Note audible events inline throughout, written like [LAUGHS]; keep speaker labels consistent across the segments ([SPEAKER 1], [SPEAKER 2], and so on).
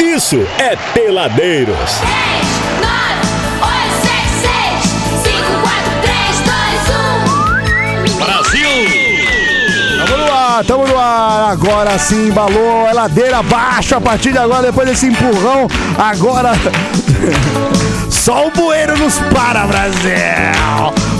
[SPEAKER 1] isso é Peladeiros.
[SPEAKER 2] 3, 9, 8, 6, 6, 5, 4, 3, 2, 1.
[SPEAKER 3] Tamo no ar, tamo no ar. Agora sim, embalou. É ladeira abaixo a partir de agora, depois desse empurrão. Agora. [LAUGHS] Só o bueiro nos para, Brasil!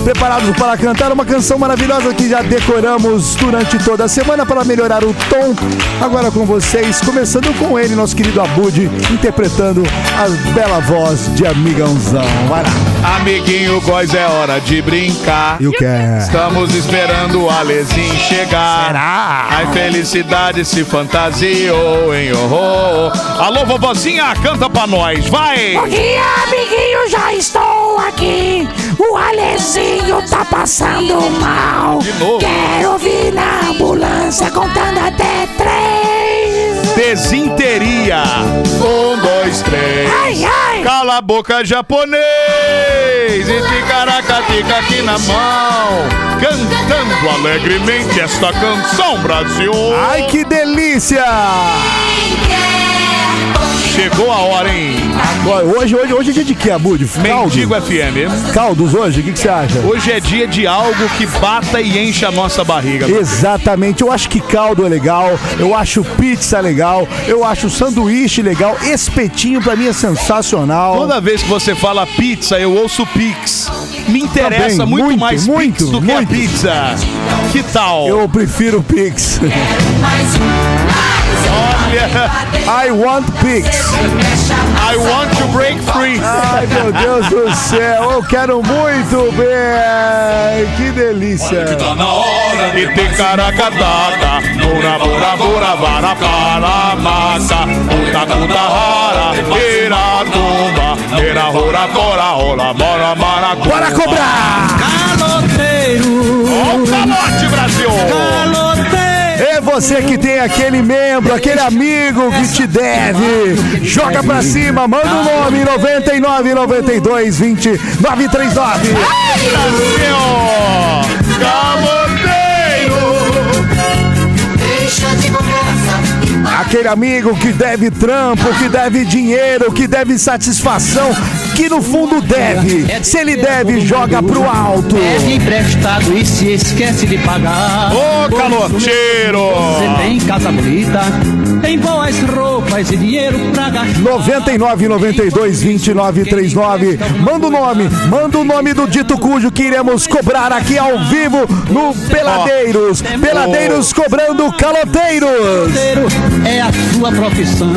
[SPEAKER 3] Preparados para cantar uma canção maravilhosa que já decoramos durante toda a semana para melhorar o tom. Agora com vocês, começando com ele, nosso querido Abud, interpretando a bela voz de Amigãozão. Vai lá.
[SPEAKER 4] Amiguinho, góis, é hora de brincar.
[SPEAKER 3] E o que é?
[SPEAKER 4] Estamos esperando o Alezim chegar. A infelicidade se fantasiou em horror. Alô, vovozinha, canta pra nós, vai!
[SPEAKER 5] Bom dia, amiguinho, já estou aqui. O Alezinho tá passando mal.
[SPEAKER 4] De novo.
[SPEAKER 5] Quero vir na ambulância contando até três.
[SPEAKER 4] Desinteria. Um, dois, três.
[SPEAKER 5] Ai, ai.
[SPEAKER 4] Cala a boca, japonês! E ticaracatica aqui na mão. Cantando alegremente esta canção, Brasil.
[SPEAKER 3] Ai, que delícia!
[SPEAKER 4] Chegou a hora, hein?
[SPEAKER 3] Agora, hoje, hoje, hoje é dia de quê, Abud?
[SPEAKER 4] Mendigo é FM.
[SPEAKER 3] Caldos hoje? O que, que você acha?
[SPEAKER 4] Hoje é dia de algo que bata e enche a nossa barriga.
[SPEAKER 3] Exatamente, eu acho que caldo é legal, eu acho pizza legal, eu acho sanduíche legal, espetinho pra mim é sensacional.
[SPEAKER 4] Toda vez que você fala pizza, eu ouço Pix. Me interessa
[SPEAKER 3] Também,
[SPEAKER 4] muito,
[SPEAKER 3] Tá muito,
[SPEAKER 4] mais
[SPEAKER 3] muito,
[SPEAKER 4] Pix do que a
[SPEAKER 3] muito.
[SPEAKER 4] pizza. Que tal?
[SPEAKER 3] Eu prefiro Pix.
[SPEAKER 4] Olha,
[SPEAKER 3] I want Pix.
[SPEAKER 4] I want to break free.
[SPEAKER 3] Ai meu Deus do céu, eu quero muito bem. Que delícia.
[SPEAKER 4] E picaracatata, bora bora bora vara para mata, puta puta rara, era tumba, era rora cora rola, mora mara
[SPEAKER 3] Bora cobrar!
[SPEAKER 4] Ó o calote, Brasil!
[SPEAKER 3] É você que tem aquele membro, aquele amigo que te deve. Joga pra cima, manda o nome 99 92 20 939.
[SPEAKER 4] Brasil! Caloteiro!
[SPEAKER 3] Aquele amigo que deve trampo, que deve dinheiro, que deve satisfação, que no fundo deve. Se ele deve, joga pro alto.
[SPEAKER 6] Pede É emprestado e se esquece de pagar.
[SPEAKER 4] Ô
[SPEAKER 6] Você
[SPEAKER 4] caloteiro!
[SPEAKER 6] tem casa bonita, tem boas roupas e dinheiro pra gastar.
[SPEAKER 3] 99 92 29 39. Manda o nome, manda o nome do dito cujo que iremos cobrar aqui ao vivo no Peladeiros. Peladeiros cobrando caloteiros.
[SPEAKER 6] Solteiro É a sua profissão.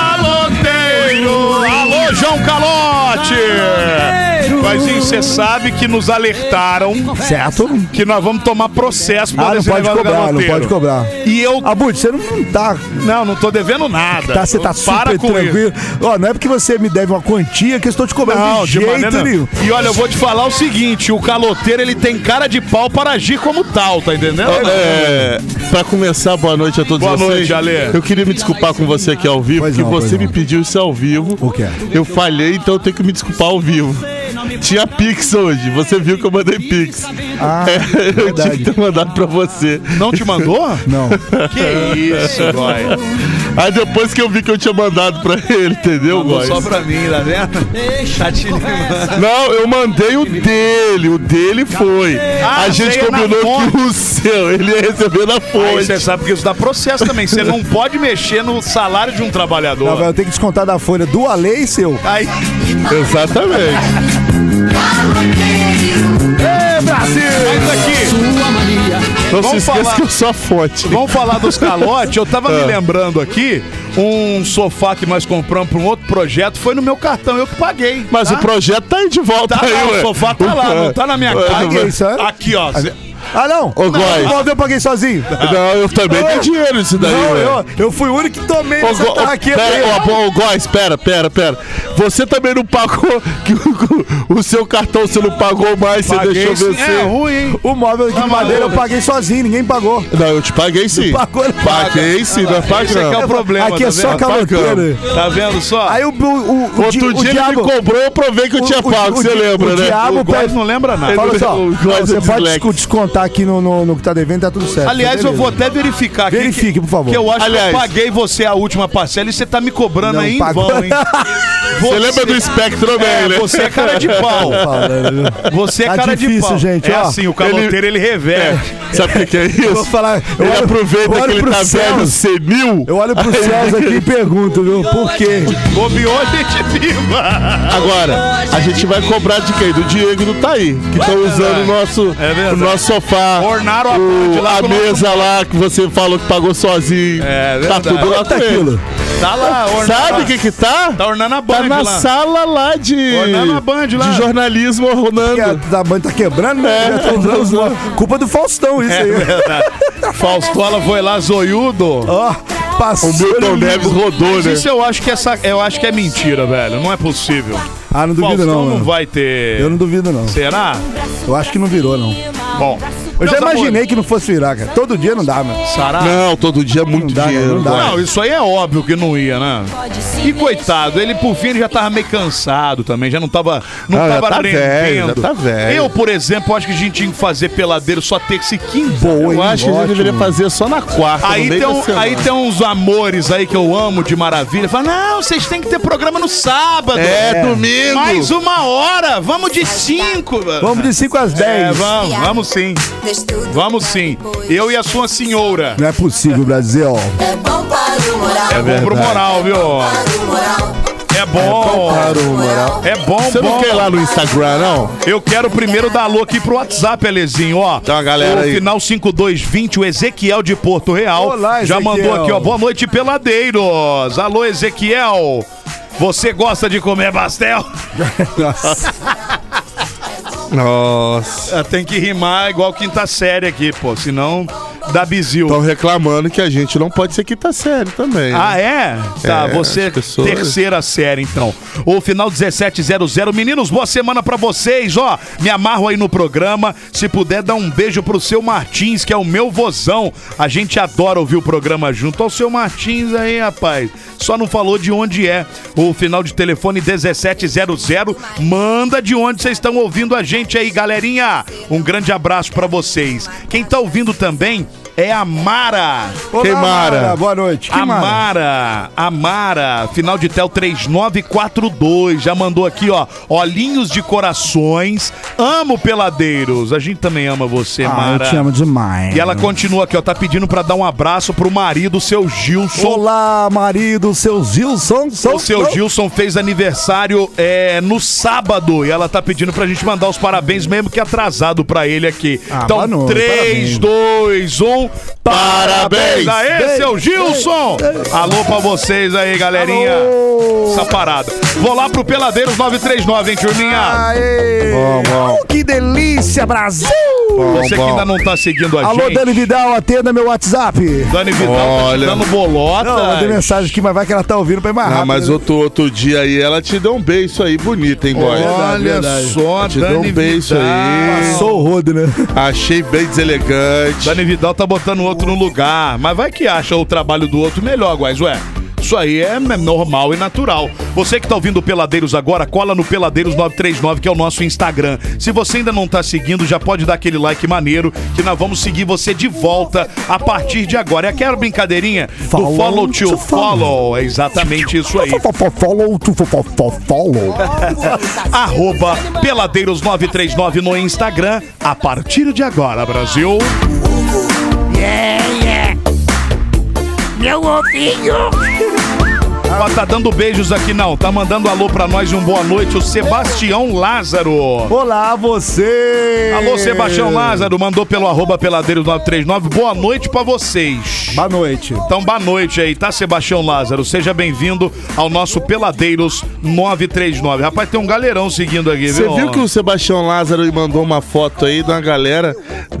[SPEAKER 4] Caloteiro! Alô, João Calote!
[SPEAKER 6] Caloteiro!
[SPEAKER 4] Mas hein, você sabe que nos alertaram
[SPEAKER 3] Certo?
[SPEAKER 4] que nós vamos tomar processo por
[SPEAKER 3] Ah, não
[SPEAKER 4] esse
[SPEAKER 3] pode
[SPEAKER 4] negócio do
[SPEAKER 3] cobrar, não
[SPEAKER 4] caloteiro.
[SPEAKER 3] pode cobrar.
[SPEAKER 4] E eu
[SPEAKER 3] Abud, você não tá.
[SPEAKER 4] Não, não tô devendo nada.
[SPEAKER 3] Tá, você tá
[SPEAKER 4] Para
[SPEAKER 3] super
[SPEAKER 4] com isso.
[SPEAKER 3] tranquilo. Ó, não é porque você me deve uma quantia que eu estou te cobrando
[SPEAKER 4] Não,
[SPEAKER 3] de
[SPEAKER 4] de
[SPEAKER 3] jeito
[SPEAKER 4] maneira.
[SPEAKER 3] nenhum.
[SPEAKER 4] E olha, eu vou te falar o seguinte: o caloteiro ele tem cara de pau para agir como tal, tá entendendo?
[SPEAKER 7] É, pra começar, boa noite a todos
[SPEAKER 4] Boa
[SPEAKER 7] vocês.
[SPEAKER 4] noite, Ale.
[SPEAKER 7] Eu queria me desculpar com você aqui ao vivo,
[SPEAKER 3] Pois
[SPEAKER 7] porque
[SPEAKER 3] não, pois
[SPEAKER 7] você
[SPEAKER 3] não.
[SPEAKER 7] me pediu isso ao vivo.
[SPEAKER 3] O quê?
[SPEAKER 7] Eu falhei, então eu tenho que me desculpar ao vivo. Tinha Pix hoje, você viu que eu mandei Pix.
[SPEAKER 3] Ah,
[SPEAKER 7] É, eu
[SPEAKER 3] verdade.
[SPEAKER 7] tinha que ter mandado pra você.
[SPEAKER 4] Não te mandou?
[SPEAKER 3] não.
[SPEAKER 4] que isso, Gói.
[SPEAKER 7] Aí depois que eu vi que eu tinha mandado pra [LAUGHS] ele, entendeu,
[SPEAKER 4] Mandou
[SPEAKER 7] Góis?
[SPEAKER 4] Só pra mim, tá vendo? Tá te lembrando.
[SPEAKER 7] Não, eu mandei o dele, o dele foi.
[SPEAKER 4] Ah,
[SPEAKER 7] a gente
[SPEAKER 4] veio na
[SPEAKER 7] combinou que
[SPEAKER 4] fonte.
[SPEAKER 7] o seu, ele ia receber na
[SPEAKER 4] Aí
[SPEAKER 7] fonte.
[SPEAKER 4] você sabe que isso dá processo também. Você não pode mexer no salário de um
[SPEAKER 3] Não,
[SPEAKER 4] trabalhador.
[SPEAKER 3] vai, eu tenho que descontar da folha do Ale e seu.
[SPEAKER 4] Aí,
[SPEAKER 7] Exatamente.
[SPEAKER 4] mas aqui,
[SPEAKER 7] Não
[SPEAKER 4] Vamos
[SPEAKER 7] se esqueça
[SPEAKER 4] falar.
[SPEAKER 7] que eu sou a fonte.
[SPEAKER 4] vamos falar dos calotes. Eu tava
[SPEAKER 7] Ah.
[SPEAKER 4] me lembrando aqui, um sofá que nós compramos pra um outro projeto foi no meu cartão, eu que paguei.
[SPEAKER 7] Mas
[SPEAKER 4] tá?
[SPEAKER 7] o projeto tá aí de volta
[SPEAKER 4] Tá
[SPEAKER 7] aí,
[SPEAKER 4] lá,
[SPEAKER 7] ué.
[SPEAKER 4] o sofá tá lá, não tá na
[SPEAKER 7] [LAUGHS]
[SPEAKER 4] minha
[SPEAKER 7] Ué,
[SPEAKER 4] casa.
[SPEAKER 3] Paguei, sério?
[SPEAKER 4] Aqui, ó.
[SPEAKER 3] Ah, não.
[SPEAKER 7] Ô, Góis.
[SPEAKER 3] não, eu paguei sozinho.
[SPEAKER 7] Não, eu também tenho dinheiro nisso daí,
[SPEAKER 3] Não,
[SPEAKER 7] ué.
[SPEAKER 3] eu, tá eu fui o único que tomei
[SPEAKER 7] Ô,
[SPEAKER 3] nessa
[SPEAKER 7] Gó- ô,
[SPEAKER 3] tarraqueta
[SPEAKER 7] pera,
[SPEAKER 3] aí.
[SPEAKER 7] ó, pô, ô, Góis, pera, pera, pera. Você também não pagou que o, o seu cartão você não pagou mais, você
[SPEAKER 4] Paguei
[SPEAKER 7] deixou
[SPEAKER 4] sim.
[SPEAKER 7] vencer.
[SPEAKER 4] É ruim, hein?
[SPEAKER 3] O móvel aqui de madeira eu paguei sozinho, ninguém pagou.
[SPEAKER 7] Não, eu te paguei sim.
[SPEAKER 3] Pagou, não.
[SPEAKER 7] Paguei sim, não é
[SPEAKER 4] Esse aqui é o
[SPEAKER 7] pagando.
[SPEAKER 4] problema,
[SPEAKER 3] Aqui é
[SPEAKER 4] tá
[SPEAKER 3] só
[SPEAKER 4] vendo?
[SPEAKER 3] caloteiro.
[SPEAKER 4] Tá vendo só?
[SPEAKER 3] Aí o, o, o, o, di-
[SPEAKER 7] Outro
[SPEAKER 3] o
[SPEAKER 7] dia ele
[SPEAKER 3] diabo-
[SPEAKER 7] me cobrou, eu provei que eu
[SPEAKER 3] o-
[SPEAKER 7] tinha
[SPEAKER 3] o-
[SPEAKER 7] pago,
[SPEAKER 3] o
[SPEAKER 7] você
[SPEAKER 3] di-
[SPEAKER 7] lembra,
[SPEAKER 3] o
[SPEAKER 7] né?
[SPEAKER 3] diabo
[SPEAKER 4] o Góis não lembra nada.
[SPEAKER 3] Fala só,
[SPEAKER 7] O Góis é
[SPEAKER 3] assim, você pode
[SPEAKER 7] dislexo.
[SPEAKER 3] desco- descontar tá aqui no, no, no que tá devendo, tá tudo certo.
[SPEAKER 4] Aliás, eu
[SPEAKER 3] Beleza.
[SPEAKER 4] vou até verificar aqui.
[SPEAKER 3] Verifique,
[SPEAKER 4] que-
[SPEAKER 3] por favor.
[SPEAKER 4] Que eu acho
[SPEAKER 7] Aliás.
[SPEAKER 4] que eu paguei você a última parcela e você tá me cobrando
[SPEAKER 3] Não
[SPEAKER 4] aí em
[SPEAKER 3] pagou.
[SPEAKER 4] vão,
[SPEAKER 3] [LAUGHS]
[SPEAKER 4] hein?
[SPEAKER 7] Você lembra do Spectrum,
[SPEAKER 4] É,
[SPEAKER 7] né? [LAUGHS]
[SPEAKER 4] você é cara de pau.
[SPEAKER 3] Tá Falando, viu?
[SPEAKER 4] Você é
[SPEAKER 3] Tá
[SPEAKER 4] cara de
[SPEAKER 3] difícil,
[SPEAKER 4] pau.
[SPEAKER 3] gente,
[SPEAKER 4] é
[SPEAKER 3] ó.
[SPEAKER 4] assim, o caloteiro ele, reverte.
[SPEAKER 7] Sabe o que que é isso?
[SPEAKER 3] Eu vou falar. Eu
[SPEAKER 7] Ele
[SPEAKER 3] olho- eu
[SPEAKER 7] aproveita
[SPEAKER 3] olho
[SPEAKER 7] que ele
[SPEAKER 3] pro
[SPEAKER 7] tá
[SPEAKER 3] céu,
[SPEAKER 7] velho, senil.
[SPEAKER 3] Eu olho
[SPEAKER 7] [LAUGHS]
[SPEAKER 3] pro céus aqui e pergunto, viu? Por quê?
[SPEAKER 4] Bobeou, [LAUGHS] a gente viva.
[SPEAKER 7] Agora, a gente vai cobrar de quem? Do Diego e do Thaí, que estão usando o nosso,
[SPEAKER 4] É verdade.
[SPEAKER 7] o nosso sofá.
[SPEAKER 4] Ornaram a
[SPEAKER 7] o-
[SPEAKER 4] parte lá
[SPEAKER 7] a
[SPEAKER 4] com o
[SPEAKER 7] mesa lá que você falou que pagou sozinho.
[SPEAKER 4] É
[SPEAKER 7] tá
[SPEAKER 4] verdade.
[SPEAKER 7] tudo lá com
[SPEAKER 3] Quanto é
[SPEAKER 7] ele.
[SPEAKER 3] aquilo?
[SPEAKER 4] Tá lá, ornando.
[SPEAKER 7] Sabe o que que tá?
[SPEAKER 4] Tá ornando a
[SPEAKER 7] Tá
[SPEAKER 4] banda
[SPEAKER 7] na
[SPEAKER 4] lá.
[SPEAKER 7] sala lá de.
[SPEAKER 4] Ornando a Band lá.
[SPEAKER 7] De jornalismo
[SPEAKER 3] Que
[SPEAKER 7] Ronaldo.
[SPEAKER 3] a da banha tá quebrando, né?
[SPEAKER 7] É.
[SPEAKER 3] Já tá usando
[SPEAKER 7] [LAUGHS]
[SPEAKER 3] os móveis. Culpa do Faustão,
[SPEAKER 4] É
[SPEAKER 3] isso aí.
[SPEAKER 4] Faustola foi lá, zoiudo.
[SPEAKER 3] Ó, passou.
[SPEAKER 7] O Milton
[SPEAKER 3] ele-
[SPEAKER 7] Neves rodou,
[SPEAKER 4] Mas
[SPEAKER 7] né?
[SPEAKER 4] isso eu acho que essa, eu acho que é mentira, velho. Não é possível.
[SPEAKER 3] Ah, não duvido
[SPEAKER 4] Faustão
[SPEAKER 3] não,
[SPEAKER 4] não,
[SPEAKER 3] mano.
[SPEAKER 4] vai ter.
[SPEAKER 3] Eu não duvido, não.
[SPEAKER 4] Será?
[SPEAKER 3] Eu acho que não virou, não.
[SPEAKER 4] tá Bom.
[SPEAKER 3] Eu já
[SPEAKER 4] meus
[SPEAKER 3] imaginei que não fosse virar, cara. Todo dia não dá, mano.
[SPEAKER 4] amores, Sará.
[SPEAKER 7] Não, todo dia é muito
[SPEAKER 3] dá,
[SPEAKER 7] dinheiro.
[SPEAKER 3] não dá.
[SPEAKER 7] vai.
[SPEAKER 4] Não, isso aí é óbvio que não ia, né? E coitado, ele por fim ele já tava meio cansado também, já não tava, não
[SPEAKER 7] Ah, já
[SPEAKER 4] tava
[SPEAKER 7] tá
[SPEAKER 4] rendendo.
[SPEAKER 7] velho, já tá velho.
[SPEAKER 4] Eu, por exemplo, acho que a gente tinha que fazer peladeiro só terça e quinta.
[SPEAKER 3] Boa,
[SPEAKER 7] Eu
[SPEAKER 3] hein?
[SPEAKER 7] acho que a gente
[SPEAKER 3] Ótimo.
[SPEAKER 7] deveria fazer só na quarta. no
[SPEAKER 4] Aí tem,
[SPEAKER 7] meio da
[SPEAKER 4] um-
[SPEAKER 7] semana.
[SPEAKER 4] aí tem uns amores aí que eu amo de maravilha. Fala, não, vocês têm que ter programa no sábado.
[SPEAKER 7] É, domingo.
[SPEAKER 4] Mais uma hora, vamos de cinco. mano.
[SPEAKER 3] Vamos de 5 às 10.
[SPEAKER 4] É, vamos, vamos sim. Vamos sim. Eu e a sua senhora.
[SPEAKER 3] Não é possível, Brasil.
[SPEAKER 2] É bom para o moral.
[SPEAKER 4] É bom pro moral, viu?
[SPEAKER 2] Para o moral.
[SPEAKER 4] É bom. É bom,
[SPEAKER 7] Você não
[SPEAKER 4] bom.
[SPEAKER 7] quer ir lá no Instagram, não?
[SPEAKER 4] Eu quero primeiro dar alô aqui pro WhatsApp, Elezinho, ó.
[SPEAKER 7] Então, a galera
[SPEAKER 4] o
[SPEAKER 7] aí.
[SPEAKER 4] final 5220, o Ezequiel de Porto Real.
[SPEAKER 3] Olá,
[SPEAKER 4] Já
[SPEAKER 3] Ezequiel.
[SPEAKER 4] mandou aqui, ó. Boa noite, peladeiros. Alô, Ezequiel. Você gosta de comer pastel?
[SPEAKER 3] Nossa.
[SPEAKER 7] Nossa.
[SPEAKER 4] Ah, Tem que rimar igual quinta série aqui, pô. Senão dá bizil.
[SPEAKER 7] Estão reclamando que a gente não pode ser quinta série também.
[SPEAKER 4] Ah, é? Tá,
[SPEAKER 7] né? É,
[SPEAKER 4] você
[SPEAKER 7] as pessoas-
[SPEAKER 4] terceira série, então. O final 1700. Meninos, boa semana pra vocês, ó. Me amarro aí no programa. Se puder, dá um beijo pro seu Martins, que é o meu vozão. A gente adora ouvir o programa junto. Ó, o seu Martins aí, rapaz. Só não falou de onde é. O final de telefone 1700. Manda de onde vocês estão ouvindo a gente aí, galerinha. Um grande abraço pra vocês. Quem tá ouvindo também é a Mara.
[SPEAKER 7] Quem mara?
[SPEAKER 3] Boa noite. Quem mara?
[SPEAKER 4] Amara, Amara, final de tel 3942, já mandou aqui, ó, olhinhos de corações, amo peladeiros, a gente também ama você,
[SPEAKER 3] Ah,
[SPEAKER 4] Mara.
[SPEAKER 3] eu te amo demais.
[SPEAKER 4] E ela continua aqui, ó, tá pedindo pra dar um abraço pro marido, seu Gilson.
[SPEAKER 3] Olá, marido, seu Gilson.
[SPEAKER 4] O seu Gilson fez aniversário é, no sábado e ela tá pedindo pra gente mandar os parabéns, mesmo que atrasado pra ele aqui.
[SPEAKER 3] Ah,
[SPEAKER 4] então,
[SPEAKER 3] mano,
[SPEAKER 4] 3,
[SPEAKER 3] parabéns.
[SPEAKER 4] 2, 1, parabéns!
[SPEAKER 7] Parabéns!
[SPEAKER 4] Aê,
[SPEAKER 3] Bem,
[SPEAKER 4] seu Gilson! Alô pra vocês aí, galerinha!
[SPEAKER 3] Alô!
[SPEAKER 4] Essa parada. Vou lá pro Peladeiros 939, hein,
[SPEAKER 3] Ah,
[SPEAKER 4] turminha? Tá
[SPEAKER 3] Aê!
[SPEAKER 7] Bom, bom.
[SPEAKER 3] Oh, que delícia, Brasil!
[SPEAKER 4] Você que
[SPEAKER 7] bom.
[SPEAKER 4] ainda não tá seguindo a
[SPEAKER 3] Alô,
[SPEAKER 4] gente.
[SPEAKER 3] Dani Vidal, atenda meu WhatsApp.
[SPEAKER 4] Dani Vidal
[SPEAKER 7] Olha.
[SPEAKER 4] tá dando bolota.
[SPEAKER 3] Não, mandei mensagem aqui, mas vai que ela tá ouvindo pra ir mais
[SPEAKER 7] Ah,
[SPEAKER 3] rápido,
[SPEAKER 7] mas
[SPEAKER 3] né?
[SPEAKER 7] outro, outro dia aí ela te deu um beijo aí bonito, hein, boy?
[SPEAKER 4] Olha
[SPEAKER 3] verdade.
[SPEAKER 4] só,
[SPEAKER 7] Te deu
[SPEAKER 4] Dani
[SPEAKER 7] um beijo
[SPEAKER 4] Vidal.
[SPEAKER 7] aí.
[SPEAKER 3] Sou o rodo, né?
[SPEAKER 7] Achei bem deselegante.
[SPEAKER 4] Dani Vidal tá botando o outro no lugar, mas vai que acha o trabalho do outro melhor, guys, ué. Isso aí é normal e natural. Você que tá ouvindo o Peladeiros agora, cola no Peladeiros939, que é o nosso Instagram. Se você ainda não tá seguindo, já pode dar aquele like maneiro, que nós vamos seguir você de volta a partir de agora. É aquela brincadeirinha do
[SPEAKER 3] Follow
[SPEAKER 4] follow to
[SPEAKER 3] to follow.
[SPEAKER 4] follow. É exatamente isso aí.
[SPEAKER 3] Follow, to fo- fo- follow.
[SPEAKER 4] Arroba Peladeiros939 no Instagram, a partir de agora, Brasil.
[SPEAKER 8] Yeah, yeah. Meu ovinho.
[SPEAKER 4] Ó, tá dando beijos aqui, não. Tá mandando alô pra nós e um boa noite, o Sebastião Lázaro.
[SPEAKER 3] Olá, você!
[SPEAKER 4] Alô, Sebastião Lázaro, mandou pelo arroba peladeiro 939. Boa noite pra vocês.
[SPEAKER 3] Boa noite.
[SPEAKER 4] Então, boa noite aí, tá, Sebastião Lázaro? Seja bem-vindo ao nosso Peladeiros 939. Rapaz, tem um galerão seguindo aqui,
[SPEAKER 7] Você
[SPEAKER 4] viu?
[SPEAKER 7] viu que o Sebastião Lázaro me mandou uma foto aí de uma galera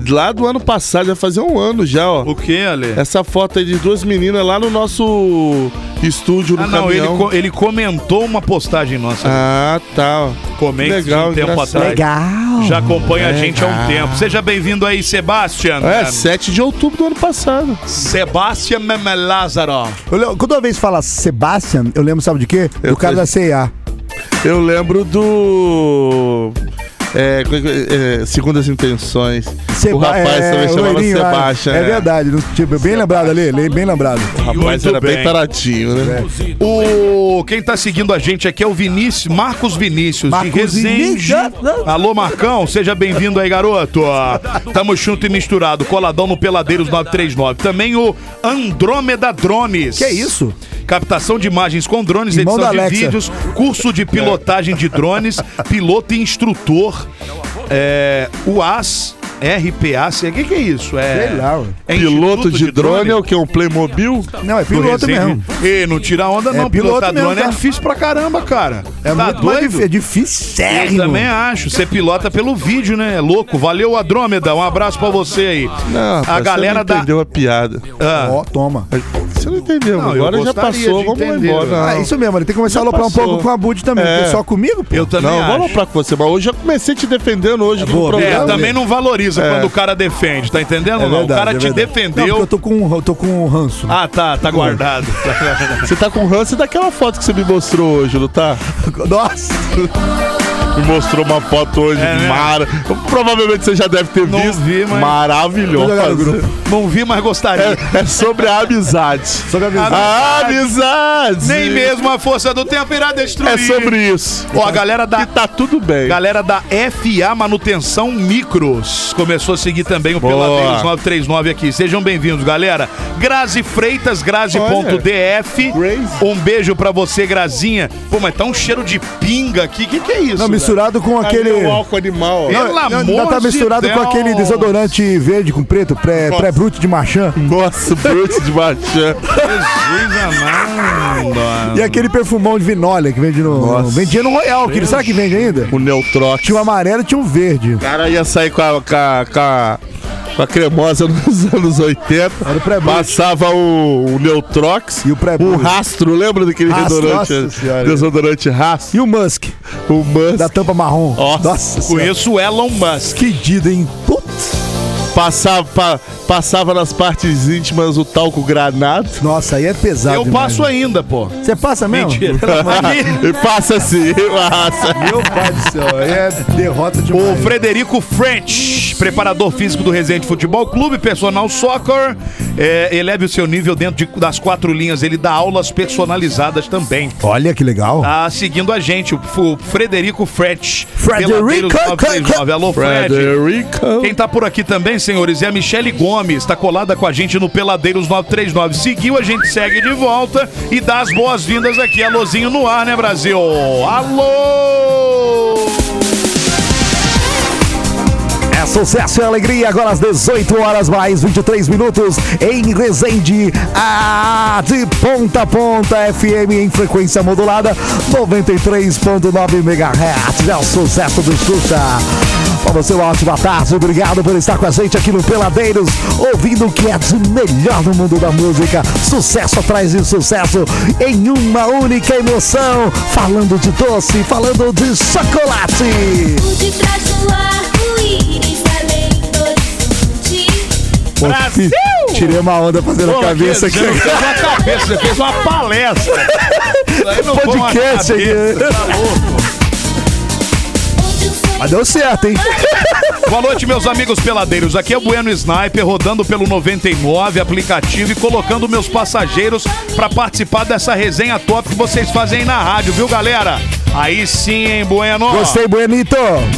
[SPEAKER 7] lá do ano passado, já fazia um ano já, ó.
[SPEAKER 4] O quê, Ale?
[SPEAKER 7] Essa foto aí de duas meninas lá no nosso estúdio no
[SPEAKER 4] Ah, não, ele,
[SPEAKER 7] caminhão.
[SPEAKER 4] co- ele comentou uma postagem nossa.
[SPEAKER 7] Ah, tá. ó.
[SPEAKER 4] Comente
[SPEAKER 7] legal,
[SPEAKER 4] um tempo
[SPEAKER 7] engraçado.
[SPEAKER 4] atrás.
[SPEAKER 3] Legal.
[SPEAKER 4] Já acompanha a gente há um
[SPEAKER 7] Legal.
[SPEAKER 4] tempo. Seja bem-vindo aí, Sebastião.
[SPEAKER 7] É, 7 de outubro do ano passado.
[SPEAKER 4] Sebastião Meme Lázaro.
[SPEAKER 3] Eu lembro- quando uma vez fala Sebastian, eu lembro, sabe de quê?
[SPEAKER 7] Eu
[SPEAKER 3] Do cara
[SPEAKER 7] tô-
[SPEAKER 3] da CIA.
[SPEAKER 7] Eu lembro do. é, co- é, segundas intenções.
[SPEAKER 3] Seba-
[SPEAKER 7] o rapaz
[SPEAKER 3] é,
[SPEAKER 7] também
[SPEAKER 3] o
[SPEAKER 7] chamava
[SPEAKER 3] loirinho lá.
[SPEAKER 7] Sebastião.
[SPEAKER 3] É verdade, no- tipo, bem lembrado ali, ele é bem lembrado.
[SPEAKER 7] O rapaz
[SPEAKER 4] Muito
[SPEAKER 7] era bem,
[SPEAKER 4] bem.
[SPEAKER 7] taradinho, né?
[SPEAKER 4] O quem tá seguindo a gente aqui é o Vinícius, Marcos Vinícius
[SPEAKER 3] Marcos
[SPEAKER 4] de Resende.
[SPEAKER 3] Vinícius. né?
[SPEAKER 4] Alô Marcão, seja bem-vindo aí, garoto. Tamo junto e misturado, coladão no Peladeiros 939. Também o Andrômeda Drones.
[SPEAKER 3] Que é isso?
[SPEAKER 4] Captação de imagens com drones,
[SPEAKER 3] Irmão
[SPEAKER 4] edição
[SPEAKER 3] da
[SPEAKER 4] de
[SPEAKER 3] Alexa.
[SPEAKER 4] vídeos, curso de pilotagem de drones, piloto e instrutor. É, UAS RPA, o que, que é isso? É,
[SPEAKER 3] Sei lá, ué.
[SPEAKER 4] é
[SPEAKER 7] Piloto
[SPEAKER 4] Instituto
[SPEAKER 7] de drone é
[SPEAKER 4] Drone?
[SPEAKER 7] o que? Um Playmobil?
[SPEAKER 3] Não, é
[SPEAKER 4] do
[SPEAKER 3] piloto
[SPEAKER 4] Resende.
[SPEAKER 3] mesmo.
[SPEAKER 4] E não tira onda, não.
[SPEAKER 3] piloto
[SPEAKER 4] Pilotar
[SPEAKER 3] mesmo,
[SPEAKER 4] drone é
[SPEAKER 3] tá?
[SPEAKER 4] difícil pra caramba, cara.
[SPEAKER 3] É
[SPEAKER 4] tá
[SPEAKER 3] muito mais difícil, é
[SPEAKER 4] doido? Eu
[SPEAKER 3] dificérrimo.
[SPEAKER 4] também acho. Você pilota pelo vídeo, né? É louco. Valeu, Andrômeda. Um abraço pra você aí.
[SPEAKER 7] Não, rapaz,
[SPEAKER 4] a
[SPEAKER 7] você
[SPEAKER 4] galera
[SPEAKER 7] não
[SPEAKER 4] da.
[SPEAKER 7] entendeu a piada.
[SPEAKER 4] Ah,
[SPEAKER 3] Ó, toma.
[SPEAKER 7] Você não entendeu.
[SPEAKER 4] Não, eu
[SPEAKER 7] agora já
[SPEAKER 4] gostaria
[SPEAKER 7] passou,
[SPEAKER 4] de
[SPEAKER 7] vamos lá
[SPEAKER 4] entender,
[SPEAKER 7] embora.
[SPEAKER 4] né?
[SPEAKER 7] Não.
[SPEAKER 3] Ah, isso mesmo, ele tem que começar a aloprar um
[SPEAKER 7] passou.
[SPEAKER 3] pouco com a Bud também,
[SPEAKER 7] É.
[SPEAKER 3] porque só comigo, pô.
[SPEAKER 4] eu também
[SPEAKER 7] Não, vou
[SPEAKER 4] acho.
[SPEAKER 7] aloprar com você, mas hoje eu comecei te defendendo hoje no
[SPEAKER 3] boa,
[SPEAKER 4] É,
[SPEAKER 7] programa.
[SPEAKER 4] também não valoriza
[SPEAKER 7] É.
[SPEAKER 4] quando o cara defende, tá entendendo?
[SPEAKER 3] É
[SPEAKER 4] não?
[SPEAKER 3] verdade,
[SPEAKER 4] o cara
[SPEAKER 3] é
[SPEAKER 4] te
[SPEAKER 3] verdade. Não,
[SPEAKER 4] defendeu.
[SPEAKER 3] porque eu tô com, eu tô com ranço.
[SPEAKER 4] Ah, tá, tá
[SPEAKER 7] [LAUGHS]
[SPEAKER 4] guardado.
[SPEAKER 7] Você tá com ranço daquela foto que você me mostrou hoje, não tá?
[SPEAKER 3] Nossa!
[SPEAKER 7] Me mostrou uma foto hoje,
[SPEAKER 4] É, né?
[SPEAKER 7] mara. Provavelmente você já deve ter
[SPEAKER 4] Não
[SPEAKER 7] visto.
[SPEAKER 4] vi, mas-
[SPEAKER 3] Vou jogar no grupo.
[SPEAKER 7] Maravilhosa.
[SPEAKER 4] não vi, mas gostaria.
[SPEAKER 7] É, é sobre a amizade.
[SPEAKER 3] Sobre a amizade.
[SPEAKER 7] A amizade.
[SPEAKER 4] Nem mesmo a força do tempo irá destruir.
[SPEAKER 7] É sobre isso.
[SPEAKER 4] Ó, a galera da
[SPEAKER 7] E tá tudo bem.
[SPEAKER 4] Galera da FA Manutenção Micros começou a seguir também o
[SPEAKER 7] Boa.
[SPEAKER 4] Peladeiros 939 aqui. Sejam bem-vindos, galera. Grazi Freitas, grazi.df.
[SPEAKER 7] Grazi.
[SPEAKER 4] Um beijo pra você, Grazinha. Pô, mas tá um cheiro de pinga aqui. O que, que é isso?
[SPEAKER 3] Não,
[SPEAKER 4] é
[SPEAKER 3] misturado com
[SPEAKER 7] Cadê
[SPEAKER 3] aquele.
[SPEAKER 7] o álcool animal. ó?
[SPEAKER 4] Pelo
[SPEAKER 3] Não,
[SPEAKER 4] amor
[SPEAKER 3] ainda tá
[SPEAKER 4] de
[SPEAKER 3] misturado com
[SPEAKER 4] Deus.
[SPEAKER 3] aquele desodorante verde com preto, pré-
[SPEAKER 7] Nossa.
[SPEAKER 3] pré-brute de Marchand.
[SPEAKER 7] Nossa, Brute de Machan.
[SPEAKER 3] E aquele perfumão de vinólia que vende no.
[SPEAKER 7] Nossa.
[SPEAKER 3] Vendia no Royal, que será que vende ainda?
[SPEAKER 7] O Neutrox.
[SPEAKER 3] Tinha um amarelo e tinha um verde.
[SPEAKER 7] O cara ia sair com a, com a, com a- com a cremosa nos anos 80.
[SPEAKER 3] Era o pré-bruxo.
[SPEAKER 7] Passava o, o Neutrox.
[SPEAKER 3] E o pré-bruxo.
[SPEAKER 7] Um rastro, lembra daquele
[SPEAKER 3] Rastro,
[SPEAKER 7] desodorante?
[SPEAKER 3] nossa senhora.
[SPEAKER 7] Desodorante rastro.
[SPEAKER 3] E o Musk,
[SPEAKER 7] O Musk.
[SPEAKER 3] da tampa marrom.
[SPEAKER 7] Nossa,
[SPEAKER 3] senhora.
[SPEAKER 4] Conheço o Elon Musk.
[SPEAKER 3] Que dida, hein? Putz.
[SPEAKER 7] Passava, pa- passava nas partes íntimas o talco granado.
[SPEAKER 3] Nossa, aí é pesado.
[SPEAKER 4] Eu
[SPEAKER 3] demais,
[SPEAKER 4] passo
[SPEAKER 3] né?
[SPEAKER 4] ainda, pô.
[SPEAKER 3] Você passa mesmo?
[SPEAKER 4] Mentira.
[SPEAKER 7] e passa assim, passa.
[SPEAKER 3] [LAUGHS] Meu pai do céu, aí é derrota de
[SPEAKER 4] O Frederico French, preparador físico do Resende Futebol Clube, personal soccer. É, eleve o seu nível dentro de- das quatro linhas. Ele dá aulas personalizadas também.
[SPEAKER 3] Olha que legal.
[SPEAKER 4] Tá seguindo a gente, o F- o Frederico Fred.
[SPEAKER 3] Frederico,
[SPEAKER 4] Peladeiros 939. Alô, Fred.
[SPEAKER 7] Frederico.
[SPEAKER 4] Quem tá por aqui também, senhores, é a Michele Gomes. Tá colada com a gente no Peladeiros 939. Seguiu, a gente segue de volta e dá as boas-vindas aqui. Alôzinho no ar, né, Brasil? Alô!
[SPEAKER 3] É sucesso e alegria, agora às 18 horas mais 23 minutos em Resende, ah, de ponta a ponta, FM em frequência modulada, 93.9 MHz, é o sucesso do Xuxa. Pra você uma ótima tarde, obrigado por estar com a gente aqui no Peladeiros, ouvindo o que é de melhor no mundo da música, sucesso atrás de sucesso, em uma única emoção, falando de doce, falando de chocolate.
[SPEAKER 9] De trás do arco-íris, além do horizonte.
[SPEAKER 3] Pô, fi- Tirei uma onda fazendo a cabeça aqui.
[SPEAKER 4] Você não fez uma cabeça, você fez uma palestra. Isso aí não foi uma
[SPEAKER 3] Podcast aqui.
[SPEAKER 4] cabeça, Tá louco.
[SPEAKER 3] Mas deu certo, hein?
[SPEAKER 4] Boa noite, meus amigos peladeiros. Aqui é o Bueno Sniper, rodando pelo 99, aplicativo e colocando meus passageiros pra participar dessa resenha top que vocês fazem aí na rádio, viu, galera? Aí sim, hein, Bueno?
[SPEAKER 3] Gostei, Buenito.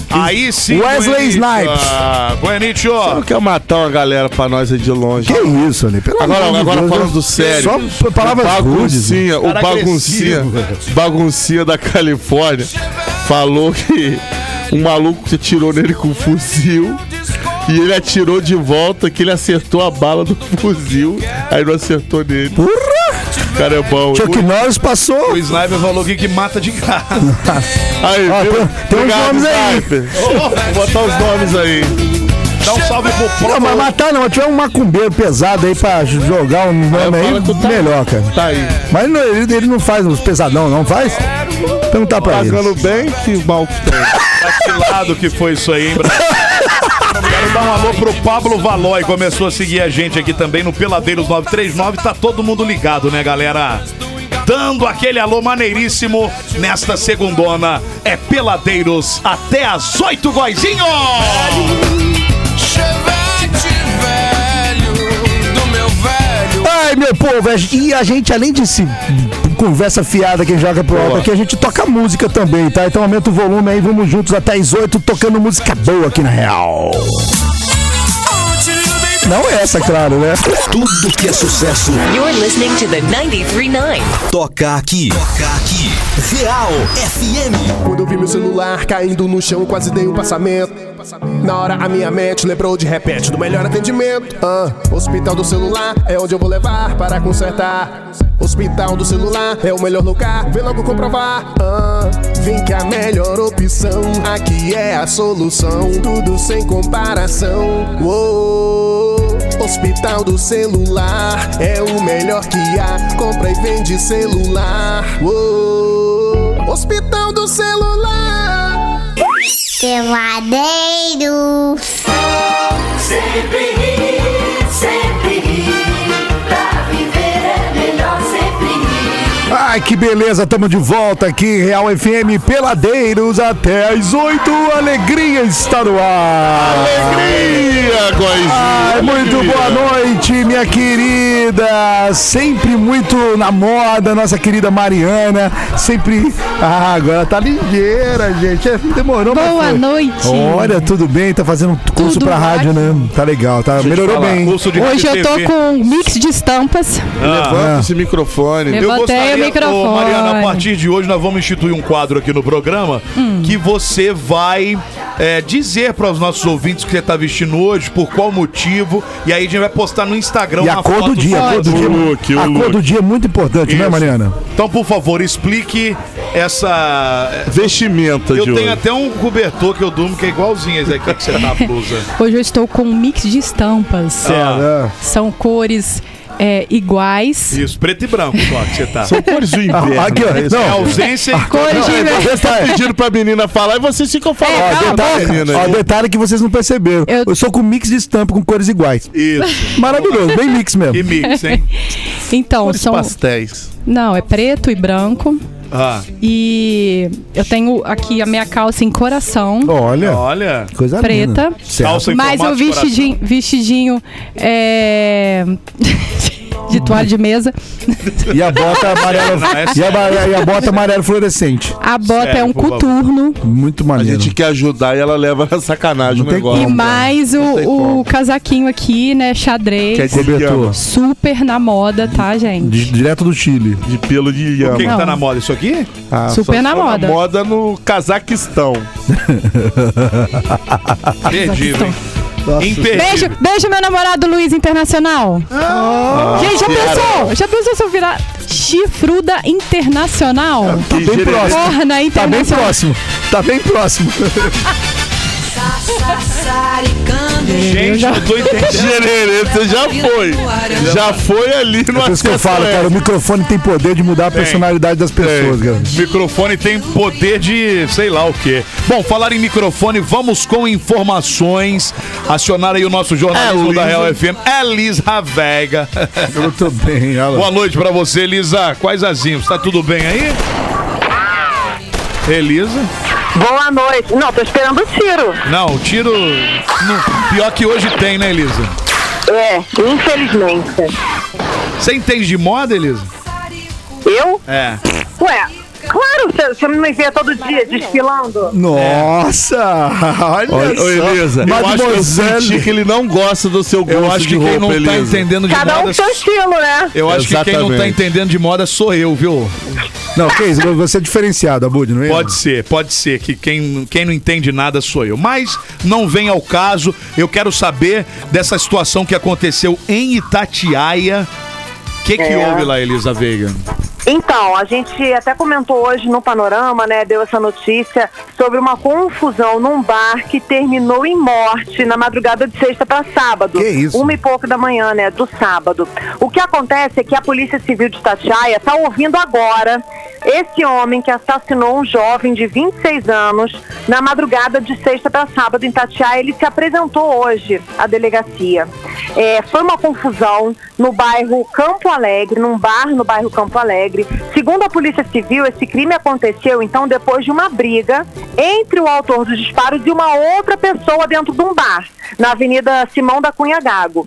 [SPEAKER 4] Aí sim,
[SPEAKER 3] Wesley Snipes.
[SPEAKER 4] Ah, Buenito.
[SPEAKER 7] Você não quer é matar uma galera pra nós aí de longe.
[SPEAKER 3] Que isso, ali? Pelo
[SPEAKER 7] Agora,
[SPEAKER 3] amor de
[SPEAKER 7] agora
[SPEAKER 3] Deus,
[SPEAKER 7] falando
[SPEAKER 3] eu-
[SPEAKER 7] do sério. Tá
[SPEAKER 3] Só palavras
[SPEAKER 7] o
[SPEAKER 3] rudes. né?
[SPEAKER 7] baguncinha, o
[SPEAKER 4] Cara
[SPEAKER 7] baguncinha, baguncinha da Califórnia falou que um maluco que atirou nele com um fuzil e ele atirou de volta que ele acertou a bala do fuzil, aí não acertou nele.
[SPEAKER 3] Porra!
[SPEAKER 7] O cara é bom.
[SPEAKER 3] Chuck Norris passou.
[SPEAKER 4] O Sniper falou que, que mata de graça.
[SPEAKER 7] Aí,
[SPEAKER 3] Ó,
[SPEAKER 7] viu?
[SPEAKER 3] Ah, tem- tem uns
[SPEAKER 7] Obrigado,
[SPEAKER 3] nomes aí.
[SPEAKER 7] Sniper. Vou botar os nomes aí.
[SPEAKER 4] Dá um salve pro
[SPEAKER 3] Não, mas matar não. Tiver um macumbeiro pesado aí pra jogar um nome aí,
[SPEAKER 7] fala que tá-
[SPEAKER 3] melhor, cara.
[SPEAKER 7] Tá aí.
[SPEAKER 3] Mas não- ele, ele não faz uns pesadão, não faz? Perguntar pra ele.
[SPEAKER 7] Pagando bem, que mal que tem.
[SPEAKER 4] Que lado que foi isso aí, hein, Brasil? [LAUGHS] Quero dar um alô pro Pablo Valoy, começou a seguir a gente aqui também no Peladeiros 939. Tá todo mundo ligado, né, galera? dando aquele alô maneiríssimo nesta segundona. É Peladeiros até às 8, Goizinho!
[SPEAKER 10] Chevette velho, do meu velho.
[SPEAKER 3] Ai, meu povo, é, e a gente, além de se conversa fiada que joga pro alto aqui, a gente toca música também, tá? Então aumenta o volume aí, vamos juntos até as 8, tocando música boa aqui na Real. Não essa, claro, né?
[SPEAKER 1] Tudo que é sucesso
[SPEAKER 11] You're listening to the 93.9
[SPEAKER 1] toca aqui. Toca aqui. Real FM.
[SPEAKER 12] Quando eu vi meu celular caindo no chão, quase dei um passamento. Na hora a minha mente lembrou de repente do melhor atendimento. Ah, hospital do celular é onde eu vou levar para consertar. Hospital do celular é o melhor lugar, vem logo comprovar. Ah, vem que a melhor opção aqui é a solução. Tudo sem comparação. Uou. Hospital do celular é o melhor que há. Compra e vende celular. Uou. Hospital do celular.
[SPEAKER 9] Peladeiros.
[SPEAKER 2] Sempre rir, sempre rir. Pra viver é melhor sempre rir.
[SPEAKER 3] Ai, que beleza, tamo de volta aqui, Real FM Peladeiros, até as 8, alegria está no ar.
[SPEAKER 7] Alegria, Goizinho.
[SPEAKER 3] Ai, muito
[SPEAKER 7] Alegria.
[SPEAKER 3] boa noite, minha querida. Sempre muito na moda, nossa querida Mariana. Sempre. Ah, agora tá ligeira, gente. É, Demorou, mas
[SPEAKER 5] Boa
[SPEAKER 3] foi.
[SPEAKER 5] noite.
[SPEAKER 3] Olha, tudo bem, tá fazendo curso
[SPEAKER 5] Tudo
[SPEAKER 3] pra rádio, né? Tá legal, tá? Melhorou bem.
[SPEAKER 4] Curso de
[SPEAKER 5] Hoje eu tô
[SPEAKER 4] TV.
[SPEAKER 5] com um mix de estampas.
[SPEAKER 7] Ah, Levanta esse microfone.
[SPEAKER 5] Eu botei o
[SPEAKER 4] ô,
[SPEAKER 5] microfone.
[SPEAKER 4] Mariana, a partir de hoje nós vamos instituir um quadro aqui no programa
[SPEAKER 5] Hum.
[SPEAKER 4] que você vai é, dizer para os nossos ouvintes o que você tá vestindo hoje, por qual motivo, e aí a gente vai postar no Instagram
[SPEAKER 3] E
[SPEAKER 4] uma
[SPEAKER 3] a cor do
[SPEAKER 4] foto
[SPEAKER 3] dia, a cor do
[SPEAKER 7] O
[SPEAKER 3] dia.
[SPEAKER 7] look, o
[SPEAKER 3] A cor
[SPEAKER 7] look.
[SPEAKER 3] do dia é muito importante, né,
[SPEAKER 4] Isso.
[SPEAKER 3] Mariana?
[SPEAKER 4] Então, por favor, explique essa.
[SPEAKER 7] Vestimenta
[SPEAKER 4] Eu
[SPEAKER 7] de hoje.
[SPEAKER 4] tenho até um cobertor que eu durmo que é igualzinho esse aqui que você tá a blusa.
[SPEAKER 3] [LAUGHS]
[SPEAKER 4] Ah,
[SPEAKER 5] Hoje eu estou com um mix de estampas.
[SPEAKER 3] É.
[SPEAKER 5] São cores é, iguais.
[SPEAKER 4] Isso, preto e branco só que você tá.
[SPEAKER 7] São cores do inverno.
[SPEAKER 3] Ah, aqui, ó.
[SPEAKER 7] né? Esse
[SPEAKER 4] É
[SPEAKER 3] Não.
[SPEAKER 7] [LAUGHS]
[SPEAKER 4] ausência.
[SPEAKER 5] Cores
[SPEAKER 3] Não,
[SPEAKER 5] de
[SPEAKER 3] é,
[SPEAKER 5] inverno.
[SPEAKER 3] vocês tá-
[SPEAKER 7] Pedindo pra menina falar e vocês ficam falando.
[SPEAKER 3] Ó,
[SPEAKER 7] Ah,
[SPEAKER 3] detalhe,
[SPEAKER 7] menina,
[SPEAKER 3] ó,
[SPEAKER 7] aí.
[SPEAKER 3] detalhe que vocês não perceberam. Eu...
[SPEAKER 5] Eu-
[SPEAKER 3] sou com mix de estampa com cores iguais. [LAUGHS]
[SPEAKER 4] Isso.
[SPEAKER 3] Maravilhoso, bem mix mesmo.
[SPEAKER 4] E mix, hein?
[SPEAKER 5] [LAUGHS] Então, são.
[SPEAKER 7] pastéis.
[SPEAKER 5] Não, é preto e branco.
[SPEAKER 4] Ah,
[SPEAKER 5] E eu tenho aqui a minha calça em coração.
[SPEAKER 3] Olha,
[SPEAKER 4] olha.
[SPEAKER 3] coisa linda.
[SPEAKER 5] Preta.
[SPEAKER 3] Certo.
[SPEAKER 4] em
[SPEAKER 5] Mas
[SPEAKER 4] formato
[SPEAKER 5] o
[SPEAKER 4] de coração.
[SPEAKER 5] vestidinho, vestidinho é, [LAUGHS] de toalha de mesa.
[SPEAKER 3] E a bota
[SPEAKER 7] [LAUGHS]
[SPEAKER 3] amarela.
[SPEAKER 4] Não, é essa-
[SPEAKER 3] E a, ba- e a bota amarela fluorescente.
[SPEAKER 5] A bota
[SPEAKER 4] Sério,
[SPEAKER 5] é um
[SPEAKER 4] por favor.
[SPEAKER 5] coturno.
[SPEAKER 3] Muito
[SPEAKER 7] A
[SPEAKER 3] maneiro.
[SPEAKER 7] gente quer ajudar e ela leva na sacanagem
[SPEAKER 3] Não
[SPEAKER 7] o
[SPEAKER 3] tem
[SPEAKER 7] negócio.
[SPEAKER 5] E mais
[SPEAKER 7] Não
[SPEAKER 5] o,
[SPEAKER 7] tem como.
[SPEAKER 5] o casaquinho aqui, né? Xadrez.
[SPEAKER 7] Quer dizer,
[SPEAKER 3] Cobertor.
[SPEAKER 7] de,
[SPEAKER 5] Super na moda, tá, gente?
[SPEAKER 3] Di- Direto do Chile.
[SPEAKER 7] de pelo de
[SPEAKER 4] O
[SPEAKER 7] lhama.
[SPEAKER 4] que, que tá
[SPEAKER 5] Não.
[SPEAKER 4] na moda? Isso aqui?
[SPEAKER 3] Ah,
[SPEAKER 5] Super na
[SPEAKER 7] Tá
[SPEAKER 5] moda.
[SPEAKER 7] moda no Cazaquistão.
[SPEAKER 5] Ah,
[SPEAKER 4] Imperdível, hein? Imperdível.
[SPEAKER 5] Beijo, beijo, meu namorado Luiz Internacional. gente, já
[SPEAKER 7] cara.
[SPEAKER 5] pensou? Já pensou se eu virar chifruda internacional?
[SPEAKER 3] tá bem
[SPEAKER 7] gerente.
[SPEAKER 3] próximo.
[SPEAKER 5] Corna
[SPEAKER 3] Tá bem
[SPEAKER 5] internacional.
[SPEAKER 3] próximo. Tá bem
[SPEAKER 7] [LAUGHS]
[SPEAKER 3] próximo.
[SPEAKER 2] Sassaricando.
[SPEAKER 4] Gente, eu tô entendendo.
[SPEAKER 7] Gererê, você já foi. Já foi ali no
[SPEAKER 4] É
[SPEAKER 3] Por isso que eu
[SPEAKER 7] acesso
[SPEAKER 3] falo,
[SPEAKER 7] leve.
[SPEAKER 3] cara, o microfone tem poder de mudar a personalidade das pessoas,
[SPEAKER 4] Tem.
[SPEAKER 3] cara.
[SPEAKER 4] O É. microfone tem poder de sei lá o quê. Bom, falar em microfone, vamos com informações. Acionar aí o nosso jornalismo da
[SPEAKER 7] Elisa.
[SPEAKER 4] Real FM, Elisa [LAUGHS] Vega.
[SPEAKER 3] Eu tô bem, olha lá.
[SPEAKER 4] Boa noite pra você, Elisa. Quais azinhos? Tá tudo bem aí? Elisa?
[SPEAKER 8] Boa noite. Não, tô esperando o tiro.
[SPEAKER 4] Não, o tiro. não- Pior que hoje tem, né, Elisa?
[SPEAKER 8] É, infelizmente.
[SPEAKER 4] Você entende de moda, Elisa?
[SPEAKER 8] Eu?
[SPEAKER 4] É.
[SPEAKER 8] Ué, claro, você- você não me vê todo dia desfilando.
[SPEAKER 3] Nossa! Olha,
[SPEAKER 7] Olha, É. Ô,
[SPEAKER 3] só.
[SPEAKER 7] Elisa, eu acho que eu
[SPEAKER 3] Mademoiselle.
[SPEAKER 7] senti que ele não gosta do seu gosto
[SPEAKER 4] Eu acho
[SPEAKER 7] de
[SPEAKER 4] que quem
[SPEAKER 7] roupa,
[SPEAKER 4] não tá
[SPEAKER 7] Elisa.
[SPEAKER 4] entendendo de
[SPEAKER 8] Cada um
[SPEAKER 4] moda.
[SPEAKER 8] com seu estilo, né?
[SPEAKER 4] Eu acho que quem não tá
[SPEAKER 7] Exatamente.
[SPEAKER 4] entendendo de moda sou eu, viu?
[SPEAKER 3] Não, que isso? Você é diferenciado, Abud, não é?
[SPEAKER 4] Pode ser, pode ser que quem, quem não entende nada sou eu. Mas não vem ao caso. Eu quero saber dessa situação que aconteceu em Itatiaia. O que, que
[SPEAKER 8] É.
[SPEAKER 4] houve lá, Elisa Veiga?
[SPEAKER 8] Então, a gente até comentou hoje no Panorama, né? Deu essa notícia sobre uma confusão num bar que terminou em morte na madrugada de sexta para sábado.
[SPEAKER 3] Que isso?
[SPEAKER 8] Uma e pouco da manhã, né? Do sábado. O que acontece é que a Polícia Civil de Itatiaia está ouvindo tá agora Esse homem que assassinou um jovem de 26 anos na madrugada de sexta para sábado em Tatiá, ele se apresentou hoje à delegacia. É, foi uma confusão no bairro Campo Alegre, num bar no bairro Campo Alegre. Segundo a Polícia Civil, esse crime aconteceu então depois de uma briga entre o autor dos disparos e uma outra pessoa dentro de um bar, na Avenida Simão da Cunha Gago.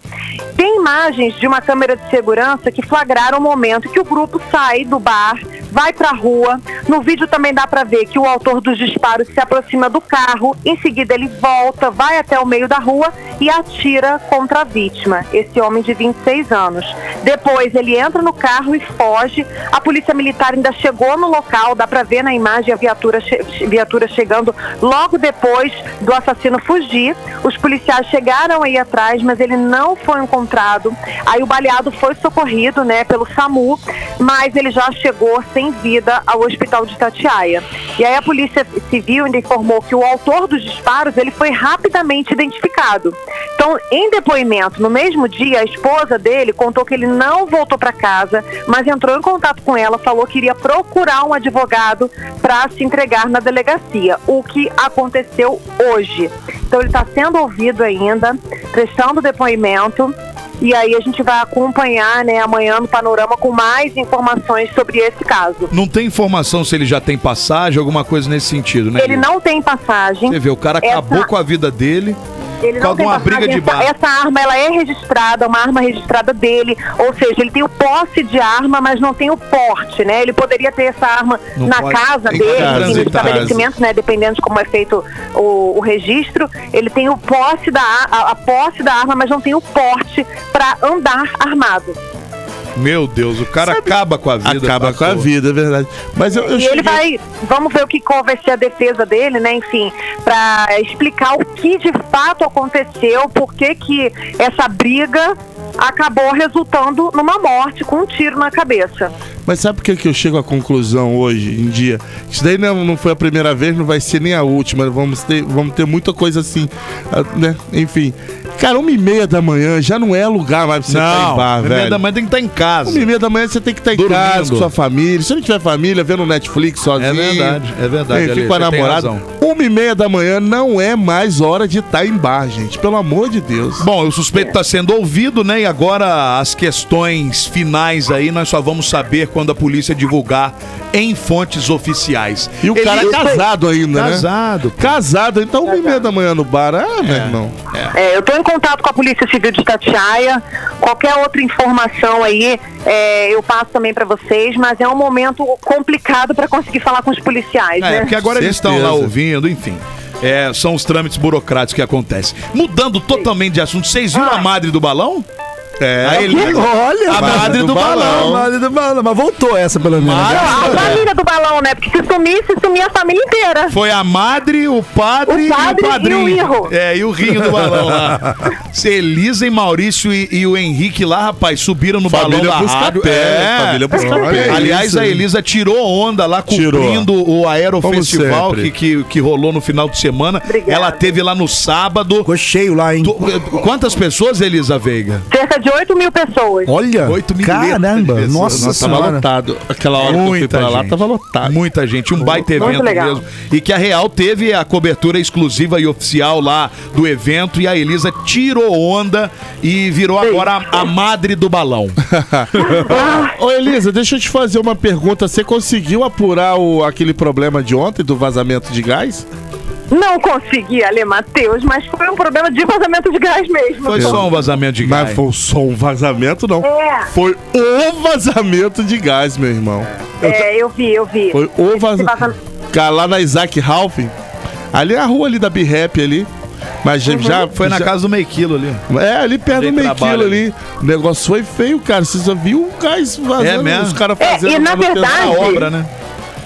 [SPEAKER 8] Tem imagens de uma câmera de segurança que flagraram o momento que o grupo sai do bar, vai para a rua. No vídeo também dá para ver que o autor dos disparos se aproxima do carro, em seguida ele volta, vai até o meio da rua e atira contra a vítima, esse homem de 26 anos. Depois ele entra no carro e foge. A polícia militar ainda chegou no local, dá para ver na imagem a viatura, che- viatura chegando logo depois do assassino fugir. Os policiais chegaram aí atrás, mas ele não foi encontrado. Aí o baleado foi socorrido, né, pelo SAMU, mas ele já chegou sem vida ao hospital de Tatiaia. E aí a polícia civil ainda informou que o autor dos disparos, ele foi rapidamente identificado. Então, em depoimento, no mesmo dia, a esposa dele contou que ele não voltou para casa, mas entrou em contato com ela, falou que iria procurar um advogado para se entregar na delegacia, o que aconteceu hoje. Então, ele está sendo ouvido ainda, prestando depoimento. E aí a gente vai acompanhar, né, amanhã no panorama com mais informações sobre esse caso.
[SPEAKER 4] Não tem informação se ele já tem passagem, alguma coisa nesse sentido, né?
[SPEAKER 8] Ele
[SPEAKER 4] Lívia?
[SPEAKER 8] não tem passagem.
[SPEAKER 4] Você vê, o cara acabou
[SPEAKER 8] Essa-
[SPEAKER 4] com a vida dele
[SPEAKER 8] Ele
[SPEAKER 4] por causa de uma
[SPEAKER 8] passagem.
[SPEAKER 4] briga de
[SPEAKER 8] Essa-
[SPEAKER 4] bar.
[SPEAKER 8] Essa arma ela é registrada, uma arma registrada dele, ou seja, ele tem o posse de arma, mas não tem o porte, né? Ele poderia ter essa arma
[SPEAKER 2] Não
[SPEAKER 8] na
[SPEAKER 2] pode-
[SPEAKER 8] casa
[SPEAKER 2] em
[SPEAKER 8] dele,
[SPEAKER 2] casa,
[SPEAKER 8] enfim,
[SPEAKER 2] em
[SPEAKER 8] no estabelecimento, né? Dependendo de como é feito o, o registro, ele tem o posse da ar- a, a posse da arma, mas não tem o porte para andar armado.
[SPEAKER 4] Meu Deus, o cara acaba com a vida. tá
[SPEAKER 7] Acaba com a vida, é verdade. Mas eu, eu
[SPEAKER 8] e ele vai, vamos ver o que qual vai ser a defesa dele, né? Enfim, para explicar o que de fato aconteceu, por que que essa briga acabou resultando numa morte com um tiro na cabeça.
[SPEAKER 7] Mas sabe por que, que eu chego à conclusão hoje em dia? Isso daí não, não foi a primeira vez, não vai ser nem a última. Vamos ter, vamos ter muita coisa assim, ah, né? Enfim. Cara, uma e meia da manhã já não é lugar mais pra você estar em
[SPEAKER 4] Não,
[SPEAKER 7] bar,
[SPEAKER 4] uma e
[SPEAKER 7] velho.
[SPEAKER 4] meia da manhã tem que estar em casa.
[SPEAKER 7] Uma e meia da manhã você tem que estar em
[SPEAKER 4] Dormindo.
[SPEAKER 7] casa com sua família. Se não tiver família, vendo Netflix tá sozinho.
[SPEAKER 4] É verdade, é verdade,
[SPEAKER 7] Enfim,
[SPEAKER 4] Ale,
[SPEAKER 7] com a
[SPEAKER 4] você tem
[SPEAKER 7] namorada.
[SPEAKER 4] razão.
[SPEAKER 7] Uma e meia da manhã não é mais hora de estar em bar, gente. Pelo amor de Deus.
[SPEAKER 4] Bom, o suspeito está sendo ouvido, né? E agora as questões finais aí nós só vamos saber quando a polícia divulgar em fontes oficiais.
[SPEAKER 7] E o cara é casado ainda, né?
[SPEAKER 4] Casado.
[SPEAKER 7] Casado, então uma e meia da manhã no bar. Ah, meu irmão.
[SPEAKER 8] É, eu estou em contato com a Polícia Civil de Tatiaia. Qualquer outra informação aí é, eu passo também para vocês, mas é um momento complicado para conseguir falar com os policiais,
[SPEAKER 4] É,
[SPEAKER 8] né?
[SPEAKER 4] porque agora eles estão lá
[SPEAKER 7] Certeza.
[SPEAKER 4] ouvindo, enfim. É, são os trâmites burocráticos que acontecem. Mudando totalmente de assunto, vocês viram
[SPEAKER 7] Ah.
[SPEAKER 4] a madre do balão? É, a Elisa.
[SPEAKER 3] Olha,
[SPEAKER 4] a madre do, balão.
[SPEAKER 3] A madre do balão. Ah, Mas voltou essa, pelo
[SPEAKER 7] Ah,
[SPEAKER 3] menos.
[SPEAKER 8] Não, a família do balão, né? Porque se sumisse, sumia a família inteira.
[SPEAKER 4] Foi a madre, o padre,
[SPEAKER 8] O padre
[SPEAKER 4] e o padrinho.
[SPEAKER 8] e o irro.
[SPEAKER 4] É, e o rinho do balão lá. Se Elisa e Maurício e, e o Henrique lá, rapaz, subiram no
[SPEAKER 7] Família
[SPEAKER 4] balão da
[SPEAKER 7] busca
[SPEAKER 4] rádio. É.
[SPEAKER 7] pé, família busca
[SPEAKER 4] Olha
[SPEAKER 7] pé.
[SPEAKER 4] Aliás,
[SPEAKER 7] isso,
[SPEAKER 4] a
[SPEAKER 7] hein?
[SPEAKER 4] Elisa tirou onda lá
[SPEAKER 7] Tirou.
[SPEAKER 4] cumprindo o Aerofestival
[SPEAKER 7] Como
[SPEAKER 4] que,
[SPEAKER 7] sempre.
[SPEAKER 4] que, que rolou no final de semana. Ela teve lá no sábado. Ficou
[SPEAKER 3] cheio lá, hein?
[SPEAKER 4] quantas pessoas, Elisa Veiga?
[SPEAKER 8] Cerca de 8 mil pessoas.
[SPEAKER 3] Olha,
[SPEAKER 4] Oito mil
[SPEAKER 3] caramba,
[SPEAKER 4] letras de
[SPEAKER 3] nossa
[SPEAKER 4] pessoas. tá
[SPEAKER 7] Tava
[SPEAKER 3] senhora.
[SPEAKER 7] lotado. Aquela hora que eu fui
[SPEAKER 4] Muita
[SPEAKER 7] pra lá,
[SPEAKER 4] gente.
[SPEAKER 7] tava lotado.
[SPEAKER 4] Muita gente, um baita
[SPEAKER 8] Muito
[SPEAKER 4] evento
[SPEAKER 8] legal.
[SPEAKER 4] mesmo. E que a Real teve a cobertura exclusiva e oficial lá do evento e a Elisa tirou onda e virou agora a, a madre do balão.
[SPEAKER 7] Ô, Elisa, deixa eu te fazer uma pergunta. Você conseguiu apurar o, aquele problema de ontem do vazamento de gás?
[SPEAKER 8] Não consegui, Ale Matheus, mas foi um problema de vazamento de gás mesmo.
[SPEAKER 4] Foi só um vazamento de gás.
[SPEAKER 7] Mas foi só um vazamento, não.
[SPEAKER 8] É.
[SPEAKER 7] Foi o vazamento de gás, meu irmão.
[SPEAKER 8] É, eu vi, eu vi.
[SPEAKER 7] Foi o vazamento.
[SPEAKER 8] vazamento-
[SPEAKER 7] Cara, lá na Isaac Ralph, ali é a rua ali da B-Rap ali. Mas já- já
[SPEAKER 4] Foi na
[SPEAKER 7] já-
[SPEAKER 4] casa do Mequilo ali.
[SPEAKER 7] É, ali perto
[SPEAKER 4] Dei
[SPEAKER 7] do meio
[SPEAKER 4] trabalho
[SPEAKER 7] quilo ali. O negócio foi feio, cara. Você só viu o gás vazando,
[SPEAKER 4] É mesmo?
[SPEAKER 7] os caras
[SPEAKER 8] É,
[SPEAKER 7] fazendo
[SPEAKER 8] e na
[SPEAKER 7] manutenção da
[SPEAKER 8] verdade-
[SPEAKER 4] Obra, né?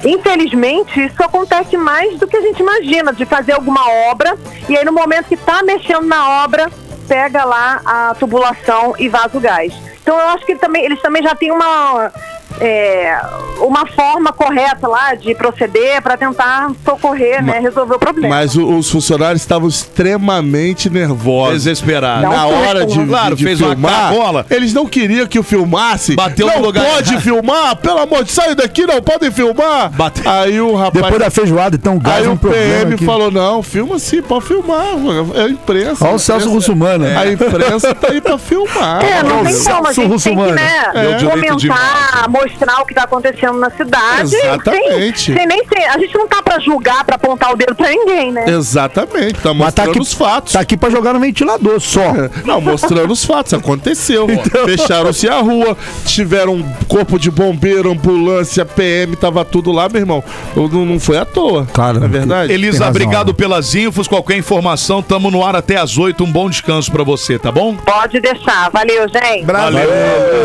[SPEAKER 8] Infelizmente, isso acontece mais do que a gente imagina, de fazer alguma obra, e aí no momento que tá mexendo na obra, pega lá a tubulação e vaza o gás. Então eu acho que ele também, eles também já têm uma, é, uma forma correta lá de proceder para tentar socorrer, né, resolver o problema.
[SPEAKER 7] Mas o- os funcionários estavam extremamente nervosos.
[SPEAKER 4] Desesperados.
[SPEAKER 7] Na
[SPEAKER 4] Não,
[SPEAKER 7] hora de,
[SPEAKER 4] claro,
[SPEAKER 7] de, de
[SPEAKER 4] fez uma
[SPEAKER 7] filmar,
[SPEAKER 4] cagola.
[SPEAKER 7] eles não queriam que eu filmasse.
[SPEAKER 4] Bateu
[SPEAKER 7] não
[SPEAKER 4] no lugar
[SPEAKER 7] pode
[SPEAKER 4] errado.
[SPEAKER 7] filmar, pelo amor de Sai daqui, não podem filmar. Aí o rapaz...
[SPEAKER 3] Depois da feijoada, então, o gás
[SPEAKER 7] Aí
[SPEAKER 3] é um
[SPEAKER 7] o PM
[SPEAKER 3] problema aqui.
[SPEAKER 7] falou, não, filma sim, pode filmar. mano. É a imprensa.
[SPEAKER 3] Olha o
[SPEAKER 7] a
[SPEAKER 3] Celso
[SPEAKER 7] imprensa- é,
[SPEAKER 3] Russumano. né?
[SPEAKER 7] A imprensa tá aí pra filmar.
[SPEAKER 8] É, não tem como, a gente tem que, né,
[SPEAKER 7] É o direito de
[SPEAKER 8] comentar, mostrar o que tá acontecendo na cidade.
[SPEAKER 7] Exatamente.
[SPEAKER 8] Sem, sem nem ser, a gente não tá pra julgar, pra apontar o dedo pra ninguém, né?
[SPEAKER 7] Exatamente, tá mostrando os fatos. Tá
[SPEAKER 3] aqui pra jogar no ventilador só.
[SPEAKER 7] [LAUGHS] Não, mostrando os fatos, aconteceu.
[SPEAKER 3] Então-
[SPEAKER 7] Fecharam-se a rua, tiveram um corpo de bombeiro, ambulância, PM, tava tudo lá, meu irmão. Não, não foi à toa. Claro. É verdade?
[SPEAKER 4] Elisa, obrigado pelas infos. Qualquer informação, tamo no ar até às 8. Um bom descanso pra você, tá bom?
[SPEAKER 8] Pode deixar. Valeu, gente.
[SPEAKER 4] Valeu.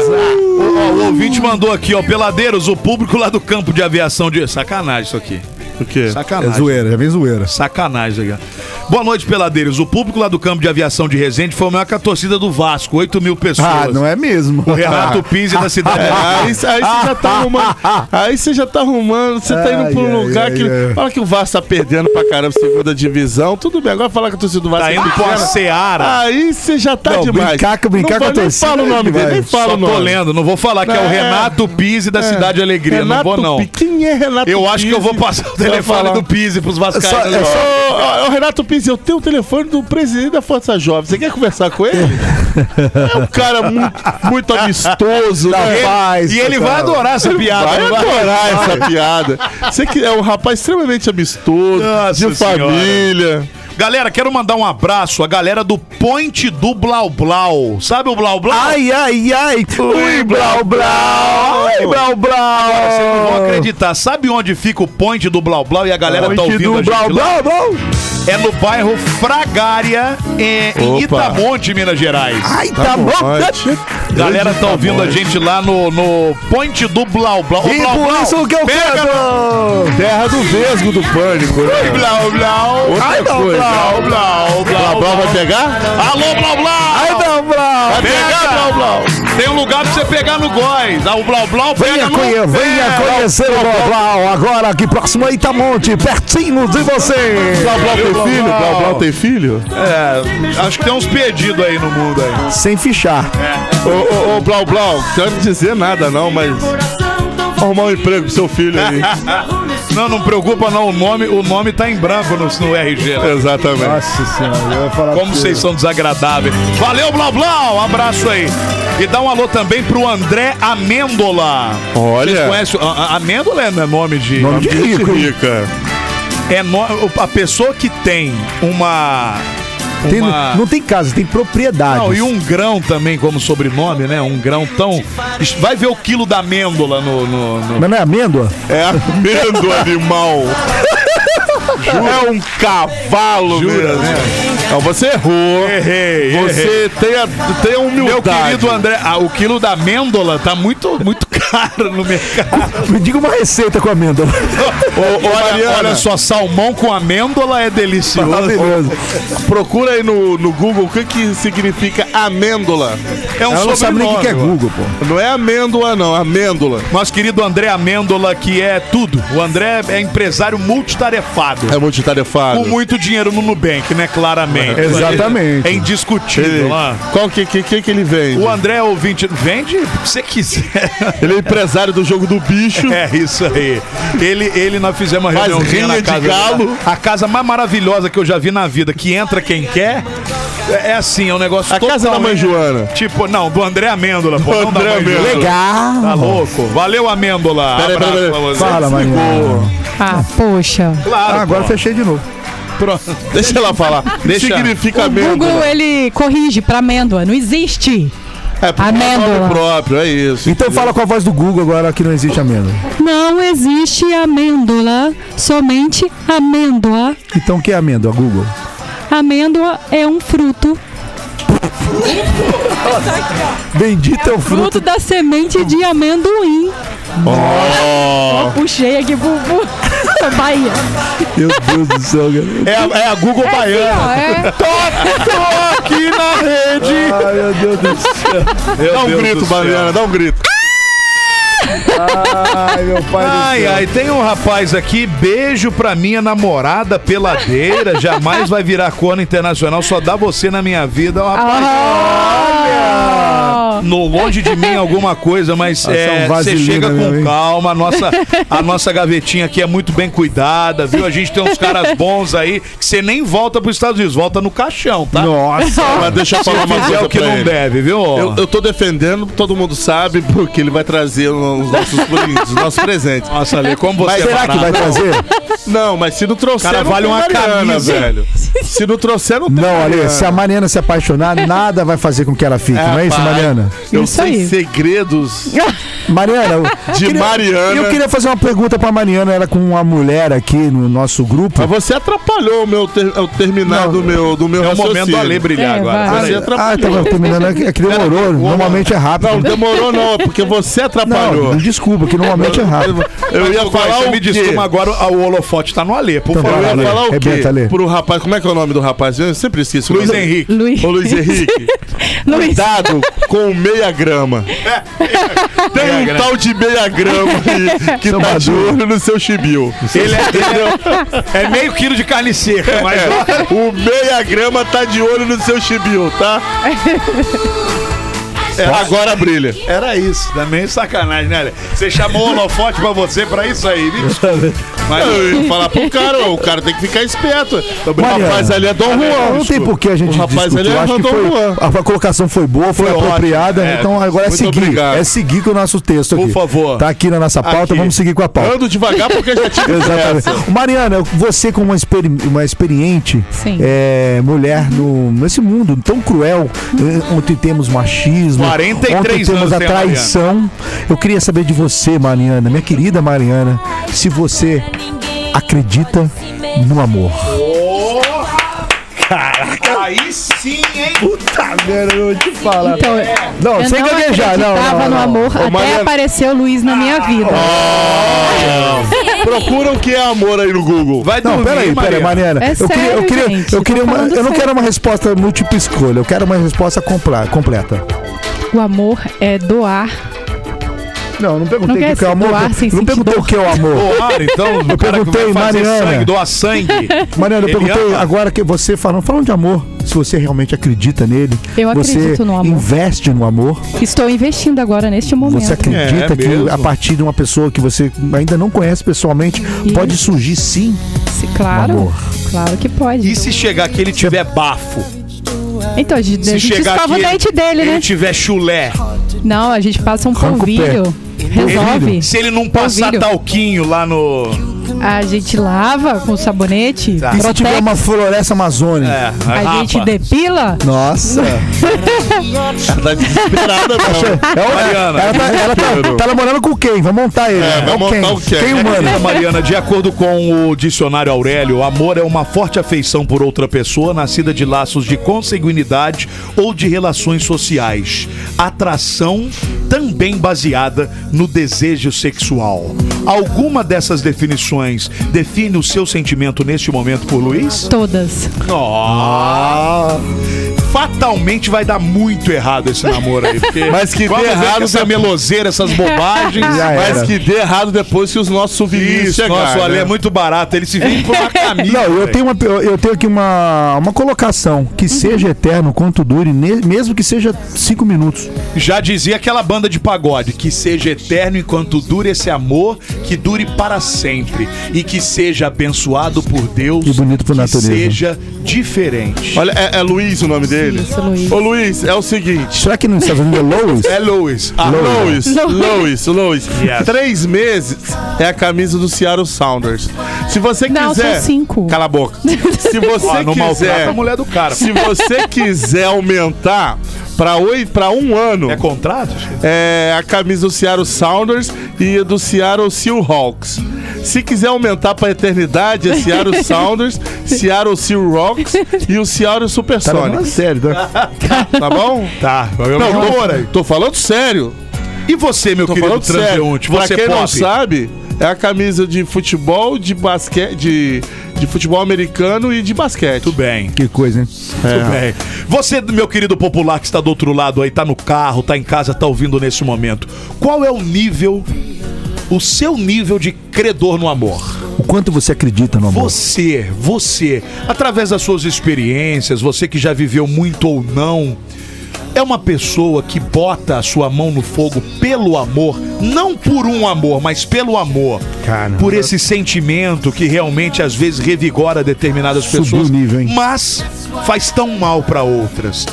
[SPEAKER 4] Ó, o ouvinte mandou aqui, ó, peladeiros, o público lá do campo de aviação de sacanagem isso aqui.
[SPEAKER 7] O quê?
[SPEAKER 4] Sacanagem.
[SPEAKER 3] É zoeira, já vem zoeira.
[SPEAKER 4] Sacanagem aqui. ó. Boa noite, peladeiros. O público lá do campo de aviação de Resende foi maior que a torcida do Vasco, 8 mil pessoas.
[SPEAKER 3] Ah, não é mesmo. [LAUGHS]
[SPEAKER 4] O Renato Pizzi da cidade.
[SPEAKER 7] É, aí aí você já tá arrumando. Aí você já tá arrumando. Você tá indo pra um
[SPEAKER 3] Ai, ai,
[SPEAKER 7] lugar
[SPEAKER 3] ai,
[SPEAKER 7] que.
[SPEAKER 3] ai.
[SPEAKER 7] Fala que o Vasco tá perdendo pra caramba segunda divisão. Tudo bem, agora falar que a torcida do Vasco
[SPEAKER 4] Tá indo pra uma
[SPEAKER 7] perdendo.
[SPEAKER 4] Seara.
[SPEAKER 7] Aí você já tá
[SPEAKER 3] Não,
[SPEAKER 7] demais.
[SPEAKER 3] brincar com- brincar
[SPEAKER 7] Não
[SPEAKER 3] com a
[SPEAKER 7] vai- nem
[SPEAKER 3] torcida
[SPEAKER 7] fala o
[SPEAKER 3] é
[SPEAKER 7] nome dele, nem
[SPEAKER 3] demais.
[SPEAKER 7] fala
[SPEAKER 4] Só
[SPEAKER 7] o
[SPEAKER 4] tô
[SPEAKER 7] nome.
[SPEAKER 4] lendo, não vou falar que é, o
[SPEAKER 7] É.
[SPEAKER 4] Renato Pizzi da Cidade Alegria, não
[SPEAKER 7] Renato
[SPEAKER 4] vou não.
[SPEAKER 7] Pi- Quem é Renato
[SPEAKER 4] Eu acho que eu vou
[SPEAKER 7] Pizzi?
[SPEAKER 4] passar o
[SPEAKER 7] Vai
[SPEAKER 4] telefone
[SPEAKER 7] falar.
[SPEAKER 4] do Pizzi pros vascaínos.
[SPEAKER 7] Só- é
[SPEAKER 4] agora.
[SPEAKER 7] só- ó, ó, Renato Pizzi, eu tenho o telefone do presidente da Força Jovem. Você quer conversar com ele? É um cara muito, muito amistoso,
[SPEAKER 3] Da
[SPEAKER 7] né?
[SPEAKER 3] paz,
[SPEAKER 4] E ele vai
[SPEAKER 3] cara.
[SPEAKER 4] adorar essa
[SPEAKER 7] Ele
[SPEAKER 4] piada.
[SPEAKER 7] Vai
[SPEAKER 4] não vai?
[SPEAKER 7] adorar essa piada. Você que é um rapaz extremamente amistoso,
[SPEAKER 4] Nossa
[SPEAKER 7] de
[SPEAKER 4] Senhora.
[SPEAKER 7] família.
[SPEAKER 4] Galera, quero mandar um abraço à galera do Ponte do Blau Blau. Sabe o Blau Blau?
[SPEAKER 3] Ai, ai, ai. Ui, blau, blau. Ai, blau, blau.
[SPEAKER 4] Vocês não vão acreditar. Sabe onde fica o Ponte do Blau Blau? E a galera tá
[SPEAKER 3] Ponte
[SPEAKER 4] ouvindo a
[SPEAKER 3] do
[SPEAKER 4] gente
[SPEAKER 3] blau, blau,
[SPEAKER 4] lá?
[SPEAKER 3] blau.
[SPEAKER 4] É no bairro Fragária, é, em
[SPEAKER 7] Opa.
[SPEAKER 4] Itamonte, Minas Gerais.
[SPEAKER 3] Ai, tá bom.
[SPEAKER 4] Galera tá ouvindo a gente lá no, no Ponte do Blau Blau. Ô,
[SPEAKER 3] [LAUGHS] E
[SPEAKER 4] Blau
[SPEAKER 3] por
[SPEAKER 4] Blau,
[SPEAKER 3] isso que eu
[SPEAKER 4] pega,
[SPEAKER 3] quero.
[SPEAKER 7] Terra do Vesgo do Pânico, né?
[SPEAKER 4] Blau Blau.
[SPEAKER 7] Outra
[SPEAKER 4] Ai, não,
[SPEAKER 7] coisa.
[SPEAKER 4] Blau Blau.
[SPEAKER 7] Blau,
[SPEAKER 4] Blau
[SPEAKER 7] Blau vai pegar?
[SPEAKER 4] Alô, Blau Blau.
[SPEAKER 3] Ai, tá blau.
[SPEAKER 4] Pega, Blau Blau. Tem um lugar pra você pegar no góis. Ah, o Blau Blau pega
[SPEAKER 3] Venha,
[SPEAKER 4] no...
[SPEAKER 3] conhe- venha
[SPEAKER 4] É,
[SPEAKER 3] conhecer o Blau Blau agora aqui próximo a Itamonte, pertinho de você.
[SPEAKER 7] Blau, Blau tem
[SPEAKER 4] Blau,
[SPEAKER 7] filho?
[SPEAKER 4] Blau.
[SPEAKER 7] Blau, Blau tem filho?
[SPEAKER 4] É, acho que tem uns pedidos aí no mundo aí.
[SPEAKER 3] Sem fichar.
[SPEAKER 7] Ô, ô, ô, Blau, Blau, não quero dizer nada não, mas... Arrumar um emprego pro seu filho [LAUGHS] aí.
[SPEAKER 4] Não, não preocupa não, o nome, o nome tá em branco no, no RG. né?
[SPEAKER 7] Exatamente.
[SPEAKER 3] Nossa senhora, eu ia falar
[SPEAKER 4] Como vocês são desagradáveis. Valeu, Blau Blau, abraço aí. E dá um alô também pro André Amêndola.
[SPEAKER 7] Olha.
[SPEAKER 4] Vocês conhecem? o- a- a- Amêndola é nome de...
[SPEAKER 3] Nome de
[SPEAKER 7] Gente
[SPEAKER 3] rico.
[SPEAKER 7] rica.
[SPEAKER 4] É no- a pessoa que tem uma...
[SPEAKER 3] Tem-
[SPEAKER 4] uma-
[SPEAKER 3] Não tem casa, tem propriedade.
[SPEAKER 4] Não, e um grão também como sobrenome, né? Um grão tão. Vai ver o quilo da amêndola no. no- no-
[SPEAKER 3] Mas não é amêndoa?
[SPEAKER 7] É amendo animal. É um cavalo,
[SPEAKER 4] Jura,
[SPEAKER 7] mesmo.
[SPEAKER 4] né?
[SPEAKER 7] Não, você errou.
[SPEAKER 4] Errei,
[SPEAKER 7] Você tem a, tem a
[SPEAKER 4] Meu
[SPEAKER 7] humildade.
[SPEAKER 4] querido André, ah, o quilo da amêndola tá muito, muito [LAUGHS] caro no mercado.
[SPEAKER 3] Me diga uma receita com amêndoa.
[SPEAKER 7] Ô, ô,
[SPEAKER 4] olha,
[SPEAKER 7] Mariana.
[SPEAKER 4] olha só, salmão com amêndola é
[SPEAKER 3] [LAUGHS]
[SPEAKER 4] delicioso.
[SPEAKER 3] Maravilhoso.
[SPEAKER 7] Procura aí no, no Google o que, que significa amêndola.
[SPEAKER 4] É um
[SPEAKER 3] Ela não sabe nem o
[SPEAKER 4] sobrenome.
[SPEAKER 3] que que é Google, pô.
[SPEAKER 7] Não é amêndoa, não, amêndola.
[SPEAKER 4] Nosso querido André Amêndola, que é tudo. O André é empresário multitarefado.
[SPEAKER 7] É multitarefado.
[SPEAKER 4] Com muito dinheiro no Nubank, né? Claramente.
[SPEAKER 3] Exatamente.
[SPEAKER 4] É indiscutível
[SPEAKER 7] Ele,
[SPEAKER 4] lá.
[SPEAKER 7] qual que, que, que, que ele vende?
[SPEAKER 4] O André é ouvinte. Vende o que você quiser. [LAUGHS]
[SPEAKER 7] Ele é empresário do jogo do bicho.
[SPEAKER 4] É isso aí. Ele, ele nós fizemos uma
[SPEAKER 7] Faz
[SPEAKER 4] reuniãozinha
[SPEAKER 7] rinha
[SPEAKER 4] na
[SPEAKER 7] de
[SPEAKER 4] casa.
[SPEAKER 7] galo.
[SPEAKER 4] A casa mais maravilhosa que eu já vi na vida, que entra quem quer. É, é assim, é um negócio
[SPEAKER 7] A casa da mãe
[SPEAKER 4] totalmente-
[SPEAKER 7] Joana.
[SPEAKER 4] Tipo, não, do André Amêndola, pô. não da
[SPEAKER 7] André
[SPEAKER 4] mãe Joana.
[SPEAKER 7] Amêndola.
[SPEAKER 3] Legal.
[SPEAKER 4] Tá louco? Valeu, Amêndola.
[SPEAKER 7] Peraí,
[SPEAKER 4] Abraço
[SPEAKER 7] peraí,
[SPEAKER 4] pra
[SPEAKER 7] peraí.
[SPEAKER 4] você.
[SPEAKER 3] Fala, Mariana.
[SPEAKER 5] Ah, poxa.
[SPEAKER 4] Claro,
[SPEAKER 3] Ah, agora fechei de novo.
[SPEAKER 4] pronto.
[SPEAKER 7] Deixa ela falar.
[SPEAKER 4] [LAUGHS] Deixa.
[SPEAKER 7] Significa
[SPEAKER 5] O
[SPEAKER 4] né?
[SPEAKER 5] Google,
[SPEAKER 7] amêndola.
[SPEAKER 5] ele corrige pra amêndoa. Não existe.
[SPEAKER 7] É
[SPEAKER 4] um
[SPEAKER 7] porque é
[SPEAKER 5] Amêndola.
[SPEAKER 7] nome próprio, é isso.
[SPEAKER 3] Então fala com a voz do Google agora que não existe amêndoa.
[SPEAKER 5] Não existe amêndola. Somente amêndoa.
[SPEAKER 3] Então o que é amêndoa, Google?
[SPEAKER 5] Amêndoa é um fruto.
[SPEAKER 3] Bendito é o fruto.
[SPEAKER 5] Fruto da semente de amendoim. Ó, Puxei aqui pro, pro [LAUGHS] Bahia.
[SPEAKER 3] Meu Deus do céu, cara.
[SPEAKER 4] É, a- é a Google Baiana.
[SPEAKER 5] É,
[SPEAKER 4] Tô aqui na rede.
[SPEAKER 3] Ai, meu Deus do céu.
[SPEAKER 7] um Dá um grito, Mariana, dá um grito.
[SPEAKER 3] Ai, meu pai
[SPEAKER 4] Ai, ai, tem um rapaz aqui, beijo pra minha namorada
[SPEAKER 3] [LAUGHS]
[SPEAKER 4] peladeira, jamais vai virar corno internacional, só dá você na minha vida,
[SPEAKER 3] Ah.
[SPEAKER 4] ó, rapaz. No longe de mim alguma coisa, mas
[SPEAKER 3] Nossa, é
[SPEAKER 4] é,
[SPEAKER 3] um
[SPEAKER 4] você
[SPEAKER 3] vaselina,
[SPEAKER 4] chega
[SPEAKER 3] meu,
[SPEAKER 4] com
[SPEAKER 3] hein?
[SPEAKER 4] calma, a nossa, a nossa gavetinha aqui é muito bem cuidada, viu? A gente tem uns caras bons aí que você nem volta pros Estados Unidos, volta no caixão, tá?
[SPEAKER 3] Nossa, É
[SPEAKER 7] Mas deixa eu falar uma coisa
[SPEAKER 4] é o que
[SPEAKER 7] pra
[SPEAKER 4] não
[SPEAKER 7] ele.
[SPEAKER 4] deve, viu?
[SPEAKER 7] Eu, eu tô defendendo, todo mundo sabe, porque ele vai trazer os nossos, os nossos presentes.
[SPEAKER 4] Nossa, Ale, como você
[SPEAKER 7] Mas
[SPEAKER 4] é
[SPEAKER 7] será que
[SPEAKER 4] barato.
[SPEAKER 7] vai trazer? Não, mas se não trouxer,
[SPEAKER 4] Cara,
[SPEAKER 7] não
[SPEAKER 4] vale
[SPEAKER 7] tem
[SPEAKER 4] uma
[SPEAKER 7] Mariana,
[SPEAKER 4] camisa.
[SPEAKER 7] velho. Se não trouxer, não tem
[SPEAKER 3] Não, Ale,
[SPEAKER 7] Mariana.
[SPEAKER 4] é
[SPEAKER 3] se a Mariana se apaixonar, nada vai fazer com que ela fique, não é isso,
[SPEAKER 7] Rapaz,
[SPEAKER 3] Mariana?
[SPEAKER 7] Eu sei segredos.
[SPEAKER 3] Mariana, eu
[SPEAKER 7] De Mariana.
[SPEAKER 3] Eu queria fazer uma pergunta pra Mariana, ela com uma mulher aqui no nosso grupo.
[SPEAKER 7] Mas você atrapalhou o meu ter, o terminar do meu do meu
[SPEAKER 4] É o momento
[SPEAKER 7] raciocínio.
[SPEAKER 4] do Ale brilhar É, agora. vai.
[SPEAKER 7] Você
[SPEAKER 4] Ah,
[SPEAKER 3] Ah,
[SPEAKER 7] atrapalhou.
[SPEAKER 3] tava terminando, é que demorou, normalmente é
[SPEAKER 4] tá
[SPEAKER 3] rápido.
[SPEAKER 7] Não, demorou não, é porque você atrapalhou.
[SPEAKER 3] Não, desculpa, que normalmente é rápido.
[SPEAKER 7] Eu ia falar
[SPEAKER 4] você
[SPEAKER 7] o
[SPEAKER 4] me
[SPEAKER 7] quê?
[SPEAKER 4] desculpa agora, o holofote tá no Alê, por
[SPEAKER 3] Então
[SPEAKER 4] favor.
[SPEAKER 3] vai,
[SPEAKER 7] Eu
[SPEAKER 3] Ale.
[SPEAKER 7] ia falar o
[SPEAKER 3] Rebenta, Ale.
[SPEAKER 7] quê? Pro rapaz, como é que é o nome do rapaz? Eu sempre esqueço. o
[SPEAKER 4] Luiz
[SPEAKER 7] nome.
[SPEAKER 4] Henrique.
[SPEAKER 5] [LAUGHS] Luiz.
[SPEAKER 7] Ô Luiz Henrique,
[SPEAKER 5] Luiz.
[SPEAKER 7] cuidado com meia grama. Tem um tal de meia grama aí que tá de olho no seu chibio.
[SPEAKER 4] Ele é, ele é- é meio quilo de carne seca, mas
[SPEAKER 3] É.
[SPEAKER 4] ó,
[SPEAKER 7] é, [LAUGHS] O meia grama tá de olho no seu chibio, tá? É, agora brilha.
[SPEAKER 4] era isso. Também sacanagem, né? Ale? Você chamou o holofote pra você pra isso aí, me desculpa. Mas
[SPEAKER 7] Eu ia falar pro cara, ó, o cara tem que ficar esperto. O
[SPEAKER 3] Mariana.
[SPEAKER 7] rapaz ali é Dom Juan.
[SPEAKER 3] Não tem por que a gente
[SPEAKER 7] O rapaz
[SPEAKER 3] discutir.
[SPEAKER 7] ali
[SPEAKER 3] Eu acho que
[SPEAKER 7] levantou
[SPEAKER 3] foi,
[SPEAKER 7] o Juan.
[SPEAKER 3] a colocação foi boa, foi,
[SPEAKER 7] Foi
[SPEAKER 3] apropriada.
[SPEAKER 7] ótimo, é.
[SPEAKER 3] então agora é
[SPEAKER 7] Muito
[SPEAKER 3] seguir.
[SPEAKER 7] obrigado.
[SPEAKER 3] É seguir com o nosso texto aqui.
[SPEAKER 7] Por favor.
[SPEAKER 3] Tá aqui na nossa pauta,
[SPEAKER 7] Aqui.
[SPEAKER 3] vamos seguir com a pauta.
[SPEAKER 7] Ando devagar porque já
[SPEAKER 3] [LAUGHS]
[SPEAKER 7] tive
[SPEAKER 3] Exatamente.
[SPEAKER 7] essa.
[SPEAKER 3] Mariana, você como uma, experi- uma experiente
[SPEAKER 5] Sim.
[SPEAKER 3] é, mulher no, nesse mundo tão cruel, é, onde temos machismo,
[SPEAKER 4] 43
[SPEAKER 3] ontem temos
[SPEAKER 4] anos
[SPEAKER 3] a
[SPEAKER 4] tem a Mariana.
[SPEAKER 3] traição. Eu queria saber de você, Mariana, minha querida Mariana, se você acredita
[SPEAKER 11] [LAUGHS]
[SPEAKER 3] no amor.
[SPEAKER 4] aí sim, hein?
[SPEAKER 3] Puta merda, eu vou te falar.
[SPEAKER 5] Então,
[SPEAKER 3] Não,
[SPEAKER 5] eu
[SPEAKER 3] sem
[SPEAKER 5] não
[SPEAKER 3] gaguejar, não,
[SPEAKER 5] acreditava
[SPEAKER 3] não,
[SPEAKER 5] no
[SPEAKER 3] não.
[SPEAKER 5] amor,
[SPEAKER 3] Ô,
[SPEAKER 5] até
[SPEAKER 3] Mariana-
[SPEAKER 5] apareceu o Luiz na minha vida.
[SPEAKER 7] Procura o que é amor aí no Google.
[SPEAKER 4] Vai
[SPEAKER 3] Não,
[SPEAKER 4] dormir,
[SPEAKER 3] peraí, peraí, Mariana.
[SPEAKER 5] É
[SPEAKER 3] eu queria, eu
[SPEAKER 5] sério,
[SPEAKER 3] queria,
[SPEAKER 5] gente,
[SPEAKER 3] eu
[SPEAKER 5] tô
[SPEAKER 3] queria uma,
[SPEAKER 5] falando
[SPEAKER 3] eu não
[SPEAKER 5] sério.
[SPEAKER 3] quero uma resposta múltipla escolha, eu quero uma resposta compla- completa.
[SPEAKER 5] O amor é doar.
[SPEAKER 3] Não, eu não perguntei
[SPEAKER 5] Não quer
[SPEAKER 3] o que é o
[SPEAKER 5] se
[SPEAKER 3] amor.
[SPEAKER 5] doar sem
[SPEAKER 3] eu não
[SPEAKER 5] sentir
[SPEAKER 3] perguntei
[SPEAKER 5] dor.
[SPEAKER 3] o que é o amor.
[SPEAKER 4] Tomara, então, o cara que
[SPEAKER 3] perguntei,
[SPEAKER 4] vai fazer
[SPEAKER 3] Mariana.
[SPEAKER 4] sangue, doar sangue.
[SPEAKER 3] Mariana, eu
[SPEAKER 4] Ele
[SPEAKER 3] perguntei
[SPEAKER 4] ama?
[SPEAKER 3] agora que você falando, falando de amor, se você realmente acredita nele.
[SPEAKER 5] Eu
[SPEAKER 3] você
[SPEAKER 5] acredito no amor.
[SPEAKER 3] investe no amor.
[SPEAKER 5] Estou investindo agora neste momento.
[SPEAKER 3] Você acredita
[SPEAKER 4] É
[SPEAKER 3] que
[SPEAKER 4] mesmo.
[SPEAKER 3] a partir de uma pessoa que você ainda não conhece pessoalmente, pode surgir sim
[SPEAKER 5] Se- Claro,
[SPEAKER 3] Amor.
[SPEAKER 5] claro que pode.
[SPEAKER 4] E se chegar aqui ele tiver bafo?
[SPEAKER 5] Então, a gente,
[SPEAKER 4] Se
[SPEAKER 5] a gente
[SPEAKER 4] chegar
[SPEAKER 5] escova o
[SPEAKER 4] aqui
[SPEAKER 5] dente dele,
[SPEAKER 4] ele
[SPEAKER 5] né?
[SPEAKER 4] tiver chulé?
[SPEAKER 5] Não, a gente passa um
[SPEAKER 3] Arranca o
[SPEAKER 5] polvilho. Resolve.
[SPEAKER 4] Ele- se ele
[SPEAKER 5] Tá
[SPEAKER 4] não passar
[SPEAKER 5] Polvilho.
[SPEAKER 4] talquinho lá no...
[SPEAKER 5] A gente lava com sabonete,
[SPEAKER 4] Tá.
[SPEAKER 3] E se
[SPEAKER 5] protege,
[SPEAKER 3] tiver uma floresta amazônica?
[SPEAKER 4] É,
[SPEAKER 5] a
[SPEAKER 4] rapa.
[SPEAKER 5] gente depila.
[SPEAKER 3] [LAUGHS] Nossa!
[SPEAKER 7] Tá desesperada, não.
[SPEAKER 3] É o-
[SPEAKER 4] Mariana.
[SPEAKER 3] Ela, tá, ela tá- tá namorando com quem? Vai montar ele.
[SPEAKER 7] É, vai
[SPEAKER 3] o
[SPEAKER 7] montar
[SPEAKER 3] Ken.
[SPEAKER 7] o
[SPEAKER 3] Quem
[SPEAKER 7] Ken. É que
[SPEAKER 3] humano?
[SPEAKER 4] Ana então, Mariana, de acordo com o dicionário Aurélio, amor é uma forte afeição por outra pessoa nascida de laços de consanguinidade ou de relações sociais. Atração também baseada no desejo sexual. Alguma dessas definições define o seu sentimento neste momento por Luiz?
[SPEAKER 5] Todas.
[SPEAKER 4] Ó. Fatalmente vai dar muito errado esse namoro aí. porque
[SPEAKER 7] [LAUGHS] Mas que
[SPEAKER 4] vamos
[SPEAKER 7] dê
[SPEAKER 4] ver que
[SPEAKER 7] errado é
[SPEAKER 4] essa meloseira, essas bobagens.
[SPEAKER 3] Já
[SPEAKER 7] Mas
[SPEAKER 3] era.
[SPEAKER 7] que dê errado depois que os nossos souvenirs
[SPEAKER 4] Isso,
[SPEAKER 7] chegarem.
[SPEAKER 4] nossa, o Ale é muito barato. Ele se vende com uma camisa.
[SPEAKER 3] Não, eu
[SPEAKER 4] velho.
[SPEAKER 3] tenho, uma, eu eu tenho aqui uma, uma colocação.
[SPEAKER 5] Uhum.
[SPEAKER 3] Que seja eterno quanto dure, ne- mesmo que seja cinco minutos.
[SPEAKER 4] Já dizia aquela banda de pagode: que seja eterno enquanto dure esse amor, que dure para sempre. E que seja abençoado por Deus.
[SPEAKER 3] E bonito por
[SPEAKER 4] que
[SPEAKER 3] natureza.
[SPEAKER 4] seja diferente.
[SPEAKER 7] Olha, é, é Luiz o nome dele?
[SPEAKER 5] Isso, Luiz.
[SPEAKER 7] Ô Luiz, é o seguinte.
[SPEAKER 3] Será que nos Estados Unidos é Lois?
[SPEAKER 7] É Luiz. Ah, Luiz. Luiz, Luiz.
[SPEAKER 4] Yes.
[SPEAKER 7] Três meses é a camisa do Seattle Sounders. Se você
[SPEAKER 5] Não,
[SPEAKER 7] quiser.
[SPEAKER 5] são cinco.
[SPEAKER 7] Cala a boca. Se você
[SPEAKER 4] Ó, não maltrata
[SPEAKER 7] quiser.
[SPEAKER 4] a mulher do cara.
[SPEAKER 7] Se você quiser aumentar pra, oito, pra um ano,
[SPEAKER 4] É contrato?
[SPEAKER 7] é a camisa do Seattle Sounders e do Seattle Seahawks. Se quiser aumentar pra eternidade,
[SPEAKER 4] [LAUGHS]
[SPEAKER 7] é Seattle Sounders, Seattle Seahawks e o
[SPEAKER 3] Tá
[SPEAKER 7] Seattle
[SPEAKER 3] levando a
[SPEAKER 7] Supersonics.
[SPEAKER 3] sério, tá?
[SPEAKER 7] Tá bom?
[SPEAKER 4] Tá. Eu
[SPEAKER 7] Não,
[SPEAKER 4] não,
[SPEAKER 7] tô, tô falando sério.
[SPEAKER 4] E você, meu
[SPEAKER 7] Tô
[SPEAKER 4] querido
[SPEAKER 7] falando sério.
[SPEAKER 4] transeunte? Você
[SPEAKER 7] pra quem não
[SPEAKER 4] pop?
[SPEAKER 7] sabe, é a camisa de futebol, de basquete, de, de de futebol americano e de basquete. Tudo
[SPEAKER 4] bem.
[SPEAKER 3] Que coisa, hein?
[SPEAKER 7] É.
[SPEAKER 4] Tudo bem. Você, meu querido popular que está do outro lado aí, tá no carro, tá em casa, tá ouvindo nesse momento. Qual é o nível, o seu nível de credor no amor?
[SPEAKER 3] O quanto você acredita no amor?
[SPEAKER 4] Você, você, através das suas experiências, você que já viveu muito ou não, é uma pessoa que bota a sua mão no fogo pelo amor, não por um amor, mas pelo amor. por esse sentimento que realmente às vezes revigora determinadas
[SPEAKER 3] Subiu
[SPEAKER 4] pessoas,
[SPEAKER 3] o nível, hein?
[SPEAKER 4] mas faz tão mal para outras.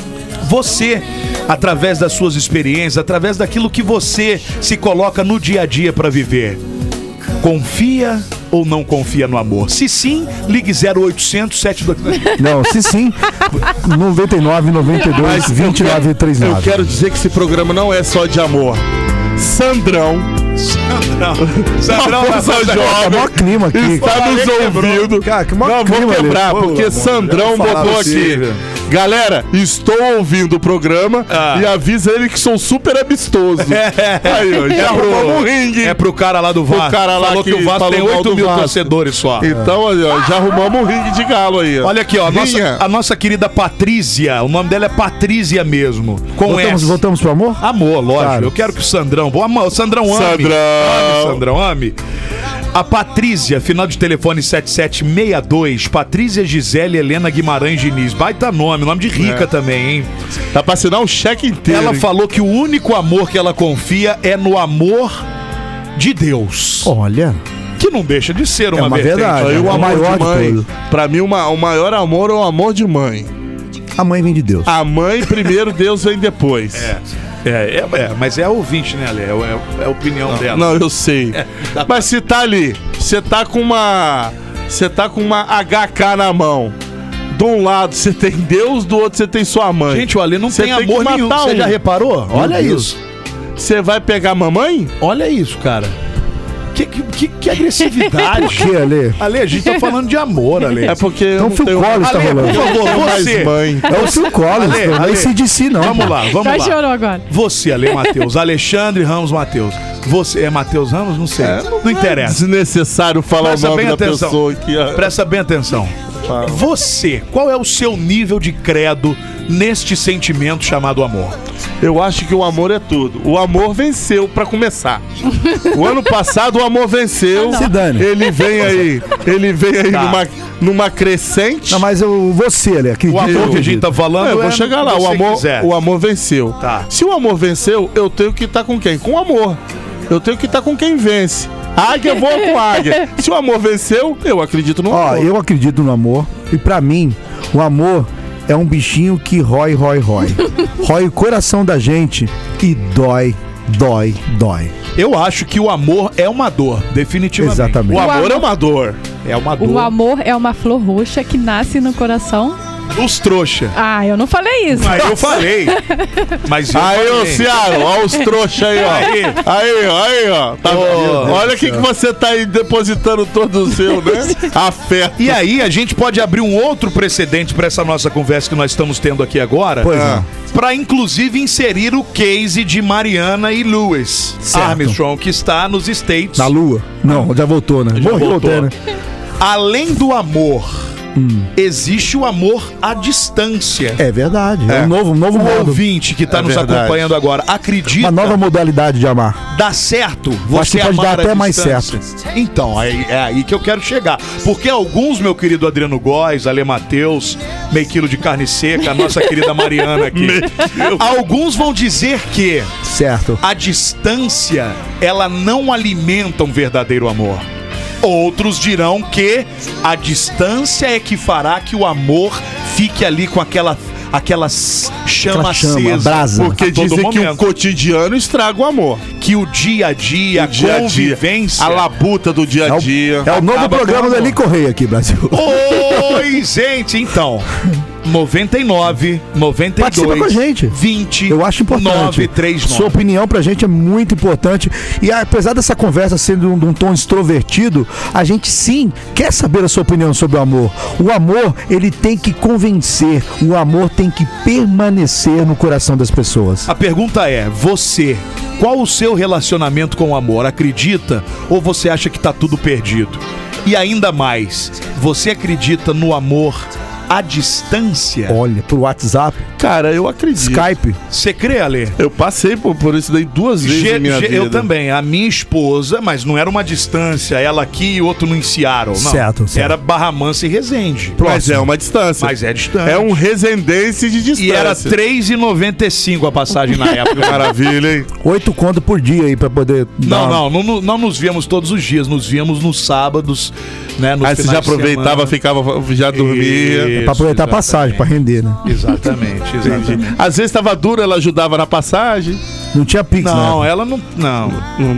[SPEAKER 4] Você, através das suas experiências, através daquilo que você se coloca no dia a dia para viver, Confia ou não confia no amor? Se sim, ligue 0800 [LAUGHS] 722.
[SPEAKER 3] Não, se sim, 99, 92, 29 e 39.
[SPEAKER 7] Eu quero dizer que esse programa não é só de amor. Sandrão.
[SPEAKER 4] Sandrão.
[SPEAKER 7] Sandrão Força
[SPEAKER 3] Tá
[SPEAKER 7] Jovem.
[SPEAKER 3] mó clima aqui.
[SPEAKER 7] Está nos ouvindo.
[SPEAKER 3] Cara, que mó
[SPEAKER 7] Não, vou
[SPEAKER 3] clima ali.
[SPEAKER 7] quebrar,
[SPEAKER 3] Pô,
[SPEAKER 7] porque
[SPEAKER 3] mano,
[SPEAKER 7] Sandrão
[SPEAKER 3] eu não falava
[SPEAKER 7] botou
[SPEAKER 3] assim,
[SPEAKER 7] aqui.
[SPEAKER 3] velho. Ah.
[SPEAKER 7] Galera, estou ouvindo o programa e avisa ele que sou super
[SPEAKER 3] [LAUGHS]
[SPEAKER 7] amistoso.
[SPEAKER 3] É.
[SPEAKER 7] Aí, ó, já arrumou um ringue.
[SPEAKER 4] É pro cara lá do
[SPEAKER 7] Pro
[SPEAKER 4] Vasco.
[SPEAKER 7] cara lá
[SPEAKER 4] Falou que, o Vasco
[SPEAKER 7] falou
[SPEAKER 4] tem
[SPEAKER 7] mal
[SPEAKER 4] 8
[SPEAKER 7] do
[SPEAKER 4] mil
[SPEAKER 7] Vasco.
[SPEAKER 4] torcedores só.
[SPEAKER 7] Então, olha, ó, já arrumamos um ringue de galo aí. ó.
[SPEAKER 4] Olha aqui, ó. A
[SPEAKER 7] Rinha.
[SPEAKER 4] nossa, a nossa querida Patrícia. O nome dela é Patrícia mesmo. Com
[SPEAKER 3] Voltamos,
[SPEAKER 4] S.
[SPEAKER 3] voltamos pro amor?
[SPEAKER 4] Amor, lógico.
[SPEAKER 3] Claro.
[SPEAKER 4] Eu quero que o Sandrão. Bom, amor, o Sandrão ame.
[SPEAKER 7] Sandrão.
[SPEAKER 4] Ame, Sandrão, ame. A Patrícia, final de telefone 7762. Patrícia Gisele Helena Guimarães Diniz. Baita nome, nome de
[SPEAKER 7] É.
[SPEAKER 4] rica também, hein?
[SPEAKER 7] Dá pra assinar um cheque inteiro.
[SPEAKER 4] Ela
[SPEAKER 7] hein?
[SPEAKER 4] falou que o único amor que ela confia é no amor de Deus.
[SPEAKER 3] Olha,
[SPEAKER 4] Que não deixa de ser uma,
[SPEAKER 3] uma
[SPEAKER 4] vertente.
[SPEAKER 3] verdade.
[SPEAKER 7] Aí
[SPEAKER 3] É
[SPEAKER 7] o
[SPEAKER 3] o
[SPEAKER 7] amor
[SPEAKER 3] maior
[SPEAKER 7] de
[SPEAKER 3] de
[SPEAKER 7] mãe.
[SPEAKER 3] todos.
[SPEAKER 7] Pra mim, uma- o maior amor é o amor de mãe.
[SPEAKER 3] a mãe vem de Deus.
[SPEAKER 7] A mãe primeiro, Deus vem depois.
[SPEAKER 4] É, é, é, é, mas é a ouvinte, né, Ale? É, é- é a opinião dela.
[SPEAKER 7] Não,
[SPEAKER 4] [LAUGHS]
[SPEAKER 7] eu sei.
[SPEAKER 4] É,
[SPEAKER 7] Mas se tá ali, você tá com uma. Você tá com uma HK na mão. De um lado você tem Deus, do outro você tem sua mãe.
[SPEAKER 4] Gente, o Ale não
[SPEAKER 7] Você
[SPEAKER 4] tem,
[SPEAKER 7] tem que
[SPEAKER 4] amor
[SPEAKER 7] matar
[SPEAKER 4] nenhum.
[SPEAKER 7] um.
[SPEAKER 4] Você já reparou? Olha
[SPEAKER 7] Deus.
[SPEAKER 4] isso.
[SPEAKER 7] Você vai pegar a mamãe?
[SPEAKER 4] Olha isso, cara. Que, que, que-
[SPEAKER 7] [LAUGHS]
[SPEAKER 4] que agressividade.
[SPEAKER 3] Por que, Ale?
[SPEAKER 4] Ale, a gente tá falando de amor, Ale.
[SPEAKER 7] [LAUGHS] É porque eu
[SPEAKER 3] Então
[SPEAKER 7] não
[SPEAKER 3] Phil
[SPEAKER 7] tenho
[SPEAKER 3] Collins tá
[SPEAKER 4] Ale,
[SPEAKER 3] rolando.
[SPEAKER 4] por favor,
[SPEAKER 7] tenho mais
[SPEAKER 4] você.
[SPEAKER 7] mãe.
[SPEAKER 3] É o Phil Collins,
[SPEAKER 4] Então- Ale,
[SPEAKER 3] não
[SPEAKER 4] Ale.
[SPEAKER 3] é CDC, não.
[SPEAKER 4] Vamos lá, vamos
[SPEAKER 7] Tá
[SPEAKER 4] lá.
[SPEAKER 5] Já chorou agora.
[SPEAKER 4] Você, Ale Matheus. Alexandre Ramos Matheus. Você é Matheus Ramos? Não sei.
[SPEAKER 7] É,
[SPEAKER 4] não,
[SPEAKER 7] é
[SPEAKER 4] interessa.
[SPEAKER 7] Desnecessário falar
[SPEAKER 4] Presta
[SPEAKER 7] o nome
[SPEAKER 4] bem
[SPEAKER 7] da
[SPEAKER 4] atenção.
[SPEAKER 7] pessoa aqui. ó.
[SPEAKER 4] Presta bem atenção. Você, qual é o seu nível de credo neste sentimento chamado amor?
[SPEAKER 7] Eu acho que o amor é tudo. O amor venceu pra começar. O ano passado o amor venceu.
[SPEAKER 3] Se dane.
[SPEAKER 7] Ele vem aí, ele vem aí
[SPEAKER 4] Tá.
[SPEAKER 7] numa, numa crescente.
[SPEAKER 3] Não, mas eu, você, Ale,
[SPEAKER 4] O
[SPEAKER 3] acredita.
[SPEAKER 4] amor que a gente tá falando.
[SPEAKER 7] É, eu vou
[SPEAKER 4] é
[SPEAKER 7] chegar lá. O
[SPEAKER 4] você
[SPEAKER 7] amor,
[SPEAKER 4] quiser.
[SPEAKER 7] o amor venceu.
[SPEAKER 4] Tá.
[SPEAKER 7] Se o amor venceu, eu tenho que estar com quem? Com amor. Eu tenho que estar com quem vence. Águia voa com águia. Se o amor venceu, eu acredito no
[SPEAKER 3] Ó,
[SPEAKER 7] amor.
[SPEAKER 3] eu acredito no amor. E pra mim, o amor é um bichinho que rói, rói,
[SPEAKER 4] [LAUGHS]
[SPEAKER 3] rói. rói o coração da gente e dói, dói, dói.
[SPEAKER 4] Eu acho que o amor é uma dor, definitivamente.
[SPEAKER 3] Exatamente.
[SPEAKER 7] O
[SPEAKER 4] O
[SPEAKER 7] amor é uma dor.
[SPEAKER 4] amor é uma
[SPEAKER 5] O
[SPEAKER 4] dor.
[SPEAKER 5] amor é uma flor roxa que nasce no coração.
[SPEAKER 4] Os trouxa.
[SPEAKER 5] Ah, eu não falei isso.
[SPEAKER 4] Mas eu falei. Mas eu
[SPEAKER 7] Aí, ô
[SPEAKER 4] falei.
[SPEAKER 7] Ciaro, ó os trouxas aí,
[SPEAKER 4] Aí.
[SPEAKER 7] ó. Aí, ó, aí, ó. Tá
[SPEAKER 4] Ô,
[SPEAKER 7] Olha o que, que você tá aí depositando todo o seu, né? Afeto.
[SPEAKER 4] E aí a gente pode abrir um outro precedente para essa nossa conversa que nós estamos tendo aqui agora.
[SPEAKER 3] Pois
[SPEAKER 4] Ah.
[SPEAKER 3] não.
[SPEAKER 7] é.
[SPEAKER 4] Pra, inclusive inserir o case de Mariana e Lewis
[SPEAKER 3] Certo.
[SPEAKER 4] Armstrong que está nos States.
[SPEAKER 3] Na lua? Não, já voltou, né?
[SPEAKER 4] Já
[SPEAKER 3] Morreu,
[SPEAKER 4] voltou.
[SPEAKER 3] né?
[SPEAKER 4] Além do amor, existe o amor à distância.
[SPEAKER 3] É verdade. É,
[SPEAKER 4] É.
[SPEAKER 3] um novo, um novo
[SPEAKER 4] O
[SPEAKER 3] modo.
[SPEAKER 4] ouvinte tá- que está
[SPEAKER 7] É
[SPEAKER 4] nos
[SPEAKER 7] verdade.
[SPEAKER 4] acompanhando agora acredita
[SPEAKER 3] Uma nova modalidade de amar.
[SPEAKER 4] dá certo
[SPEAKER 3] Acho
[SPEAKER 4] você
[SPEAKER 3] que pode
[SPEAKER 4] amar
[SPEAKER 3] dar
[SPEAKER 4] à
[SPEAKER 3] até mais
[SPEAKER 4] distância. Então, é, é aí que eu quero chegar. Porque alguns, meu querido Adriano Góes, Ale Matheus, meio quilo de carne seca, a nossa querida
[SPEAKER 3] [LAUGHS]
[SPEAKER 4] Mariana aqui. alguns vão dizer que
[SPEAKER 3] Certo.
[SPEAKER 4] a distância, ela não alimenta um verdadeiro amor. Outros dirão que a distância é que fará que o amor fique ali com aquela, aquela s- chama,
[SPEAKER 3] Aquela chama,
[SPEAKER 4] acesa.
[SPEAKER 3] brasa.
[SPEAKER 4] Porque
[SPEAKER 7] Porque
[SPEAKER 4] dizem
[SPEAKER 7] dizem que o
[SPEAKER 4] que, o, co-
[SPEAKER 7] cotidiano estraga o amor.
[SPEAKER 4] que o dia a dia, a
[SPEAKER 7] O dia a dia,
[SPEAKER 4] convivência...
[SPEAKER 7] A labuta do dia
[SPEAKER 3] É
[SPEAKER 7] a
[SPEAKER 3] o,
[SPEAKER 7] dia.
[SPEAKER 3] é o novo
[SPEAKER 7] Acaba
[SPEAKER 3] programa
[SPEAKER 7] com
[SPEAKER 3] do
[SPEAKER 7] o amor.
[SPEAKER 3] Eli Correia aqui, Brasil.
[SPEAKER 4] Oi, gente, então. 99, 92,
[SPEAKER 3] Participa com a gente.
[SPEAKER 4] 20,
[SPEAKER 3] Eu acho importante.
[SPEAKER 4] 939.
[SPEAKER 3] Sua opinião pra gente é muito importante. E apesar dessa conversa sendo um- de um tom extrovertido, a gente sim quer saber a sua opinião sobre o amor. O amor, ele tem que convencer. O amor tem que permanecer no coração das pessoas.
[SPEAKER 4] A pergunta é, você, qual o seu relacionamento com o amor? Acredita ou você acha que tá tudo perdido? E ainda mais, Você acredita no amor à distância?
[SPEAKER 3] Olha, pro WhatsApp.
[SPEAKER 7] Cara, eu acredito.
[SPEAKER 3] Skype.
[SPEAKER 4] Você crê, Ale?
[SPEAKER 7] Eu passei por, por isso daí duas vezes
[SPEAKER 4] Ge-
[SPEAKER 7] na minha
[SPEAKER 4] ge-
[SPEAKER 7] vida.
[SPEAKER 4] Eu também. A minha esposa, mas não era uma distância, ela aqui e outro no Seattle. Não.
[SPEAKER 7] Certo, certo.
[SPEAKER 4] Era Barra Mansa e Resende.
[SPEAKER 7] Mas é uma distância.
[SPEAKER 4] Mas é distante.
[SPEAKER 7] É um resendense de distância.
[SPEAKER 4] E era 3,95 a passagem na
[SPEAKER 7] [LAUGHS]
[SPEAKER 4] época. [LAUGHS]
[SPEAKER 7] Maravilha, hein?
[SPEAKER 3] Oito conto por dia aí pra poder.
[SPEAKER 4] Não,
[SPEAKER 3] dar-
[SPEAKER 4] não, não, não, não nos víamos todos os dias, nos víamos nos sábados, né? Nos
[SPEAKER 7] Aí Ah, você
[SPEAKER 4] finais
[SPEAKER 7] já
[SPEAKER 4] de semana.
[SPEAKER 7] aproveitava, ficava, já dormia.
[SPEAKER 3] É pra aproveitar a passagem, pra render, né?
[SPEAKER 4] Exatamente, exatamente.
[SPEAKER 7] Entendi. Às vezes tava dura, ela ajudava na passagem.
[SPEAKER 3] Não tinha pix,
[SPEAKER 4] Não, é.
[SPEAKER 3] né?
[SPEAKER 4] ela não. Não.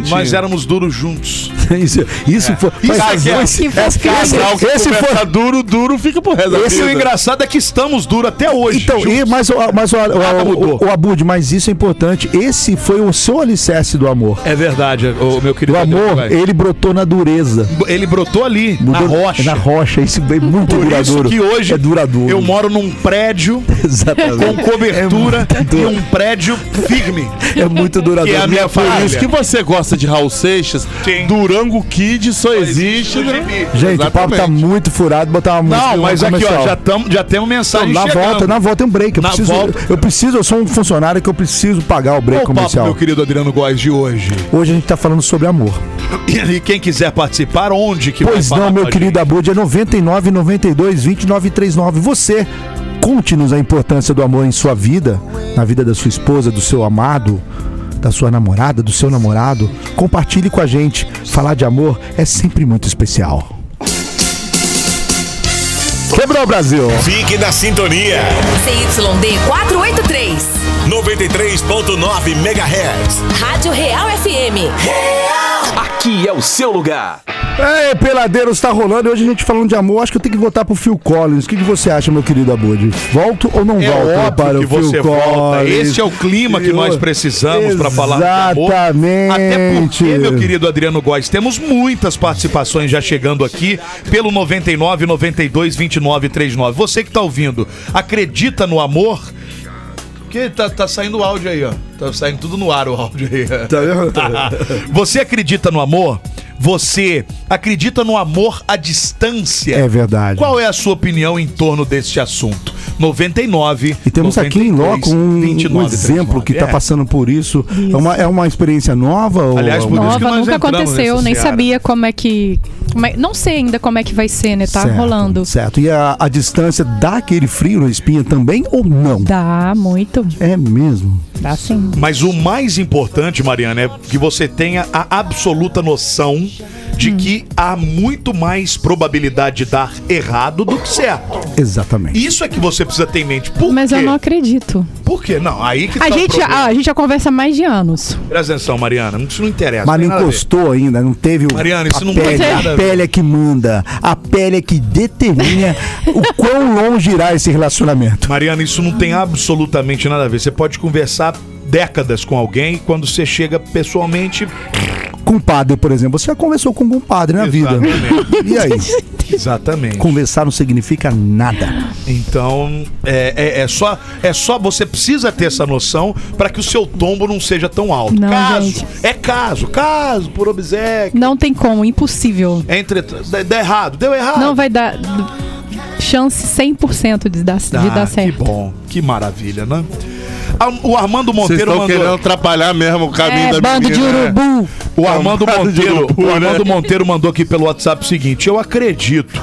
[SPEAKER 4] Nós éramos duros juntos.
[SPEAKER 3] [LAUGHS] Isso, isso foi.
[SPEAKER 4] Isso
[SPEAKER 3] Mas-
[SPEAKER 4] aqui é-
[SPEAKER 3] esse,
[SPEAKER 4] que
[SPEAKER 3] esse,
[SPEAKER 4] casal que
[SPEAKER 3] esse
[SPEAKER 4] conversa
[SPEAKER 3] foi.
[SPEAKER 7] Duro, duro, fica pro resto da
[SPEAKER 4] Esse
[SPEAKER 7] vida.
[SPEAKER 4] o engraçado é que estamos duros até hoje.
[SPEAKER 3] Então, e, mas, o- mas o,
[SPEAKER 4] Nada
[SPEAKER 3] o,
[SPEAKER 4] mudou.
[SPEAKER 3] o, o Abud, mas isso é importante. Esse foi o seu alicerce do amor.
[SPEAKER 4] É verdade, o meu
[SPEAKER 3] Do
[SPEAKER 4] querido. Adriano,
[SPEAKER 3] amor,
[SPEAKER 4] vai.
[SPEAKER 3] ele brotou na dureza.
[SPEAKER 4] Ele brotou ali,
[SPEAKER 3] Mudou-
[SPEAKER 4] na rocha.
[SPEAKER 3] Na rocha, isso é muito
[SPEAKER 4] Por isso
[SPEAKER 3] duradouro.
[SPEAKER 4] que hoje
[SPEAKER 3] é duradouro.
[SPEAKER 4] eu moro num prédio com
[SPEAKER 3] [LAUGHS] Exatamente.
[SPEAKER 4] cobertura
[SPEAKER 3] É muito
[SPEAKER 4] e um prédio firme.
[SPEAKER 3] É muito duradouro.
[SPEAKER 4] Que é a minha
[SPEAKER 7] Por
[SPEAKER 4] família.
[SPEAKER 7] isso que você gosta de Raul Seixas,
[SPEAKER 4] Sim.
[SPEAKER 7] Durango Kid só existe.
[SPEAKER 4] no
[SPEAKER 7] né?
[SPEAKER 4] gibi.
[SPEAKER 3] Gente, o papo tá
[SPEAKER 7] Exatamente.
[SPEAKER 3] muito furado, botar uma música.
[SPEAKER 4] Não,
[SPEAKER 3] e um
[SPEAKER 4] mas aqui, ó,
[SPEAKER 3] comercial.
[SPEAKER 4] já, tamo, já temos mensagem
[SPEAKER 3] na
[SPEAKER 4] chegando.
[SPEAKER 3] volta, na volta tem um break. Eu
[SPEAKER 4] Na
[SPEAKER 3] preciso,
[SPEAKER 4] volta.
[SPEAKER 3] eu preciso, eu sou um funcionário que eu preciso pagar o break
[SPEAKER 4] Qual o papo,
[SPEAKER 3] comercial.
[SPEAKER 4] meu querido Adriano Góes, de hoje?
[SPEAKER 3] Hoje a gente tá falando sobre amor.
[SPEAKER 4] E quem quiser participar, onde que
[SPEAKER 3] pois
[SPEAKER 4] vai falar
[SPEAKER 3] não, meu
[SPEAKER 4] com a
[SPEAKER 3] querido Abud, é 99 92 29 39. Você conte-nos a importância do amor em sua vida, na vida da sua esposa, do seu amado, da sua namorada, do seu namorado. Compartilhe com a gente. Falar de amor é sempre muito especial. Quebrou, Brasil!
[SPEAKER 1] Fique na sintonia.
[SPEAKER 11] CYD 483.
[SPEAKER 1] 93.9 MHz.
[SPEAKER 11] Rádio Real FM.
[SPEAKER 1] Aqui é o seu lugar.
[SPEAKER 3] Ei, peladeiros, tá rolando. E Hoje a gente falando de amor. Acho que eu tenho que votar pro Phil Collins. O que, que você acha, meu querido Abud? Volto ou não
[SPEAKER 4] É
[SPEAKER 3] volto
[SPEAKER 4] óbvio
[SPEAKER 3] para
[SPEAKER 4] que
[SPEAKER 3] o Phil
[SPEAKER 4] você volta.
[SPEAKER 3] Collins?
[SPEAKER 4] Esse é o clima que
[SPEAKER 3] Eu-
[SPEAKER 4] nós precisamos para falar de amor.
[SPEAKER 3] Exatamente.
[SPEAKER 4] Até porque, meu querido Adriano Góes, temos muitas participações já chegando aqui pelo 99 92 29 39. Você que tá ouvindo, acredita no amor? Que tá, tá saindo o áudio aí, ó. Tá saindo tudo no ar o áudio
[SPEAKER 3] [LAUGHS]
[SPEAKER 4] aí.
[SPEAKER 3] Tá
[SPEAKER 4] [LAUGHS]
[SPEAKER 3] vendo?
[SPEAKER 4] Ah, Você acredita no amor? Você acredita no amor à distância?
[SPEAKER 3] É verdade.
[SPEAKER 4] Qual é a sua opinião em torno deste assunto? 99.
[SPEAKER 3] E temos aqui em loco um, um exemplo que tá
[SPEAKER 4] É.
[SPEAKER 3] passando por isso. É uma, é uma experiência nova? ou-
[SPEAKER 4] Aliás, por isso
[SPEAKER 3] ou-
[SPEAKER 4] que
[SPEAKER 5] Nova,
[SPEAKER 4] nós
[SPEAKER 5] nunca
[SPEAKER 4] entramos
[SPEAKER 5] aconteceu,
[SPEAKER 4] nessa
[SPEAKER 5] nem
[SPEAKER 4] seara.
[SPEAKER 5] sabia como é que. como é- não sei ainda como é que vai ser, né? Tá
[SPEAKER 3] Certo,
[SPEAKER 5] rolando.
[SPEAKER 3] Certo. E a, a distância dá aquele frio na espinha também ou não?
[SPEAKER 5] Dá muito.
[SPEAKER 3] É mesmo.
[SPEAKER 5] Dá sim.
[SPEAKER 4] Mas o mais importante, Mariana, é que você tenha a absoluta noção de
[SPEAKER 3] Hum.
[SPEAKER 4] que há muito mais probabilidade de dar errado do que certo.
[SPEAKER 3] Exatamente.
[SPEAKER 4] Isso é que você precisa ter em mente. Por
[SPEAKER 5] Mas
[SPEAKER 4] quê?
[SPEAKER 5] eu não acredito.
[SPEAKER 4] Por quê? Não, aí que
[SPEAKER 5] A
[SPEAKER 4] tá o
[SPEAKER 5] gente,
[SPEAKER 4] problema.
[SPEAKER 5] ah, a gente já conversa há mais de anos.
[SPEAKER 4] Presta atenção, Mariana. Isso não interessa.
[SPEAKER 3] Mas
[SPEAKER 4] tem
[SPEAKER 3] não
[SPEAKER 4] nada a ver.
[SPEAKER 3] encostou ainda, não teve o.
[SPEAKER 4] Mariana, isso
[SPEAKER 3] a
[SPEAKER 4] não
[SPEAKER 3] pele,
[SPEAKER 4] tem nada
[SPEAKER 3] A
[SPEAKER 4] a ver.
[SPEAKER 3] pele é que manda. A pele é que determina
[SPEAKER 4] [LAUGHS]
[SPEAKER 3] o quão longe irá esse relacionamento.
[SPEAKER 4] Mariana, isso não tem absolutamente nada a ver. Você pode conversar décadas com alguém e quando você chega pessoalmente.
[SPEAKER 3] Com o padre, por exemplo. Você já conversou com algum padre na vida.
[SPEAKER 4] Exatamente.
[SPEAKER 3] E aí?
[SPEAKER 4] Exatamente.
[SPEAKER 3] Conversar não significa nada.
[SPEAKER 4] Então, é, é- é só, é só você precisa ter essa noção para que o seu tombo não seja tão alto.
[SPEAKER 5] Não,
[SPEAKER 4] caso,
[SPEAKER 5] gente.
[SPEAKER 4] é caso, caso, por obséquio.
[SPEAKER 5] Não tem como, impossível.
[SPEAKER 4] É entre, dá, dá errado, deu errado.
[SPEAKER 5] Não vai dar chance 100% de dar, de
[SPEAKER 4] Ah,
[SPEAKER 5] dar
[SPEAKER 4] que
[SPEAKER 5] certo.
[SPEAKER 4] bom, que maravilha, né? Ah, O Armando
[SPEAKER 7] Vocês
[SPEAKER 4] Monteiro
[SPEAKER 7] estão
[SPEAKER 4] mandou.
[SPEAKER 7] querendo atrapalhar mesmo o caminho
[SPEAKER 5] É,
[SPEAKER 7] da
[SPEAKER 5] bando de
[SPEAKER 7] menina, né?
[SPEAKER 5] urubu.
[SPEAKER 4] O Armando
[SPEAKER 7] Armado de
[SPEAKER 4] Monteiro,
[SPEAKER 7] urubu,
[SPEAKER 4] o
[SPEAKER 7] né?
[SPEAKER 4] Armando Monteiro mandou aqui pelo WhatsApp o seguinte: eu acredito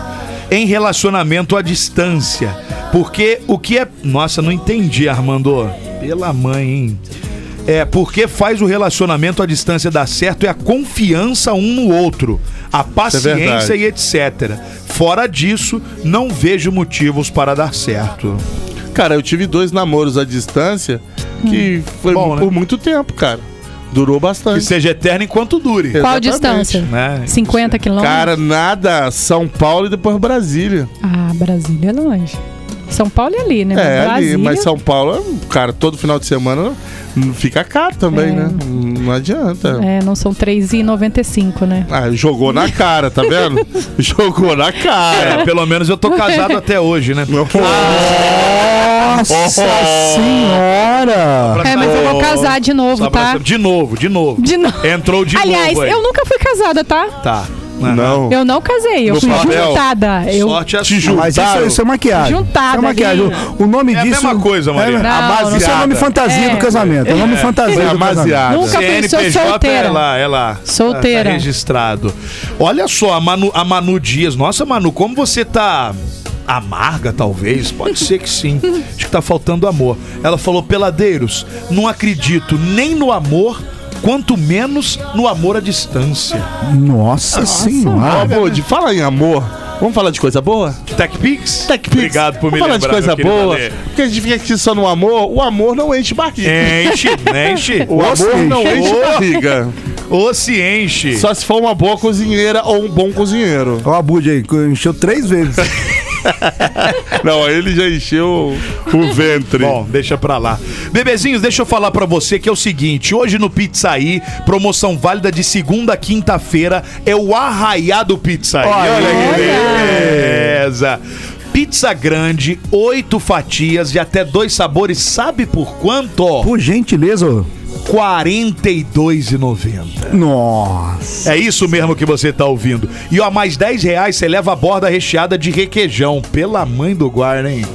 [SPEAKER 4] em relacionamento à distância, porque o que é, nossa, não entendi, Armando. Pela mãe, hein? É, porque faz o relacionamento à distância dar certo é a confiança um no outro, a paciência
[SPEAKER 7] é verdade.
[SPEAKER 4] e etc. Fora disso, não vejo motivos para dar certo.
[SPEAKER 7] Cara, eu tive dois namoros à distância que foi
[SPEAKER 4] Bom, né?
[SPEAKER 7] por muito tempo, cara. Durou
[SPEAKER 4] Que
[SPEAKER 7] bastante.
[SPEAKER 4] seja eterno enquanto dure.
[SPEAKER 5] Qual a
[SPEAKER 7] Exatamente.
[SPEAKER 5] distância?
[SPEAKER 4] Né?
[SPEAKER 5] 50 quilômetros?
[SPEAKER 7] Cara, nada. São Paulo e depois Brasília.
[SPEAKER 5] Ah, Brasília é longe. São Paulo é ali, né?
[SPEAKER 7] é, ali,
[SPEAKER 5] Brasília-
[SPEAKER 7] mas São Paulo, cara, todo final de semana fica caro também,
[SPEAKER 5] É.
[SPEAKER 7] né? Não adianta.
[SPEAKER 5] É, não são 3,95, né?
[SPEAKER 7] Ah, jogou na cara, tá
[SPEAKER 5] [LAUGHS]
[SPEAKER 7] vendo? jogou na cara.
[SPEAKER 4] É, pelo menos eu tô casado até hoje,
[SPEAKER 7] [LAUGHS]
[SPEAKER 4] né?
[SPEAKER 3] Nossa senhora!
[SPEAKER 5] É, mas eu vou casar de novo,
[SPEAKER 4] Ah, Só pra
[SPEAKER 5] tá?
[SPEAKER 4] saber- De novo, de novo.
[SPEAKER 5] De novo.
[SPEAKER 4] Entrou de
[SPEAKER 5] Aliás,
[SPEAKER 4] novo. aí.
[SPEAKER 5] eu nunca fui casada, tá?
[SPEAKER 4] Tá.
[SPEAKER 7] Não.
[SPEAKER 5] Eu não casei, eu
[SPEAKER 7] No
[SPEAKER 5] fui
[SPEAKER 7] papel.
[SPEAKER 5] juntada. Eu...
[SPEAKER 4] é
[SPEAKER 7] Sorte a
[SPEAKER 3] Te
[SPEAKER 7] sua.
[SPEAKER 3] Mas isso,
[SPEAKER 4] Tá.
[SPEAKER 7] Juntaram?
[SPEAKER 3] isso é maquiagem.
[SPEAKER 5] Juntada,
[SPEAKER 3] Isso é maquiagem.
[SPEAKER 5] Guinha.
[SPEAKER 3] O nome
[SPEAKER 5] É a
[SPEAKER 3] disso.
[SPEAKER 5] mesma coisa, Maria.
[SPEAKER 3] É,
[SPEAKER 5] Não,
[SPEAKER 3] a Isso é o nome
[SPEAKER 5] não.
[SPEAKER 3] fantasia
[SPEAKER 5] É.
[SPEAKER 3] do casamento. É o nome fantasia do
[SPEAKER 4] Amasiada.
[SPEAKER 3] casamento.
[SPEAKER 5] Nunca pensou
[SPEAKER 4] CNPJ
[SPEAKER 5] solteira.
[SPEAKER 4] É lá, é lá.
[SPEAKER 5] Solteira.
[SPEAKER 4] Tá, tá registrado. Olha só, a Manu, a Manu Dias. Nossa, Manu, como você tá amarga, talvez? Pode ser que sim. Acho que tá faltando amor. Ela falou, peladeiros, não acredito nem no amor, quanto menos no amor à distância.
[SPEAKER 3] Nossa
[SPEAKER 4] Ah,
[SPEAKER 7] Ó,
[SPEAKER 3] senhora.
[SPEAKER 4] é.
[SPEAKER 7] Bode, fala em amor. Vamos falar de coisa boa?
[SPEAKER 4] TechPix? TechPix. Obrigado por me
[SPEAKER 7] Vamos falar de
[SPEAKER 4] lembrar,
[SPEAKER 7] coisa
[SPEAKER 4] meu querido
[SPEAKER 7] boa.
[SPEAKER 4] Ale.
[SPEAKER 7] Porque a gente fica aqui só no amor. O amor não enche barriga.
[SPEAKER 4] Enche, enche.
[SPEAKER 7] [LAUGHS] O amor não enche barriga.
[SPEAKER 4] Ou se enche.
[SPEAKER 7] Só se for uma boa cozinheira ou um bom cozinheiro.
[SPEAKER 3] Ó, a Bud aí, encheu três vezes.
[SPEAKER 7] Não, aí ele já encheu o ventre.
[SPEAKER 4] Bom, deixa pra lá. Bebezinhos, deixa eu falar pra você que é o seguinte: hoje no Pizzaí, promoção válida de segunda a quinta-feira, é o Arraiá do Pizzaí. Olha, que beleza! Pizza grande, oito fatias de até dois sabores, sabe por quanto?
[SPEAKER 3] Por gentileza. ô.
[SPEAKER 4] R$ 42,90.
[SPEAKER 3] Nossa.
[SPEAKER 4] É isso mesmo que você tá ouvindo. E ó, mais 10 reais você leva a borda recheada de requeijão. Pela mãe do guarda, hein?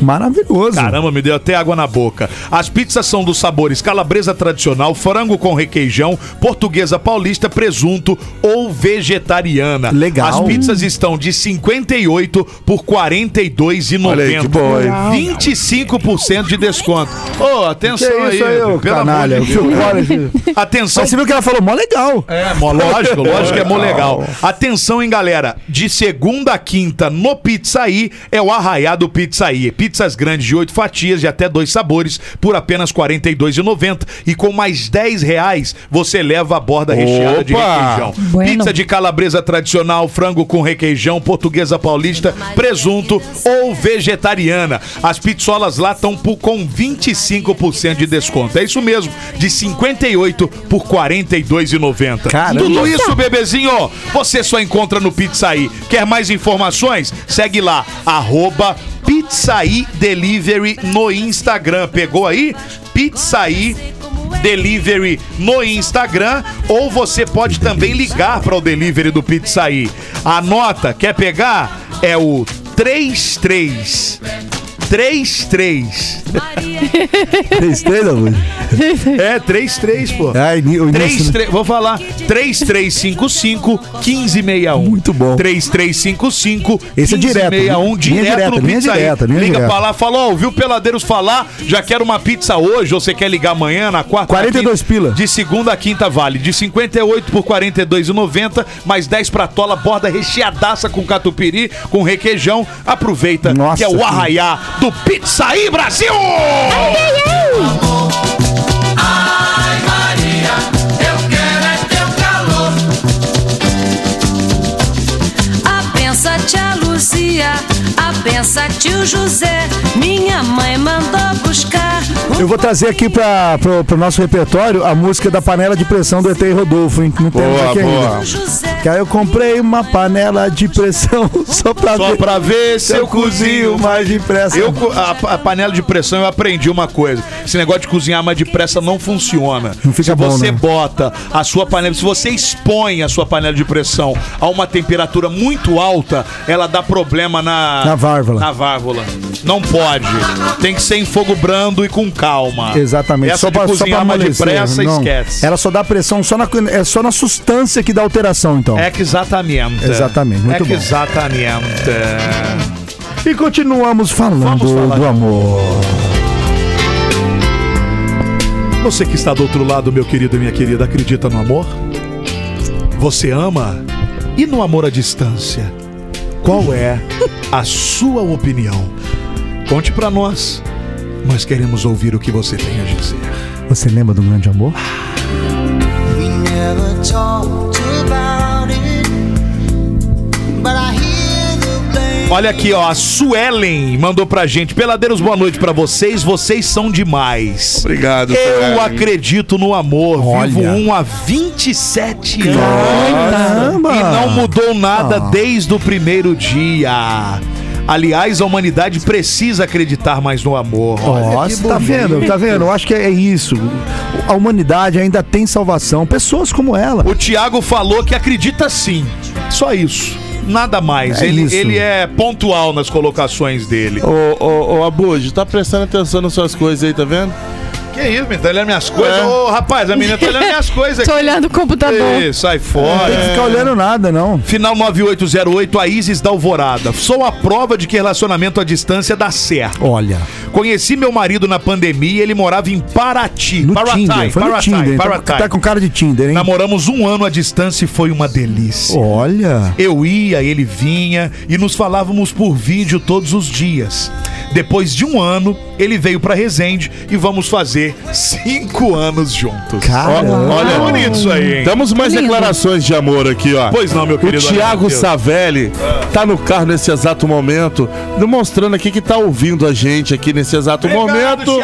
[SPEAKER 3] Maravilhoso.
[SPEAKER 4] Caramba, me deu até água na boca. As pizzas são dos sabores calabresa tradicional, frango com requeijão, portuguesa paulista, presunto ou vegetariana.
[SPEAKER 3] Legal.
[SPEAKER 4] As pizzas estão de 58 por 42,90.
[SPEAKER 7] Olha aí, que boa, hein?
[SPEAKER 4] 25% de desconto. Ô, atenção
[SPEAKER 3] Que isso aí, ô
[SPEAKER 4] aí, pelo amor
[SPEAKER 3] canalha.
[SPEAKER 4] de
[SPEAKER 3] O Phil
[SPEAKER 4] Deus.
[SPEAKER 3] Collins.
[SPEAKER 4] Atenção,
[SPEAKER 3] Mas você viu que ela falou mó legal.
[SPEAKER 4] é, mó, lógico, [LAUGHS] lógico que é mó legal. Atenção, hein, galera. De segunda a quinta no Pizzaí é o Arraiá do Pizzaí. Pizzas grandes de oito fatias de até dois sabores por apenas R$ 42,90. E com mais 10 reais você leva a borda recheada de
[SPEAKER 7] Opa!
[SPEAKER 4] requeijão.
[SPEAKER 5] Bueno.
[SPEAKER 4] Pizza de calabresa tradicional, frango com requeijão, portuguesa paulista, presunto ou vegetariana. As pizzolas lá estão por- com 25% de desconto. É isso mesmo, de 58 por 42,90.
[SPEAKER 3] Caramba.
[SPEAKER 4] Tudo isso, bebezinho, você só encontra no Pizzaí. Quer mais informações? Segue lá, arroba Pizzaí Delivery no Instagram. Pegou aí? Pizzaí Delivery no Instagram ou você pode também ligar para o delivery do Pizzaí. Anota, quer pegar? É o 33 33
[SPEAKER 3] Três, três, ô, Bud.
[SPEAKER 4] É 33, pô.
[SPEAKER 3] Ai, É, o
[SPEAKER 4] Três,
[SPEAKER 3] início- né?
[SPEAKER 4] tre- vou falar. 3355 1561.
[SPEAKER 3] Muito bom.
[SPEAKER 4] 3355
[SPEAKER 3] Esse é direto,
[SPEAKER 4] 1561,
[SPEAKER 3] linha
[SPEAKER 4] direto
[SPEAKER 3] direta,
[SPEAKER 4] no
[SPEAKER 3] linha
[SPEAKER 4] pizza
[SPEAKER 3] direta, linha
[SPEAKER 4] Liga
[SPEAKER 3] direta.
[SPEAKER 4] pra lá, fala, ó, ouviu Peladeiros falar, já quero uma pizza hoje, ou você quer ligar amanhã, na quarta?
[SPEAKER 3] 42
[SPEAKER 4] quinta,
[SPEAKER 3] pila.
[SPEAKER 4] De segunda a quinta vale, de 58 por 42,90, mais 10 pra tola, borda recheadaça com catupiry, com requeijão. Aproveita,
[SPEAKER 3] Nossa,
[SPEAKER 4] que é o
[SPEAKER 3] que-
[SPEAKER 4] arraiá do Pizzaí Brasil!
[SPEAKER 2] Ai, Maria, eu quero é teu calor. Abença-te a Luzia, abença-te o José. Minha mãe mandou buscar.
[SPEAKER 3] Eu vou trazer aqui pra, pro, pro nosso repertório a música da panela de pressão do ET Rodolfo, hein? que Não temos
[SPEAKER 7] Boa,
[SPEAKER 3] aqui
[SPEAKER 7] boa.
[SPEAKER 3] ainda. Que aí eu comprei uma panela de pressão [LAUGHS] só pra
[SPEAKER 4] Só
[SPEAKER 3] ver
[SPEAKER 4] pra ver
[SPEAKER 3] se eu cozinho mais depressa.
[SPEAKER 4] Eu, co- a, a panela de pressão, eu aprendi uma coisa. Esse negócio de cozinhar mais depressa não funciona.
[SPEAKER 3] Não fica
[SPEAKER 4] se
[SPEAKER 3] bom,
[SPEAKER 4] você
[SPEAKER 3] né?
[SPEAKER 4] bota a sua panela, se você expõe a sua panela de pressão a uma temperatura muito alta, ela dá problema na,
[SPEAKER 3] Na válvula.
[SPEAKER 4] Na válvula. Não pode. Tem que ser em fogo brando e com calma.
[SPEAKER 3] Exatamente.
[SPEAKER 4] Essa só de cozinhar mais
[SPEAKER 3] amolecer,
[SPEAKER 4] depressa,
[SPEAKER 3] não.
[SPEAKER 4] esquece.
[SPEAKER 3] Ela só dá pressão só na, é só na substância que dá alteração, então.
[SPEAKER 4] É que exatamente.
[SPEAKER 3] Exatamente, muito
[SPEAKER 4] é que
[SPEAKER 3] bom.
[SPEAKER 4] exatamente.
[SPEAKER 3] E continuamos falando
[SPEAKER 4] Vamos falar
[SPEAKER 3] do
[SPEAKER 4] de-
[SPEAKER 3] amor.
[SPEAKER 4] Você que está do outro lado, meu querido e minha querida, acredita no amor? Você ama? E no amor à distância? Qual é a sua opinião? Conte pra nós. Nós queremos ouvir o que você tem a dizer.
[SPEAKER 3] Você lembra do grande amor?
[SPEAKER 13] We never talked about it, but I hear the blame.
[SPEAKER 4] Olha aqui, ó, a Suelen mandou pra gente. Peladeiros, boa noite pra vocês. Vocês são demais.
[SPEAKER 7] Obrigado,
[SPEAKER 4] Eu
[SPEAKER 7] Suelen.
[SPEAKER 4] acredito no amor. Vivo
[SPEAKER 3] Olha.
[SPEAKER 4] um há 27 anos.
[SPEAKER 3] Caramba!
[SPEAKER 4] E não mudou nada desde o primeiro dia. Aliás, a humanidade precisa acreditar mais no amor.
[SPEAKER 3] Nossa, tá vendo? Tá vendo? Eu acho que é isso. A humanidade ainda tem salvação. Pessoas como ela.
[SPEAKER 4] O Tiago falou que acredita sim. Só isso. Nada mais.
[SPEAKER 7] É
[SPEAKER 4] ele,
[SPEAKER 7] isso.
[SPEAKER 4] ele é pontual nas colocações dele.
[SPEAKER 7] Ô, ô, ô Abude, tá prestando atenção nas suas coisas aí, tá vendo?
[SPEAKER 4] Que isso, menino? Tá olhando minhas coisas?
[SPEAKER 7] É.
[SPEAKER 4] Ô, rapaz, a menina tá olhando minhas coisas aqui.
[SPEAKER 5] Tô olhando tá É. o computador.
[SPEAKER 4] Ih, sai fora.
[SPEAKER 3] Tem que ficar olhando nada, não.
[SPEAKER 4] Final 9808, a Isis da Alvorada. Sou a prova de que relacionamento à distância dá certo.
[SPEAKER 3] Olha.
[SPEAKER 4] Conheci meu marido na pandemia e ele morava em Paraty.
[SPEAKER 3] No
[SPEAKER 4] Paraty,
[SPEAKER 3] Tinder, foi
[SPEAKER 4] Paraty,
[SPEAKER 3] no Tinder. Tá-
[SPEAKER 4] Paraty.
[SPEAKER 3] Tá com cara de Tinder, hein?
[SPEAKER 4] Namoramos um ano à distância e foi uma delícia.
[SPEAKER 3] Oh. Olha.
[SPEAKER 4] Eu ia, ele vinha e nos falávamos por vídeo todos os dias. Depois de um ano, ele veio pra Resende e vamos fazer cinco anos juntos.
[SPEAKER 7] Ó,
[SPEAKER 4] olha, bonito isso aí, hein?
[SPEAKER 7] Temos mais declarações de amor aqui, ó.
[SPEAKER 4] Pois não, meu querido
[SPEAKER 7] O
[SPEAKER 4] Alex
[SPEAKER 7] Thiago
[SPEAKER 4] Mateus.
[SPEAKER 7] Savelli
[SPEAKER 4] Ah.
[SPEAKER 7] tá no carro nesse exato momento, demonstrando aqui que tá ouvindo a gente aqui nesse exato momento.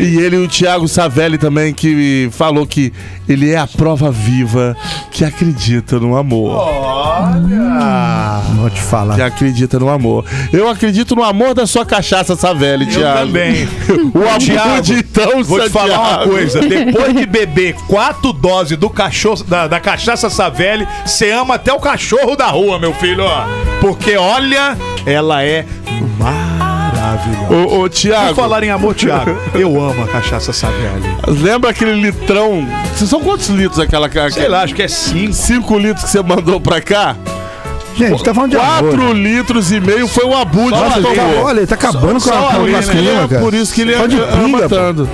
[SPEAKER 7] E ele, o Thiago Savelli também, que falou que ele é a prova viva que acredita no amor.
[SPEAKER 3] Ah, vou te falar.
[SPEAKER 7] Que acredita no amor. Eu acredito no amor da sua cachaça, Savelli, Thiago.
[SPEAKER 4] também.
[SPEAKER 7] [LAUGHS] O amor
[SPEAKER 4] Thiago,
[SPEAKER 7] de então,
[SPEAKER 4] Vou te falar uma
[SPEAKER 7] Santiago. [LAUGHS]
[SPEAKER 4] coisa. Depois de beber quatro doses do cachorro, da, da cachaça Savelli, você ama até o cachorro da rua, meu filho. ó. Porque, olha, ela é maravilhosa.
[SPEAKER 7] Ô, ô, Thiago.
[SPEAKER 4] Por falar em amor, Thiago, eu amo a cachaça Savelli.
[SPEAKER 7] Lembra aquele litrão? São quantos litros aquela cara?
[SPEAKER 4] Sei lá, acho que é cinco.
[SPEAKER 7] 5 litros que você mandou pra cá?
[SPEAKER 3] Gente, tá falando de amor.
[SPEAKER 7] 4 litros e meio foi o abude
[SPEAKER 3] Nossa,
[SPEAKER 7] que
[SPEAKER 3] ele tá-
[SPEAKER 7] tomou.
[SPEAKER 3] olha, ele tá acabando
[SPEAKER 7] Só-
[SPEAKER 3] com a-
[SPEAKER 7] só
[SPEAKER 3] com
[SPEAKER 7] ali,
[SPEAKER 3] as
[SPEAKER 7] né?
[SPEAKER 3] climas,
[SPEAKER 7] É
[SPEAKER 3] cara.
[SPEAKER 7] Por isso que ele
[SPEAKER 3] Só de
[SPEAKER 7] anda
[SPEAKER 3] pinga, pô.
[SPEAKER 7] matando.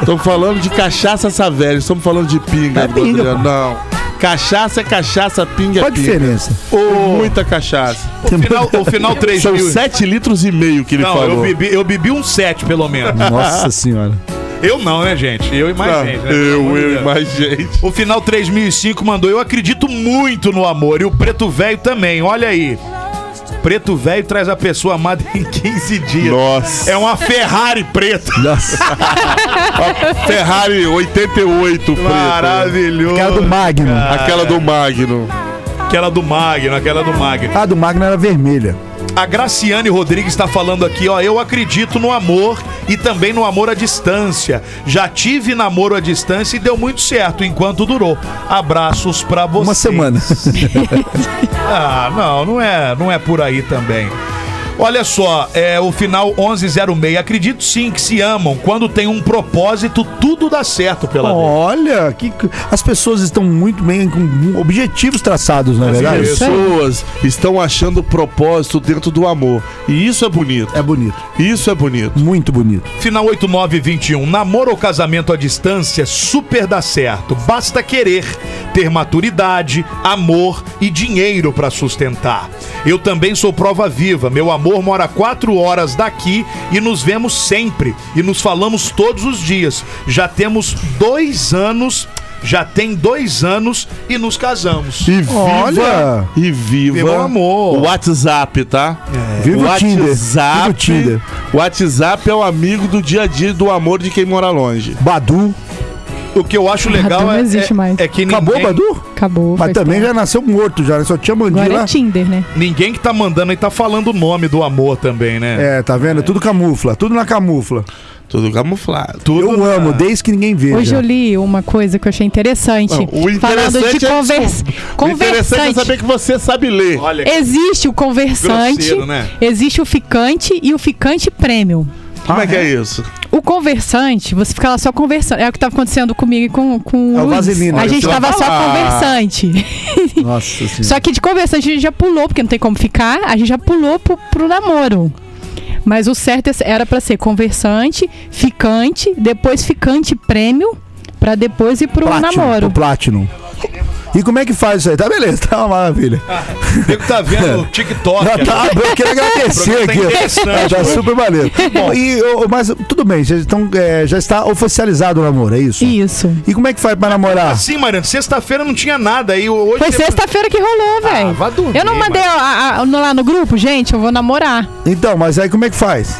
[SPEAKER 7] Estamos falando de cachaça savelho, estamos falando de pinga,
[SPEAKER 3] É pinga,
[SPEAKER 7] Adriano. Não. Cachaça é cachaça, pinga é
[SPEAKER 3] Qual a
[SPEAKER 7] pinga. [LAUGHS]
[SPEAKER 3] diferença?
[SPEAKER 7] Ô, Muita cachaça.
[SPEAKER 4] O final, o final 3
[SPEAKER 7] São
[SPEAKER 4] mil.
[SPEAKER 7] 7 litros e meio que ele
[SPEAKER 4] Não, eu
[SPEAKER 7] falou.
[SPEAKER 4] bebi, eu bebi um sete, pelo menos.
[SPEAKER 3] Nossa senhora.
[SPEAKER 4] Eu não, né, gente? Eu e mais
[SPEAKER 7] Ah,
[SPEAKER 4] gente, né?
[SPEAKER 7] eu, eu e
[SPEAKER 4] Deus.
[SPEAKER 7] mais gente.
[SPEAKER 4] O final 3005 mandou: Eu acredito muito no amor. E o Preto Velho também, olha aí. Preto Velho traz a pessoa amada em 15 dias.
[SPEAKER 7] Nossa.
[SPEAKER 4] É uma Ferrari preta.
[SPEAKER 3] Nossa.
[SPEAKER 7] Ferrari 88 preto.
[SPEAKER 4] Maravilhoso.
[SPEAKER 3] Cara do Magno.
[SPEAKER 7] Aquela do Magno.
[SPEAKER 4] Aquela do Magno, aquela do Magno.
[SPEAKER 3] A do Magno era vermelha.
[SPEAKER 4] A Graciane Rodrigues está falando aqui, ó. Eu acredito no amor e também no amor à distância. Já tive namoro à distância e deu muito certo enquanto durou. Abraços pra vocês.
[SPEAKER 3] Uma semana.
[SPEAKER 4] [LAUGHS] Ah, não, não é, não é por aí também. Olha só, é o final 1106. Acredito sim que se amam. Quando tem um propósito, tudo dá certo pela vida.
[SPEAKER 3] Olha, que que- as pessoas estão muito bem com objetivos traçados, na é
[SPEAKER 7] As
[SPEAKER 3] verdade.
[SPEAKER 7] pessoas estão achando propósito dentro do amor. E isso é bonito.
[SPEAKER 3] É bonito,
[SPEAKER 7] Isso é bonito.
[SPEAKER 3] muito bonito.
[SPEAKER 4] Final 8921. Namoro ou casamento à distância é super dá certo. Basta querer, ter maturidade, amor e dinheiro pra sustentar. Eu também sou prova viva. Meu amor mora quatro horas daqui e nos vemos sempre. E nos falamos todos os dias. Já temos dois anos. Já tem dois anos e nos casamos.
[SPEAKER 7] E viva,
[SPEAKER 3] Olha!
[SPEAKER 7] e viva,
[SPEAKER 4] Viva o amor.
[SPEAKER 7] o WhatsApp, tá?
[SPEAKER 3] É. Viva o Tinder. Viva
[SPEAKER 7] WhatsApp,
[SPEAKER 3] o Tinder.
[SPEAKER 7] o WhatsApp é o amigo do dia a dia do amor de quem mora longe.
[SPEAKER 3] Badu.
[SPEAKER 4] O que eu acho
[SPEAKER 5] Badu
[SPEAKER 4] legal
[SPEAKER 5] Ah, então não
[SPEAKER 4] é,
[SPEAKER 5] existe
[SPEAKER 4] é-
[SPEAKER 5] mais.
[SPEAKER 4] é que
[SPEAKER 3] Acabou,
[SPEAKER 4] ninguém,
[SPEAKER 3] Badu?
[SPEAKER 5] Acabou.
[SPEAKER 3] Mas
[SPEAKER 5] foi
[SPEAKER 3] também já
[SPEAKER 5] embora.
[SPEAKER 3] nasceu morto, já. né? Só tinha bandido
[SPEAKER 5] Agora
[SPEAKER 3] lá.
[SPEAKER 5] é Tinder, né?
[SPEAKER 4] ninguém que tá mandando aí tá falando o nome do amor também, né?
[SPEAKER 3] É, tá vendo? Tudo camufla, tudo na camufla.
[SPEAKER 7] Tudo camuflado.
[SPEAKER 4] Tudo
[SPEAKER 3] eu amo, desde que ninguém veja.
[SPEAKER 5] Hoje eu li uma coisa que eu achei interessante.
[SPEAKER 7] Não, o
[SPEAKER 5] falando
[SPEAKER 7] interessante
[SPEAKER 5] de
[SPEAKER 7] é-
[SPEAKER 5] convers...
[SPEAKER 7] O interessante é
[SPEAKER 5] conversante.
[SPEAKER 7] saber que você sabe ler.
[SPEAKER 4] Olha
[SPEAKER 5] Existe o conversante,
[SPEAKER 4] Grosseiro, né?
[SPEAKER 5] existe o ficante e o ficante prêmio.
[SPEAKER 7] Como é
[SPEAKER 3] Ah,
[SPEAKER 7] que é isso?
[SPEAKER 5] O conversante, você fica lá só conversando. É o que tava acontecendo comigo e com, com
[SPEAKER 3] É o
[SPEAKER 5] Luiz.
[SPEAKER 3] vaselina,
[SPEAKER 5] A
[SPEAKER 3] eu
[SPEAKER 5] gente
[SPEAKER 3] sei lá.
[SPEAKER 5] tava só
[SPEAKER 7] Ah.
[SPEAKER 5] conversante.
[SPEAKER 3] Nossa senhora.
[SPEAKER 5] Só que de conversante a gente já pulou, porque não tem como ficar, a gente já pulou pro, pro namoro. Mas o certo é era pra ser conversante, ficante, depois ficante prêmio, pra depois ir pro
[SPEAKER 3] Platinum,
[SPEAKER 5] namoro.
[SPEAKER 3] pro Platinum. E como é que faz isso aí? Tá beleza, [LAUGHS] tá uma maravilha.
[SPEAKER 4] O nego tá vendo o TikTok.
[SPEAKER 3] Já
[SPEAKER 4] ali.
[SPEAKER 3] tá, eu queria agradecer
[SPEAKER 4] O programa tá
[SPEAKER 3] aqui. ó.
[SPEAKER 4] interessante,
[SPEAKER 3] É, tá super maneiro. E, ô, mas tudo bem, já, estão, é, já está oficializado o namoro, é isso?
[SPEAKER 5] Isso.
[SPEAKER 3] E como é que faz pra namorar?
[SPEAKER 4] Assim, Mariano, sexta-feira não tinha nada. Aí hoje.
[SPEAKER 5] Foi
[SPEAKER 4] você-
[SPEAKER 5] sexta-feira que rolou,
[SPEAKER 4] Ah, vá
[SPEAKER 5] velho.
[SPEAKER 4] dormir,
[SPEAKER 5] eu não mandei a- a- no- lá no grupo, gente, eu vou namorar.
[SPEAKER 3] Então, mas aí como é que faz?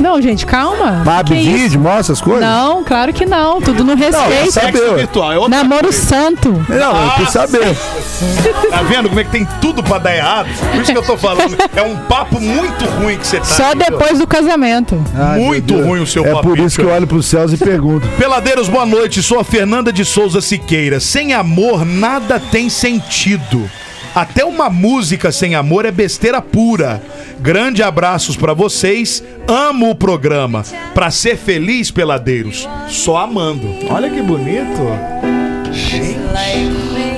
[SPEAKER 5] Não, gente, calma.
[SPEAKER 3] Abre
[SPEAKER 5] Que
[SPEAKER 3] vídeo,
[SPEAKER 5] isso?
[SPEAKER 3] mostra as coisas?
[SPEAKER 5] Não, claro que não. Tudo no
[SPEAKER 3] Não,
[SPEAKER 5] respeito.
[SPEAKER 3] saber.
[SPEAKER 4] virtual. É outra
[SPEAKER 5] Namoro santo.
[SPEAKER 4] Ah,
[SPEAKER 3] Não, eu quis saber.
[SPEAKER 4] Tá vendo como é que tem tudo pra dar errado? Por isso que eu tô falando. É um papo muito ruim que você tá.
[SPEAKER 5] Só
[SPEAKER 4] aqui, ó.
[SPEAKER 5] depois do casamento.
[SPEAKER 4] Muito ruim o seu
[SPEAKER 3] É
[SPEAKER 4] papinho,
[SPEAKER 3] por isso que eu olho pros céus e pergunto.
[SPEAKER 4] Peladeiros, boa noite. Sou a Fernanda de Souza Siqueira. Sem amor, nada tem sentido. Até uma música sem amor é besteira pura. Grande abraços pra vocês. Amo o programa. Pra ser feliz, peladeiros, só amando. Olha que bonito.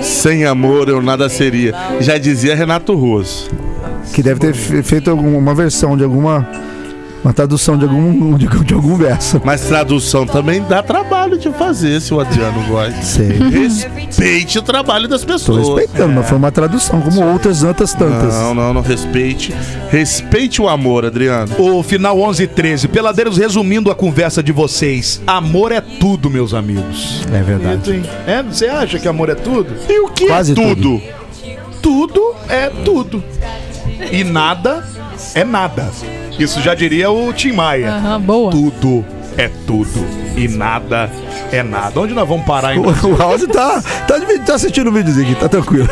[SPEAKER 7] Sem amor eu nada seria. Já dizia Renato Russo.
[SPEAKER 3] Que deve ter fe- feito alguma versão de alguma. Uma tradução de algum, [LAUGHS] de, de algum verso.
[SPEAKER 7] Mas tradução também dá trabalho de fazer, se o Adriano gosta.
[SPEAKER 3] Sei.
[SPEAKER 7] Respeite o trabalho das
[SPEAKER 3] Tô
[SPEAKER 7] [LAUGHS] pessoas.
[SPEAKER 3] respeitando, mas foi uma tradução, como outras tantas tantas.
[SPEAKER 7] Não, não, não respeite. Respeite o amor, Adriano.
[SPEAKER 4] O final 1113. Peladeiros, resumindo a conversa de vocês. Amor é tudo, meus amigos.
[SPEAKER 3] É verdade.
[SPEAKER 4] É, você acha que amor é tudo?
[SPEAKER 7] E o que
[SPEAKER 3] Quase
[SPEAKER 4] é
[SPEAKER 3] tudo?
[SPEAKER 4] tudo? Tudo é tudo. E nada é nada. Isso já diria o Tim Maia.
[SPEAKER 5] Aham, Ah, boa.
[SPEAKER 4] Tudo é tudo. E nada é nada. Onde nós vamos parar ainda?
[SPEAKER 3] O, o áudio tá, tá, de- tá assistindo o videozinho aqui, tá tranquilo.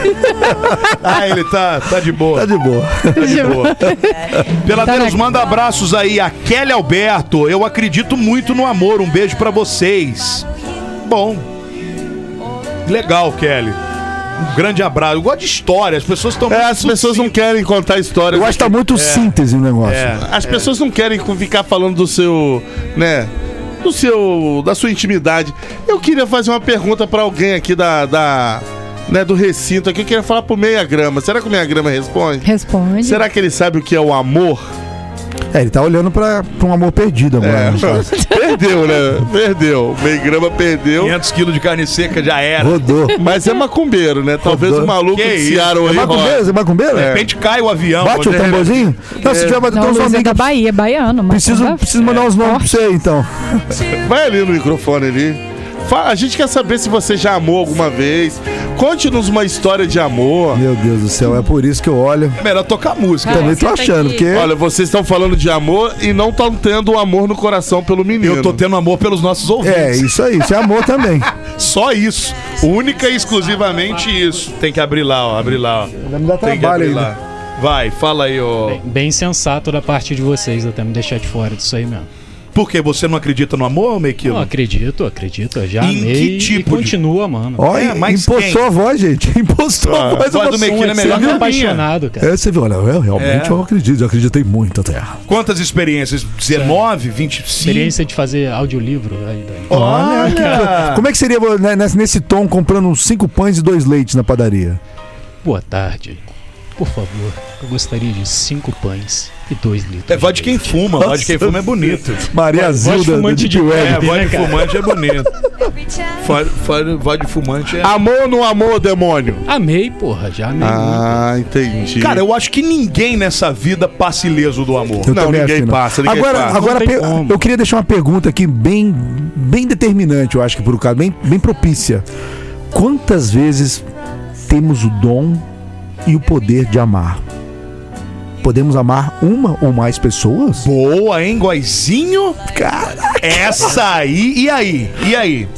[SPEAKER 4] [LAUGHS] ah, ele tá, tá de boa.
[SPEAKER 3] Tá de boa.
[SPEAKER 4] Tá de boa. Peladeiros, manda abraços aí a Kelly Alberto. Eu acredito muito no amor. Um beijo pra vocês. Bom. Legal, Kelly. Um grande abraço. Eu gosto de história. As pessoas estão.
[SPEAKER 7] É, as pessoas não querem contar histórias.
[SPEAKER 3] Eu acho que tá muito síntese o negócio.
[SPEAKER 4] É.
[SPEAKER 7] As pessoas não querem ficar falando do seu, né? Do seu, da sua intimidade. Eu queria fazer uma pergunta pra alguém aqui da, da, né, do recinto aqui. Eu queria falar pro meia grama. Será que o meia grama responde?
[SPEAKER 5] Responde.
[SPEAKER 7] Será que ele sabe o que é o amor?
[SPEAKER 3] É, ele tá olhando pra, pra um amor perdido
[SPEAKER 4] É.
[SPEAKER 7] [LAUGHS]
[SPEAKER 3] agora. né?
[SPEAKER 7] perdeu, né? Perdeu. O meia grama perdeu.
[SPEAKER 4] 500 quilos de carne seca já era.
[SPEAKER 3] Rodou.
[SPEAKER 7] Mas é macumbeiro, né? Talvez
[SPEAKER 3] Rodou.
[SPEAKER 7] o maluco
[SPEAKER 4] Que
[SPEAKER 7] de
[SPEAKER 4] isso?
[SPEAKER 7] Ceará
[SPEAKER 3] É
[SPEAKER 7] aí
[SPEAKER 3] macumbeiro?
[SPEAKER 7] roda.
[SPEAKER 3] É macumbeiro?
[SPEAKER 4] De repente cai o avião. é
[SPEAKER 3] Bate o
[SPEAKER 4] Pode-
[SPEAKER 3] tamborzinho? Não, se tiver bater
[SPEAKER 5] Não,
[SPEAKER 3] um
[SPEAKER 5] o Luiz é
[SPEAKER 3] tamborzinho,
[SPEAKER 5] da Bahia, é baiano. mas
[SPEAKER 3] preciso,
[SPEAKER 5] tá-
[SPEAKER 3] preciso mandar uns nomes pra você então.
[SPEAKER 7] Vai ali no microfone ali. Fa- A gente quer saber se você já amou alguma vez. Conte-nos uma história de amor.
[SPEAKER 3] Meu Deus do céu, é por isso que eu olho.
[SPEAKER 4] É melhor tocar música.
[SPEAKER 3] Também
[SPEAKER 14] você
[SPEAKER 3] tô
[SPEAKER 14] tá
[SPEAKER 3] achando,
[SPEAKER 14] aqui.
[SPEAKER 3] porque.
[SPEAKER 7] Olha, vocês estão falando de amor e não estão tendo amor no coração pelo menino.
[SPEAKER 4] Eu tô tendo amor pelos nossos
[SPEAKER 3] É,
[SPEAKER 4] ouvintes.
[SPEAKER 3] isso aí, isso é amor
[SPEAKER 4] [LAUGHS]
[SPEAKER 3] também.
[SPEAKER 4] Só isso. Única e exclusivamente isso. Tem que abrir lá, ó. Abrir lá, ó.
[SPEAKER 3] Vai me dar
[SPEAKER 4] Tem que
[SPEAKER 3] trabalho
[SPEAKER 4] abrir
[SPEAKER 3] ainda.
[SPEAKER 4] lá. Vai, fala aí, ô.
[SPEAKER 14] Bem sensato da parte de vocês até me deixar de fora disso aí mesmo.
[SPEAKER 4] Por quê? Você não acredita no amor,
[SPEAKER 14] Eu
[SPEAKER 4] Mequilo?
[SPEAKER 14] acredito, acredito, eu já
[SPEAKER 4] Em que
[SPEAKER 14] amei e
[SPEAKER 4] tipo de-
[SPEAKER 14] continuo amando.
[SPEAKER 3] Olha,
[SPEAKER 4] É, mas
[SPEAKER 3] impostou
[SPEAKER 4] quem?
[SPEAKER 3] a voz, gente. [LAUGHS] Impostou
[SPEAKER 7] Ah,
[SPEAKER 3] a voz.
[SPEAKER 4] a voz
[SPEAKER 3] eu vou-
[SPEAKER 4] do Mequinho é
[SPEAKER 3] Você
[SPEAKER 4] melhor
[SPEAKER 3] viu?
[SPEAKER 4] que a minha.
[SPEAKER 14] apaixonado, cara.
[SPEAKER 3] É, você viu, olha, eu realmente
[SPEAKER 4] É.
[SPEAKER 3] eu acredito, eu acreditei muito até.
[SPEAKER 4] Quantas experiências? 19, 25?
[SPEAKER 14] Experiência né, de fazer audiolivro aí daí.
[SPEAKER 4] Olha!
[SPEAKER 3] Como é que seria né, nesse- nesse tom comprando uns cinco pães e dois leites na padaria?
[SPEAKER 14] Boa tarde. Por favor, eu gostaria de cinco pães e dois litros.
[SPEAKER 4] É voz de quem fuma. Voz de quem fuma é bonito.
[SPEAKER 3] Maria
[SPEAKER 14] Voz- voz
[SPEAKER 3] Zilda,
[SPEAKER 14] fumante
[SPEAKER 3] do
[SPEAKER 14] de
[SPEAKER 3] Deep
[SPEAKER 4] É,
[SPEAKER 3] Web.
[SPEAKER 14] merda.
[SPEAKER 4] voz de
[SPEAKER 14] né, cara?
[SPEAKER 4] fumante é bonito. Voz- voz- Voz de fumante é...
[SPEAKER 7] Amor ou não amor, demônio?
[SPEAKER 14] Amei, porra, já amei muito.
[SPEAKER 7] Ah, entendi.
[SPEAKER 4] Cara, eu acho que ninguém nessa vida passa ileso do amor.
[SPEAKER 3] Eu
[SPEAKER 7] Não,
[SPEAKER 3] também
[SPEAKER 7] ninguém
[SPEAKER 3] acho que
[SPEAKER 7] passa, ninguém
[SPEAKER 3] agora,
[SPEAKER 7] passa.
[SPEAKER 3] agora
[SPEAKER 14] Não tem
[SPEAKER 3] pe-
[SPEAKER 14] como.
[SPEAKER 3] eu queria deixar uma pergunta aqui bem, bem determinante, eu acho que por o caso, bem, bem propícia. Quantas vezes temos o dom e o poder de amar? Podemos amar uma ou mais pessoas?
[SPEAKER 4] Boa, hein, Guaizinho?
[SPEAKER 3] Cara,
[SPEAKER 4] Essa aí. E aí? E aí?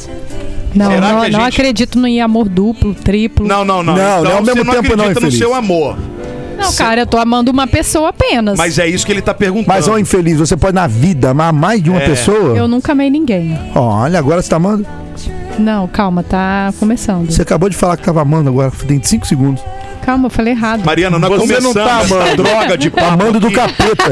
[SPEAKER 5] Não,
[SPEAKER 4] Será
[SPEAKER 5] não,
[SPEAKER 4] que a
[SPEAKER 5] não
[SPEAKER 4] gente-
[SPEAKER 5] acredito no em amor duplo, triplo.
[SPEAKER 4] Não, não, não.
[SPEAKER 3] Não, não é ao
[SPEAKER 4] você
[SPEAKER 3] mesmo tempo, não,
[SPEAKER 4] acredita no
[SPEAKER 3] infeliz.
[SPEAKER 4] seu amor.
[SPEAKER 5] Não, cara, eu tô amando uma pessoa apenas.
[SPEAKER 4] Mas é isso que ele tá perguntando.
[SPEAKER 3] mas ó, infeliz, você pode na vida amar mais de uma
[SPEAKER 4] É.
[SPEAKER 3] pessoa?
[SPEAKER 5] Eu nunca amei ninguém.
[SPEAKER 3] Olha, agora você tá amando?
[SPEAKER 5] Não, calma, tá começando.
[SPEAKER 3] Você acabou de falar que tava amando agora, tem 5 segundos.
[SPEAKER 5] Calma, eu falei errado.
[SPEAKER 4] Mariana, nós
[SPEAKER 7] Você não
[SPEAKER 4] começamos
[SPEAKER 7] tá
[SPEAKER 4] essa
[SPEAKER 7] amando.
[SPEAKER 4] droga de papo
[SPEAKER 3] Amando do
[SPEAKER 4] aqui.
[SPEAKER 3] capeta.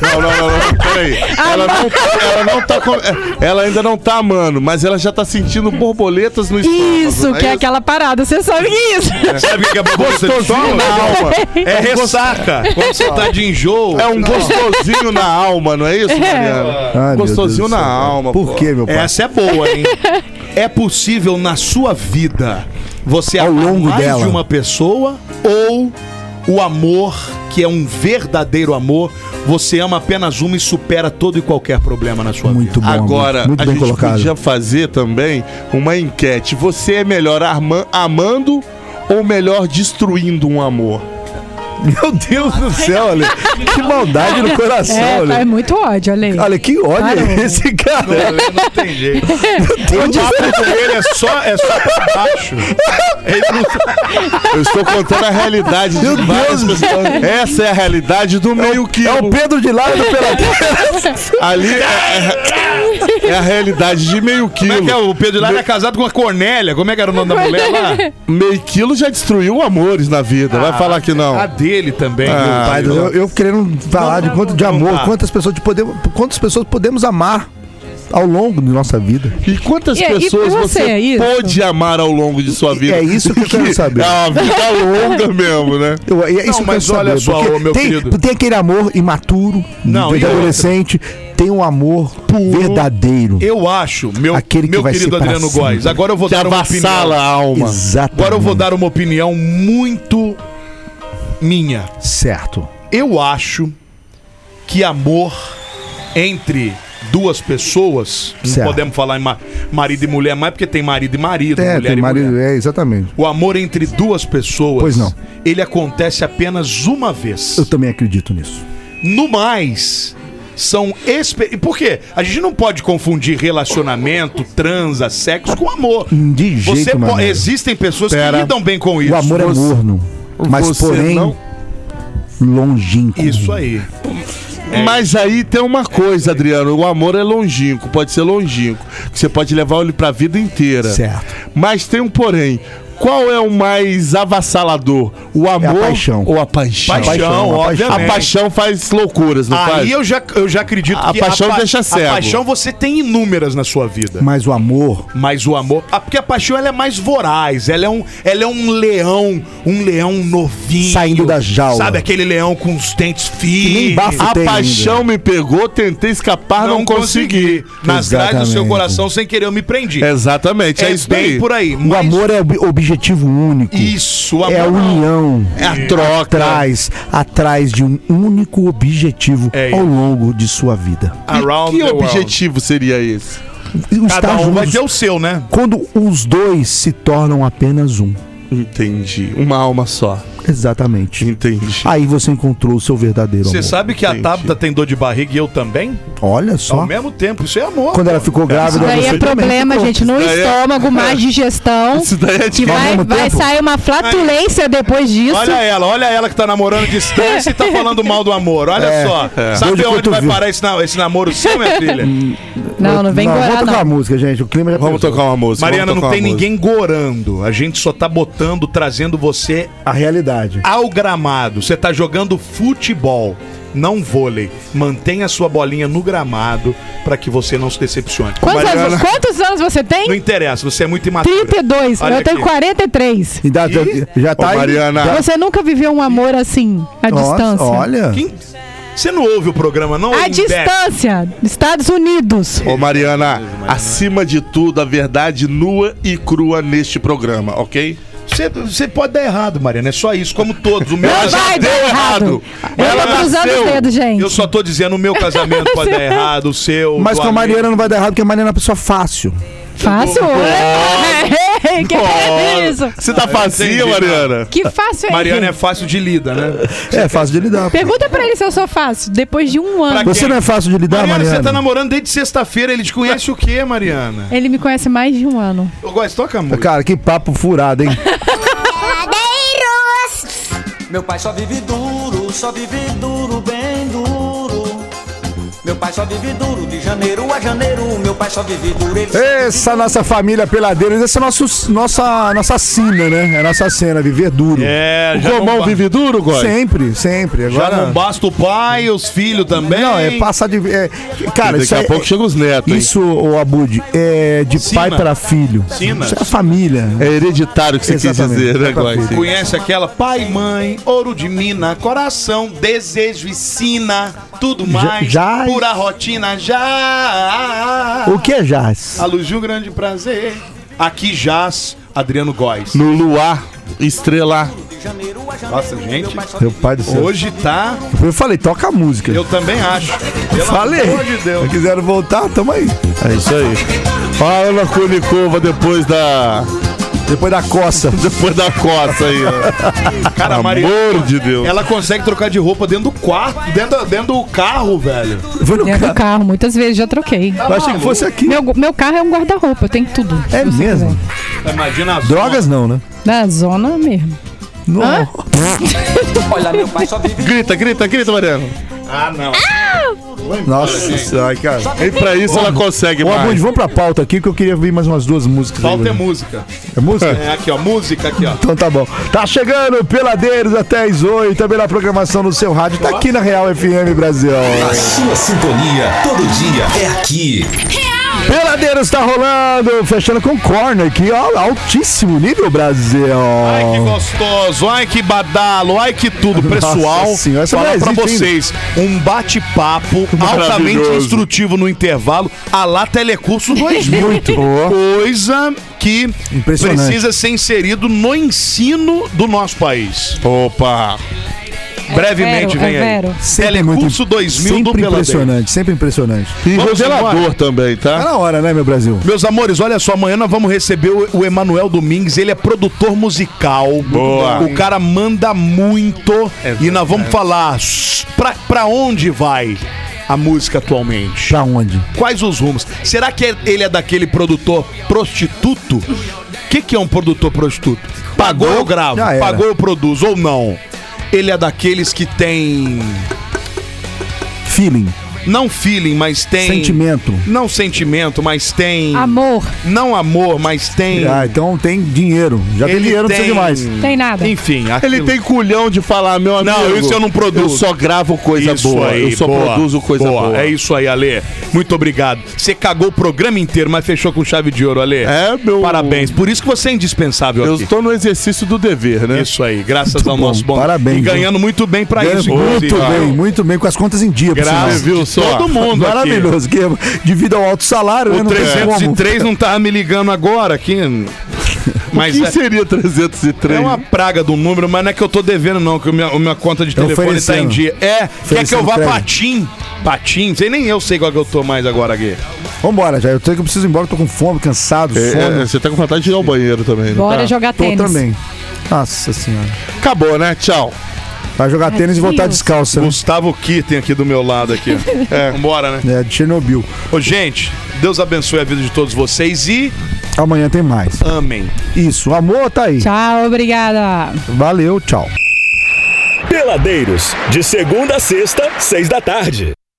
[SPEAKER 7] Não, não, não, não, peraí. Ela não, ela não tá. com- Ela ainda não tá amando, mas ela já tá sentindo borboletas no estômago.
[SPEAKER 5] Isso,
[SPEAKER 7] não é
[SPEAKER 5] que é aquela parada, você sabe que é isso.
[SPEAKER 4] Sabe o que é borboleta de
[SPEAKER 7] Gostosinho
[SPEAKER 4] estômago?
[SPEAKER 7] na alma.
[SPEAKER 4] É ressaca. Quando você tá de enjoo.
[SPEAKER 7] É um gostosinho na alma, não é isso, Mariana?
[SPEAKER 3] [LAUGHS] Ai, meu
[SPEAKER 7] gostosinho
[SPEAKER 3] Deus do
[SPEAKER 7] na
[SPEAKER 3] céu, cara.
[SPEAKER 7] alma.
[SPEAKER 3] Por
[SPEAKER 7] pô.
[SPEAKER 3] quê, meu pai?
[SPEAKER 4] Essa é boa, hein? [LAUGHS] É possível na sua vida você
[SPEAKER 3] Ao
[SPEAKER 4] amar
[SPEAKER 3] longo
[SPEAKER 4] mais
[SPEAKER 3] dela.
[SPEAKER 4] de uma pessoa ou o amor, que é um verdadeiro amor, você ama apenas uma e supera todo e qualquer problema na sua
[SPEAKER 3] Muito bom.
[SPEAKER 4] vida.
[SPEAKER 7] Agora,
[SPEAKER 3] amigo. muito
[SPEAKER 7] a
[SPEAKER 3] bem
[SPEAKER 7] gente
[SPEAKER 3] colocado.
[SPEAKER 7] podia fazer também uma enquete. Você é melhor arma- amando ou melhor destruindo um amor?
[SPEAKER 4] Ah,
[SPEAKER 3] Meu Deus do céu, Ale. Que maldade
[SPEAKER 4] [LAUGHS]
[SPEAKER 3] no coração,
[SPEAKER 5] É,
[SPEAKER 3] Ale.
[SPEAKER 5] é muito ódio, Ale.
[SPEAKER 3] Olha, que ódio
[SPEAKER 5] Parou.
[SPEAKER 3] é esse, cara?
[SPEAKER 5] Não,
[SPEAKER 4] não tem [LAUGHS] jeito.
[SPEAKER 3] Meu
[SPEAKER 4] O papo com ele é só, é só pra baixo.
[SPEAKER 7] Eu estou contando a realidade de várias pessoas. Essa é a realidade do meio que. É o
[SPEAKER 3] Pedro de lá do Peladeiras.
[SPEAKER 7] Ali é, é- é a realidade de meio quilo.
[SPEAKER 4] Como é que é? O Pedro Lara é casado com a Cornélia. Como é que era o nome da mulher lá?
[SPEAKER 7] Meio quilo já destruiu amores na vida.
[SPEAKER 3] Ah,
[SPEAKER 7] Vai falar que não.
[SPEAKER 4] A dele também.
[SPEAKER 7] Ah,
[SPEAKER 3] Pai, eu, eu querendo falar de quanto de amor, quantas pessoas de podemos, quantas pessoas podemos amar ao longo de nossa vida.
[SPEAKER 7] E quantas
[SPEAKER 5] E- e
[SPEAKER 7] pessoas
[SPEAKER 5] pra
[SPEAKER 7] você,
[SPEAKER 5] você, é isso?
[SPEAKER 7] pôde amar ao longo de sua vida?
[SPEAKER 3] É isso que eu
[SPEAKER 7] [LAUGHS]
[SPEAKER 3] quero saber.
[SPEAKER 7] É uma vida longa mesmo, né?
[SPEAKER 3] Eu, é isso que eu quero saber, porque tem, Tem aquele amor imaturo,
[SPEAKER 4] Não,
[SPEAKER 3] de
[SPEAKER 4] e outra?
[SPEAKER 3] adolescente, tem um amor verdadeiro.
[SPEAKER 4] Eu acho, meu,
[SPEAKER 3] Aquele que
[SPEAKER 4] meu
[SPEAKER 3] vai ser
[SPEAKER 4] querido
[SPEAKER 3] pra
[SPEAKER 4] Adriano
[SPEAKER 3] sempre.
[SPEAKER 4] Góes, agora eu vou
[SPEAKER 3] Que
[SPEAKER 4] dar uma opinião.
[SPEAKER 3] avassala a alma. Exatamente.
[SPEAKER 4] Agora eu vou dar uma opinião muito minha.
[SPEAKER 3] Certo.
[SPEAKER 4] Eu acho que amor entre duas pessoas, não
[SPEAKER 3] Certo.
[SPEAKER 4] podemos falar em ma- marido e mulher mais, porque tem marido e marido,
[SPEAKER 3] É,
[SPEAKER 4] mulher
[SPEAKER 3] tem
[SPEAKER 4] e mulher.
[SPEAKER 3] marido, é, exatamente.
[SPEAKER 4] O amor entre duas pessoas,
[SPEAKER 3] Pois não.
[SPEAKER 4] ele acontece apenas uma vez.
[SPEAKER 3] Eu também acredito nisso.
[SPEAKER 4] No mais, são exper... E Por quê? A gente não pode confundir relacionamento, transa, sexo com amor.
[SPEAKER 7] Hum,
[SPEAKER 3] De jeito
[SPEAKER 4] Você po-
[SPEAKER 3] maneiro.
[SPEAKER 4] Existem pessoas
[SPEAKER 3] Pera.
[SPEAKER 4] que lidam bem com isso.
[SPEAKER 3] O amor é
[SPEAKER 4] Você-
[SPEAKER 3] morno, mas
[SPEAKER 4] você
[SPEAKER 3] porém
[SPEAKER 4] não-
[SPEAKER 7] é
[SPEAKER 3] longínquo.
[SPEAKER 4] Isso aí.
[SPEAKER 7] Mas aí tem uma coisa, Adriano. O amor é longínquo, pode ser longínquo. que Você pode levar ele pra vida inteira.
[SPEAKER 3] Certo.
[SPEAKER 7] Mas tem um porém. Qual é o mais avassalador? O amor
[SPEAKER 3] É paixão.
[SPEAKER 7] ou a paixão?
[SPEAKER 4] Paixão, Paixão, a paixão.
[SPEAKER 7] A paixão faz loucuras, não
[SPEAKER 4] Aí
[SPEAKER 7] faz?
[SPEAKER 4] eu já, eu já acredito
[SPEAKER 7] A
[SPEAKER 4] que
[SPEAKER 7] paixão
[SPEAKER 4] pa-
[SPEAKER 7] deixa cego.
[SPEAKER 4] A paixão você tem inúmeras na sua vida.
[SPEAKER 3] Mas o amor,
[SPEAKER 4] Mas o amor. ah, Porque a paixão ela é mais voraz. Ela é um, ela é um leão. Um leão novinho.
[SPEAKER 3] Saindo da jaula.
[SPEAKER 4] Sabe aquele leão com os dentes
[SPEAKER 7] Que
[SPEAKER 4] firmes.
[SPEAKER 7] nem bafo a paixão me pegou, tentei escapar, não, consegui.
[SPEAKER 4] Nas grades do seu
[SPEAKER 3] Exatamente.
[SPEAKER 4] coração, sem querer, eu me prendi.
[SPEAKER 7] Exatamente, é,
[SPEAKER 4] É
[SPEAKER 7] isso
[SPEAKER 4] bem
[SPEAKER 7] daí.
[SPEAKER 4] por aí.
[SPEAKER 3] o amor é ob- objetivo único.
[SPEAKER 4] Isso, o amor um-
[SPEAKER 3] É a
[SPEAKER 4] não.
[SPEAKER 3] união.
[SPEAKER 7] É a troca.
[SPEAKER 3] Atrás, atrás de um único objetivo
[SPEAKER 4] É isso.
[SPEAKER 3] ao longo de sua vida.
[SPEAKER 7] E
[SPEAKER 4] Around
[SPEAKER 7] que
[SPEAKER 4] the world.
[SPEAKER 7] objetivo seria esse?
[SPEAKER 3] E os
[SPEAKER 4] Cada
[SPEAKER 3] estar
[SPEAKER 4] um vai
[SPEAKER 3] juntos
[SPEAKER 4] ter o seu, né?
[SPEAKER 3] Quando os dois se tornam apenas um.
[SPEAKER 7] Entendi. Uma alma só. Ah,
[SPEAKER 3] Exatamente.
[SPEAKER 7] Entendi.
[SPEAKER 3] Aí você encontrou o seu verdadeiro
[SPEAKER 4] Você
[SPEAKER 3] amor.
[SPEAKER 4] sabe que a Tabata tem dor de barriga e eu também?
[SPEAKER 3] Olha
[SPEAKER 4] Ao
[SPEAKER 3] só.
[SPEAKER 4] mesmo tempo, isso é amor.
[SPEAKER 3] Quando ela
[SPEAKER 4] pô.
[SPEAKER 3] ficou
[SPEAKER 5] Isso
[SPEAKER 3] grávida,
[SPEAKER 5] daí
[SPEAKER 3] você
[SPEAKER 5] é problema,
[SPEAKER 3] também
[SPEAKER 5] gente, no
[SPEAKER 7] Isso daí é-
[SPEAKER 5] estômago, má digestão.
[SPEAKER 7] Isso daí é
[SPEAKER 5] Que
[SPEAKER 7] de
[SPEAKER 5] vai, vai sair uma flatulência depois disso.
[SPEAKER 4] Olha ela, olha ela que tá namorando distância e tá falando mal do amor. Olha
[SPEAKER 3] É,
[SPEAKER 4] só.
[SPEAKER 3] é. Dor
[SPEAKER 4] Sabe
[SPEAKER 3] de
[SPEAKER 4] onde vai
[SPEAKER 3] cotovelo.
[SPEAKER 4] parar esse, na- esse namoro seu, minha filha?
[SPEAKER 3] [LAUGHS]
[SPEAKER 5] Não, não vem
[SPEAKER 3] Vamos
[SPEAKER 5] gorar,
[SPEAKER 3] tocar
[SPEAKER 5] não.
[SPEAKER 3] uma música, gente. O clima já
[SPEAKER 7] Vamos
[SPEAKER 3] pesou.
[SPEAKER 7] tocar uma música.
[SPEAKER 4] Mariana,
[SPEAKER 7] vamos
[SPEAKER 4] não
[SPEAKER 7] tocar
[SPEAKER 4] tem
[SPEAKER 7] uma música.
[SPEAKER 4] ninguém gorando. A gente só tá botando, trazendo você
[SPEAKER 3] A realidade.
[SPEAKER 4] ao gramado. Você tá jogando futebol, não vôlei. Mantenha a sua bolinha no gramado pra que você não se decepcione.
[SPEAKER 5] Quantos,
[SPEAKER 7] Mariana.
[SPEAKER 5] anos, quantos anos você
[SPEAKER 4] Não
[SPEAKER 5] tem?
[SPEAKER 4] interessa, você é muito imaturo.
[SPEAKER 5] 32.
[SPEAKER 4] Olha
[SPEAKER 5] eu tenho
[SPEAKER 4] aqui.
[SPEAKER 5] 43.
[SPEAKER 3] E dá- Já tá
[SPEAKER 7] Ô,
[SPEAKER 3] aí.
[SPEAKER 7] Mariana.
[SPEAKER 3] Já-
[SPEAKER 5] Você nunca viveu um amor assim, à
[SPEAKER 3] Nossa,
[SPEAKER 5] distância?
[SPEAKER 3] Olha.
[SPEAKER 4] Quem- Você não ouve o programa, não?
[SPEAKER 5] À
[SPEAKER 4] Imbé?
[SPEAKER 5] distância, Estados Unidos.
[SPEAKER 7] Ô Mariana, acima de tudo, a verdade nua e crua neste programa, ok?
[SPEAKER 4] Você- Você pode dar errado, Mariana. É só isso, como todos. O meu
[SPEAKER 5] Não vai dar errado. Eu
[SPEAKER 7] Ela
[SPEAKER 5] tô cruzando
[SPEAKER 7] nasceu.
[SPEAKER 5] os dedos, gente.
[SPEAKER 4] Eu só tô dizendo, o meu casamento pode dar errado, o seu.
[SPEAKER 3] Mas com
[SPEAKER 4] do
[SPEAKER 3] a
[SPEAKER 4] amigo.
[SPEAKER 3] Mariana não vai dar errado, porque a Mariana é uma pessoa fácil.
[SPEAKER 5] Fácil? É. [LAUGHS] que é isso?
[SPEAKER 7] Você tá facinha,
[SPEAKER 3] né?
[SPEAKER 4] entendi,
[SPEAKER 7] Mariana?
[SPEAKER 5] Que fácil é
[SPEAKER 4] Mariana é
[SPEAKER 5] isso?
[SPEAKER 4] fácil de lida, né?
[SPEAKER 3] É fácil de lidar. pô.
[SPEAKER 5] Pergunta pra ele se eu sou fácil, depois de um ano.
[SPEAKER 4] Pra
[SPEAKER 3] Você não é fácil de lidar,
[SPEAKER 4] Mariana,
[SPEAKER 3] Mariana?
[SPEAKER 4] você tá namorando desde sexta-feira. Ele te conhece o quê, Mariana?
[SPEAKER 5] Ele me conhece mais de um ano.
[SPEAKER 4] Eu gosto, toca a música.
[SPEAKER 3] Cara, que papo furado,
[SPEAKER 4] [LAUGHS]
[SPEAKER 3] hein?
[SPEAKER 15] Meu pai só vive duro, só vive duro, bem duro. Meu pai só vive duro, de janeiro a janeiro. Meu pai só vive duro, ele
[SPEAKER 3] Essa nossa família peladeira, essa é nosso, nossa, nossa sina, né? É a nossa cena, viver duro.
[SPEAKER 4] É, já
[SPEAKER 7] Comão
[SPEAKER 4] não, ba-
[SPEAKER 7] vive duro, Góis?
[SPEAKER 3] Sempre, sempre.
[SPEAKER 4] já
[SPEAKER 3] Agora,
[SPEAKER 4] não basta o pai, os filhos também.
[SPEAKER 3] não, é passar de. é- cara,
[SPEAKER 7] Daqui
[SPEAKER 3] isso
[SPEAKER 7] a
[SPEAKER 3] é-
[SPEAKER 7] pouco chega os netos, hein?
[SPEAKER 3] Isso, ô Abud, é de
[SPEAKER 4] Sina.
[SPEAKER 3] pai para filho.
[SPEAKER 4] Sina.
[SPEAKER 3] Isso é família.
[SPEAKER 7] É hereditário que você quis
[SPEAKER 3] Exatamente.
[SPEAKER 7] dizer, né,
[SPEAKER 3] Tá
[SPEAKER 7] Góis?
[SPEAKER 3] tudo.
[SPEAKER 4] Conhece aquela pai, mãe, ouro de mina, coração, desejo e sina, tudo mais.
[SPEAKER 3] já-
[SPEAKER 4] Pura rotina, já.
[SPEAKER 3] O que é jazz?
[SPEAKER 4] A Luz de um grande prazer. Aqui jaz Adriano Góes.
[SPEAKER 7] No luar, estrelar.
[SPEAKER 4] Nossa, gente,
[SPEAKER 3] Meu pai do céu.
[SPEAKER 4] hoje tá.
[SPEAKER 3] Eu falei, toca a música.
[SPEAKER 4] Eu também acho. Pelo
[SPEAKER 3] falei.
[SPEAKER 4] amor de Deus.
[SPEAKER 3] Se quiseram voltar, tamo aí.
[SPEAKER 7] É isso aí. Fala com Nicova depois da
[SPEAKER 3] Depois da coça.
[SPEAKER 7] Depois da coça aí, ó.
[SPEAKER 4] Cara, a Maria.
[SPEAKER 7] Amor de Deus.
[SPEAKER 4] Ela consegue trocar de roupa dentro do quarto, dentro, dentro do carro, velho.
[SPEAKER 3] [LAUGHS] Foi
[SPEAKER 5] Dentro do carro, muitas vezes já troquei.
[SPEAKER 4] Eu achei que fosse
[SPEAKER 3] aqui.
[SPEAKER 5] Meu, meu carro é um guarda-roupa, eu tenho tudo.
[SPEAKER 3] É mesmo?
[SPEAKER 4] Imagina as
[SPEAKER 3] Drogas não, né?
[SPEAKER 5] Na zona mesmo. Hã?
[SPEAKER 15] Olha, meu pai só vive.
[SPEAKER 7] Grita, grita, grita, Mariano.
[SPEAKER 4] Ah, não.
[SPEAKER 3] Nossa senhora, cara.
[SPEAKER 7] E pra isso ela consegue,
[SPEAKER 3] Ô, Abud,
[SPEAKER 7] mais.
[SPEAKER 3] vamos pra pauta aqui que eu queria ver mais umas duas músicas. aí,
[SPEAKER 4] Falta é
[SPEAKER 3] Abud.
[SPEAKER 4] música.
[SPEAKER 3] É música?
[SPEAKER 4] [LAUGHS] É aqui, ó. Música aqui, ó.
[SPEAKER 3] Então tá bom. Tá chegando Peladeiros até as 8, também na programação do seu rádio. Tá aqui na Real FM Brasil.
[SPEAKER 1] A sua sintonia todo dia é aqui.
[SPEAKER 3] Peladeiros tá rolando, fechando com corner aqui, ó. Altíssimo nível, Brasil.
[SPEAKER 4] Ai que gostoso, ai que badalo, ai que tudo,
[SPEAKER 3] Nossa
[SPEAKER 4] pessoal.
[SPEAKER 3] senhora, essa
[SPEAKER 4] falar
[SPEAKER 3] não
[SPEAKER 4] pra
[SPEAKER 3] existe
[SPEAKER 4] vocês, um bate-papo altamente
[SPEAKER 7] Maravilhoso.
[SPEAKER 4] instrutivo no intervalo, a lá Telecurso 2000.
[SPEAKER 3] Muito.
[SPEAKER 4] Coisa que
[SPEAKER 3] Impressionante.
[SPEAKER 4] precisa ser inserido no ensino do nosso país.
[SPEAKER 7] Opa.
[SPEAKER 4] Brevemente
[SPEAKER 5] vero,
[SPEAKER 4] vem
[SPEAKER 5] é
[SPEAKER 4] aí.
[SPEAKER 5] vero.
[SPEAKER 3] Sempre
[SPEAKER 4] Telecurso 2000 do
[SPEAKER 3] Sempre
[SPEAKER 4] Peladeiros.
[SPEAKER 3] impressionante, sempre impressionante.
[SPEAKER 7] E
[SPEAKER 4] Vamos
[SPEAKER 7] revelador
[SPEAKER 4] embora.
[SPEAKER 7] também,
[SPEAKER 3] Tá
[SPEAKER 7] tá?
[SPEAKER 3] na hora, né, meu Brasil?
[SPEAKER 4] Meus amores, olha só, amanhã nós vamos receber o, o Emanuel Domingues, ele é produtor musical.
[SPEAKER 7] Boa.
[SPEAKER 4] O cara manda muito. e nós vamos falar s- pra, pra onde vai a música atualmente.
[SPEAKER 3] Pra onde?
[SPEAKER 4] Quais os rumos? Será que é- ele é daquele produtor prostituto? O que, que é um produtor prostituto? Pagou, eu gravo,
[SPEAKER 3] já era.
[SPEAKER 4] pagou eu produzo ou não? Ele é daqueles que tem.
[SPEAKER 3] Feeling,
[SPEAKER 4] Não feeling, mas tem.
[SPEAKER 3] sentimento.
[SPEAKER 4] Não sentimento, mas tem.
[SPEAKER 5] Amor,
[SPEAKER 4] Não amor, mas tem.
[SPEAKER 3] Ah, então tem dinheiro. Já tem
[SPEAKER 4] Ele
[SPEAKER 3] dinheiro, não precisa de mais.
[SPEAKER 4] Hum.
[SPEAKER 5] tem nada.
[SPEAKER 4] Enfim,
[SPEAKER 7] Ele
[SPEAKER 4] aquilo-
[SPEAKER 7] tem culhão de falar, meu amigo.
[SPEAKER 4] Não, isso eu não produzo.
[SPEAKER 7] Eu só gravo coisa
[SPEAKER 4] Isso
[SPEAKER 7] boa.
[SPEAKER 4] aí,
[SPEAKER 7] eu só
[SPEAKER 4] boa,
[SPEAKER 7] produzo coisa boa.
[SPEAKER 4] É isso aí, Ale. Muito obrigado. Você cagou o programa inteiro, mas fechou com chave de ouro, Ale.
[SPEAKER 7] É, meu-
[SPEAKER 4] Parabéns. Por isso que você é indispensável
[SPEAKER 7] Eu
[SPEAKER 4] aqui.
[SPEAKER 7] estou no exercício do dever, né?
[SPEAKER 4] Isso aí, graças
[SPEAKER 3] Muito
[SPEAKER 4] ao
[SPEAKER 3] bom,
[SPEAKER 4] nosso bom.
[SPEAKER 3] parabéns,
[SPEAKER 4] E ganhando muito bem pra
[SPEAKER 3] Ganha
[SPEAKER 4] isso,
[SPEAKER 3] muito
[SPEAKER 4] inclusive.
[SPEAKER 3] bem, muito bem, com as contas em dia, por
[SPEAKER 4] Graças
[SPEAKER 3] sinal.
[SPEAKER 7] viu
[SPEAKER 4] de
[SPEAKER 7] só?
[SPEAKER 4] todo mundo aqui.
[SPEAKER 3] Maravilhoso, que é devido ao alto salário, né,
[SPEAKER 4] O
[SPEAKER 3] não tem como.
[SPEAKER 4] 303 não tava me ligando agora
[SPEAKER 7] [LAUGHS]
[SPEAKER 4] aqui. Mas
[SPEAKER 7] Quem
[SPEAKER 4] é,
[SPEAKER 7] seria 303?
[SPEAKER 4] é uma praga do número, mas não é que eu tô devendo, não, que a minha, a minha conta de telefone tá em
[SPEAKER 3] oferecendo.
[SPEAKER 4] dia. É, quer que eu vá
[SPEAKER 3] crédito.
[SPEAKER 4] patim? Patim? Sei nem eu sei qual que eu tô mais agora aqui.
[SPEAKER 3] Vambora, já. Eu, tenho, eu preciso ir embora, tô com fome, cansado,
[SPEAKER 7] É,
[SPEAKER 3] sono.
[SPEAKER 7] é, você tá com vontade de ir ao banheiro também. né?
[SPEAKER 5] Bora jogar
[SPEAKER 3] Tá. Tô
[SPEAKER 5] tênis.
[SPEAKER 3] também. Nossa senhora.
[SPEAKER 7] Acabou, né? Tchau.
[SPEAKER 3] Vai jogar
[SPEAKER 5] Ai,
[SPEAKER 3] tênis e voltar
[SPEAKER 5] É Deus.
[SPEAKER 3] descalço, né?
[SPEAKER 4] Gustavo Kirten aqui do meu lado aqui. ó. É, vambora, né?
[SPEAKER 3] É, de Chernobyl.
[SPEAKER 4] Ô, gente, Deus abençoe a vida de todos vocês e
[SPEAKER 3] Amanhã tem mais.
[SPEAKER 4] amém.
[SPEAKER 3] Isso, amor tá aí.
[SPEAKER 5] Tchau, obrigada.
[SPEAKER 3] Valeu, tchau.
[SPEAKER 16] Peladeiros, de segunda a sexta, seis da tarde.